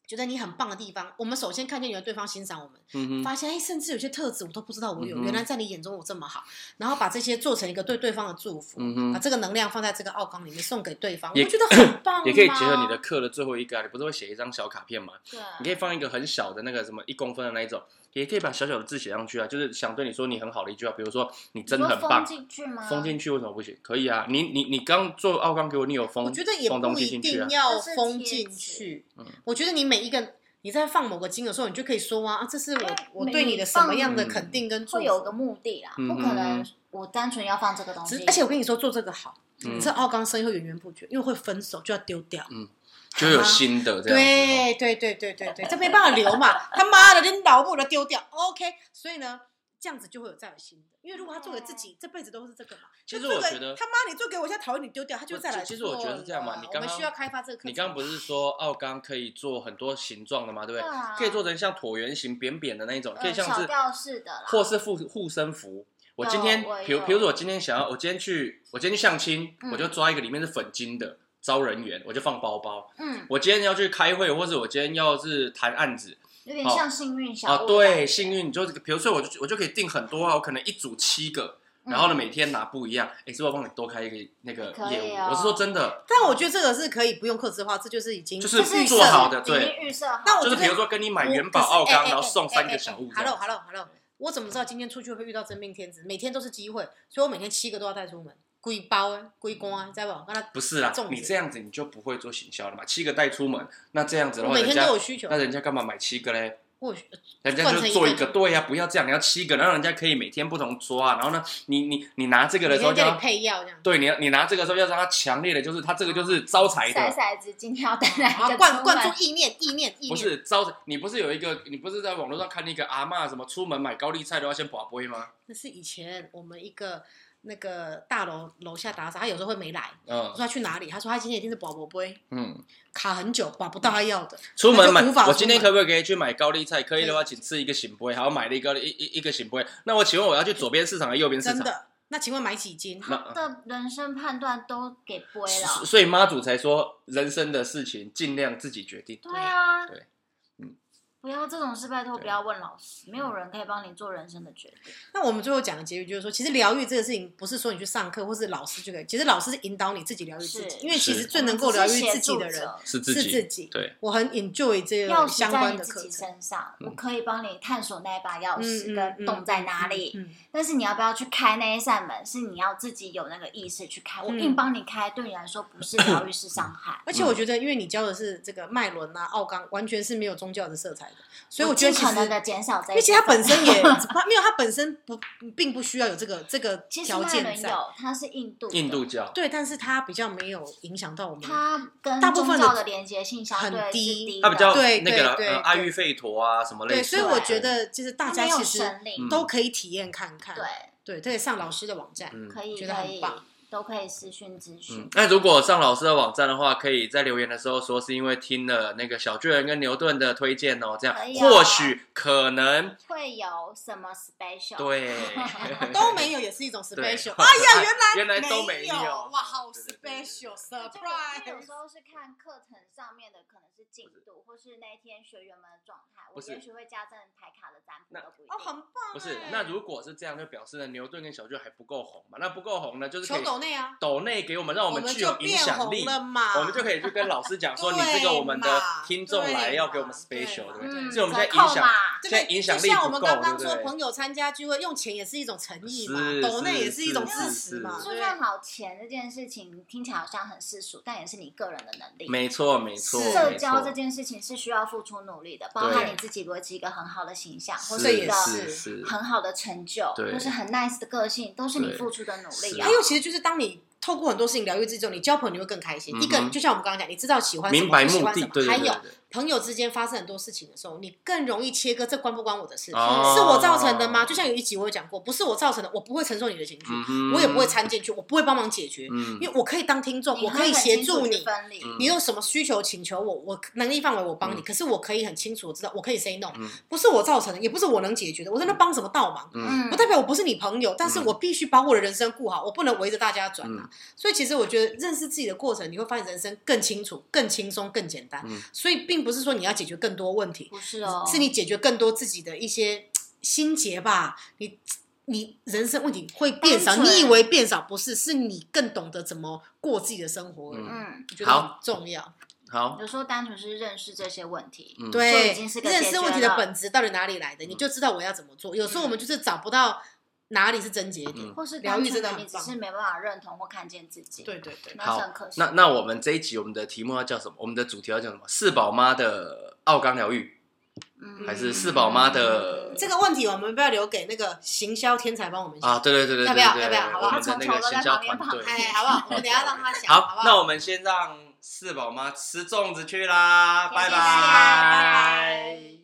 觉得你很棒的地方，我们首先看见有对方欣赏我们，
嗯哼，
发现哎，甚至有些特质我都不知道我有，
嗯哼
原来在你眼中我这么好，然后把这些做成一个对对方的祝福，
嗯哼
把这个能量放在这个奥缸里面送给对方，我
也。
觉得很棒
也可以
棒
结合你
吗
的课的最后一个啊，你不是会写一张小卡片吗？你可
对，
以放一个很小的那个什么一公分的那一种，也可以把小小的字写上去啊，就是想对你说你很好的一句话，比如说你真的
你
很
说
棒
封，进去吗？
封进去为什么不行？可以啊，你你你刚做奥刚给我，你有封，
我觉得也
封东
不
西
一
进去啊
定。要
就是
封
贴
进
纸
去
嗯。
我觉得你每一个你在放某个金额的时候，你就可以说啊，啊这是我我
每
对
一
你的什么
放
样的
嗯
肯定跟祝
会有
福。
个目的啦，
嗯
不可
嗯
能
嗯
我单纯要放这个东
只
西。
而且我跟你说，做这个好，
嗯
这奥钢生意会源源不绝，因为会分手就要丢掉。
就有新的这样子哦。
对对对对对对，这没办法留嘛，他妈的，连老母都丢掉。OK，所以呢，这样子就会有再有新的，因为如果他做给自己，这辈子都是这个嘛。
哦其
就
实
做
我
给
觉得
他妈，你做给我，现在讨厌你丢掉，他就
我
再来
其实我觉得
做
是这样嘛
了
你
我
刚
们
刚
需要开发这个课程。
你刚刚不是说奥刚可以做很多形状的吗？对不对？
对啊
可以做成像椭圆形、扁扁的那一种，可以
呃
像
小
是
吊式的啦，
或是护护身符。我今天
有我，
比如
有
比如说我今天想要，我今天去，我今天去相亲，
嗯
我就抓一个里面是粉金的招人员，我就放包包。
嗯，
我今天要去开会，或者我今天要是谈案子
有点
哦
像幸运小
啊，
物
对，
感
幸运就是，比如说我就我就可以订很多啊，我可能一组七个，然后呢
嗯
每天拿不一样，诶，是不是我帮你多开一个那个
可以
业务？
哦
我是说真的，
但我觉得这个是可以不用克制化，这就是已经
就是
就是
做好的
已经
对
预设好。
那我
就是
觉
比
得
如说跟你买
我
元宝
可是
奥
哎
钢，
哎
然后
哎
送
哎
三
哎
个小物这样子。
Hello Hello Hello，我怎么知道今天出去会遇到真命天子？每天都是机会，所以我每天七个都要带出门，规包啊，规光啊，知道不？让他
不是啦
重，点
你这样子你就不会做行销了嘛？七个带出门，那这样子的
我
话，
每
人
天
家
都有需求
那，人家干嘛买七个嘞？
我有需
人家就做一
换成一
个，
个
对呀、不要这样，你要七个，然后人家可以每天不同抓，啊然后呢，你你你拿这个
每
的时候
天
就
叫
要
你，配药这样。
对，你要你拿这个的时候要让他强烈的，就是他这个就是招财
哦
骰
的，
骰子今天要带来
然后
一个
啊灌
出
灌
门
注意念，意念，意
不
念。
是招财，你不是有一个，你不是在网络上看那个阿嬷什么出门买高丽菜都要先把杯吗？
那是以前我们一个那个大楼楼下打扫，他有时候会没来，我
嗯
说他去哪里？他说他今天一定是宝宝杯，
嗯，
卡很久，把不到他要的。
出门买
那就无法出，门
我今天可不可以去买高丽菜？可以的话，请吃一个醒杯，好，我买了一个一一一个醒杯，那我请问我要去左边市场还是右边市
真
场？
的。那请问买几斤？
那
的人生判断都给背
哦
所
了。
所以妈祖才说，人生的事情尽量自己决定。
对啊，
对嗯
不要这种事，拜托
对
不要问老师，没有人可以帮你做人生的决定。
那我们最后讲的结局就是说，其实疗愈这个事情不是说你去上课或是老师就可以，其实老师是引导你自己疗愈自己，
是
因为其实
是
最能够疗愈自己
我
的
们只是协
人
助
是
是
自己，
自己。
对，
我很 enjoy 这
者，钥
个
匙
相
在
关
你
的
自
课
己
程。
身上，
嗯
我可以帮你探索那一把钥匙
嗯
跟洞在哪里。
嗯嗯嗯嗯
但是你要不要去开那一扇门，是你要自己有那个意识去开。我
嗯哎
硬帮你开，对你来说不是疗愈，是伤害。
而且
嗯
我觉得，因为你教的是这个脉轮啊、奥刚，完全是没有宗教的色彩的，所以我觉得
尽
其实
可，能的减少这
因
一部分。
为其实它本身也它没有，它本身不并不需要有这个这个
其实
条
脉
件
轮
在。
有，它是印度的，
印度教，
对，但是它比较没有影响到我们。
它跟
嗯大部分
宗
的
教的连接性相对
很
是
低
低的，
它比较
对
那个啦
对
呃
对
阿育吠陀啊什么类
对，
似
所
的。
以我
对，
觉得就是大
它
家
没有
其实
神灵
嗯
都可以体验看看。
对，
对，可以上老师的网站。
嗯
可以
觉得
可
很
以
棒，
都可以私讯咨
嗯
询。，
那如果上老师的网站的话，可以在留言的时候说是因为听了那个小巨人跟牛顿的推荐哦，这样
可以哦
或许可能
会有什么 special？，
对
啊 都没有也是一种
对
special。
哎呀， 原来原来都
没
有
哇，好
对对对
special
这个这个有
surprise
时。候是看课程上面的，可能是进度，或是那一天学员们的状态，
不
我
是
也许会加赠牌卡的占
那
卜都不一
哦，
定。
很棒哎。
不是，那如果是这样，就表示呢，牛顿跟小巨人还不够红嘛？那不够红呢，就是可
求
以
抖内啊，
抖内给我们，让我们具
就
有影
变
响
红
力。
了嘛，
我们就可以去跟老师讲说，你这个我们的听众来要给我们 special，对不
对
对？
嘛
所以我们现在
折
影
扣
响，
嘛，
现
对
在
不对
影响
就
力
像我
不
们
够，
刚刚
对
说，
不
朋
对？
友参加聚会用钱也是一种诚意嘛
是，
抖内也
是
一种
是
支持嘛，
是
就
对
算好钱这件事情听起来好像很世俗，但也是你个人的能力。
没错，没错，
是
没
社交这
错，
件事情是需要付出努力的，包含
对
你自己维持一个很好的形象，或
这
是一
也
个
是
是
是
很好的成就，
对
或是很 nice 的个性，都是你
对
付出的努力
是
啊
还。有，其实就是当你透过很多事情疗愈自己之后，你交朋友你会更开心。
嗯哼
一个就像我们刚刚讲，你知道喜欢什
明
么，
白
不喜
目
欢
的
什，
对
么，还
对对
有
对
朋友之间发生很多事情的时候，你更容易切割这关不关我的事，
哦
是我造成的吗？就像有一集我有讲过，不是我造成的，我不会承受你的情绪，
嗯哼
我也不会掺进去，我不会帮忙解决，
嗯
因为我可以当听众，
你
我
会
可以
很
协
清楚
助
去
你。
分离，
嗯
你有什么需求请求我，我能力范围我帮你，
嗯
可是我可以很清楚地知道，我可以 say no，
嗯
不是我造成的，也不是我能解决的，我在那帮什么倒忙？
嗯嗯
嗯
不代表我不是你朋友，但是我必须把我的人生顾好，我不能围着大家转啊。所以其实我觉得认识自己的过程，你会发现人生更清楚、更轻松、更简单。
嗯
所以并不是说你要解决更多问题，
不是哦，
是你解决更多自己的一些心结吧。你你人生问题会变少，
单纯
你以为变少不是，是你更懂得怎么过自己的生活而已。
嗯
嗯，
我觉得很重要，
好，
有时候单纯是认识这些问题，
嗯
对
就已经是，个
认
解
识
决
问题的
了
本质到底哪里来的，你就知道我要怎么做。有时候我们就是找不到哪里是症结点
嗯，
或是
疗愈
单纯
真的
你
很
只
棒
是没办法认同或看见自己，，
对对对，
那
好
是很可惜。
那那我们这一集我们的题目要叫什么？我们的主题要叫什么？四宝妈的奥刚疗愈，
嗯
还是四宝妈的
这个问题我们不要留给那个行销天才帮我们想
啊？，对对对对对
要不
对，
要
对
要不要好不好
我们的那个行销团队。
哎，好不好？我们等一下让他想，好
好
不，好？
那我们先让四宝妈吃粽子去啦，
谢谢
拜
大家拜
拜
拜。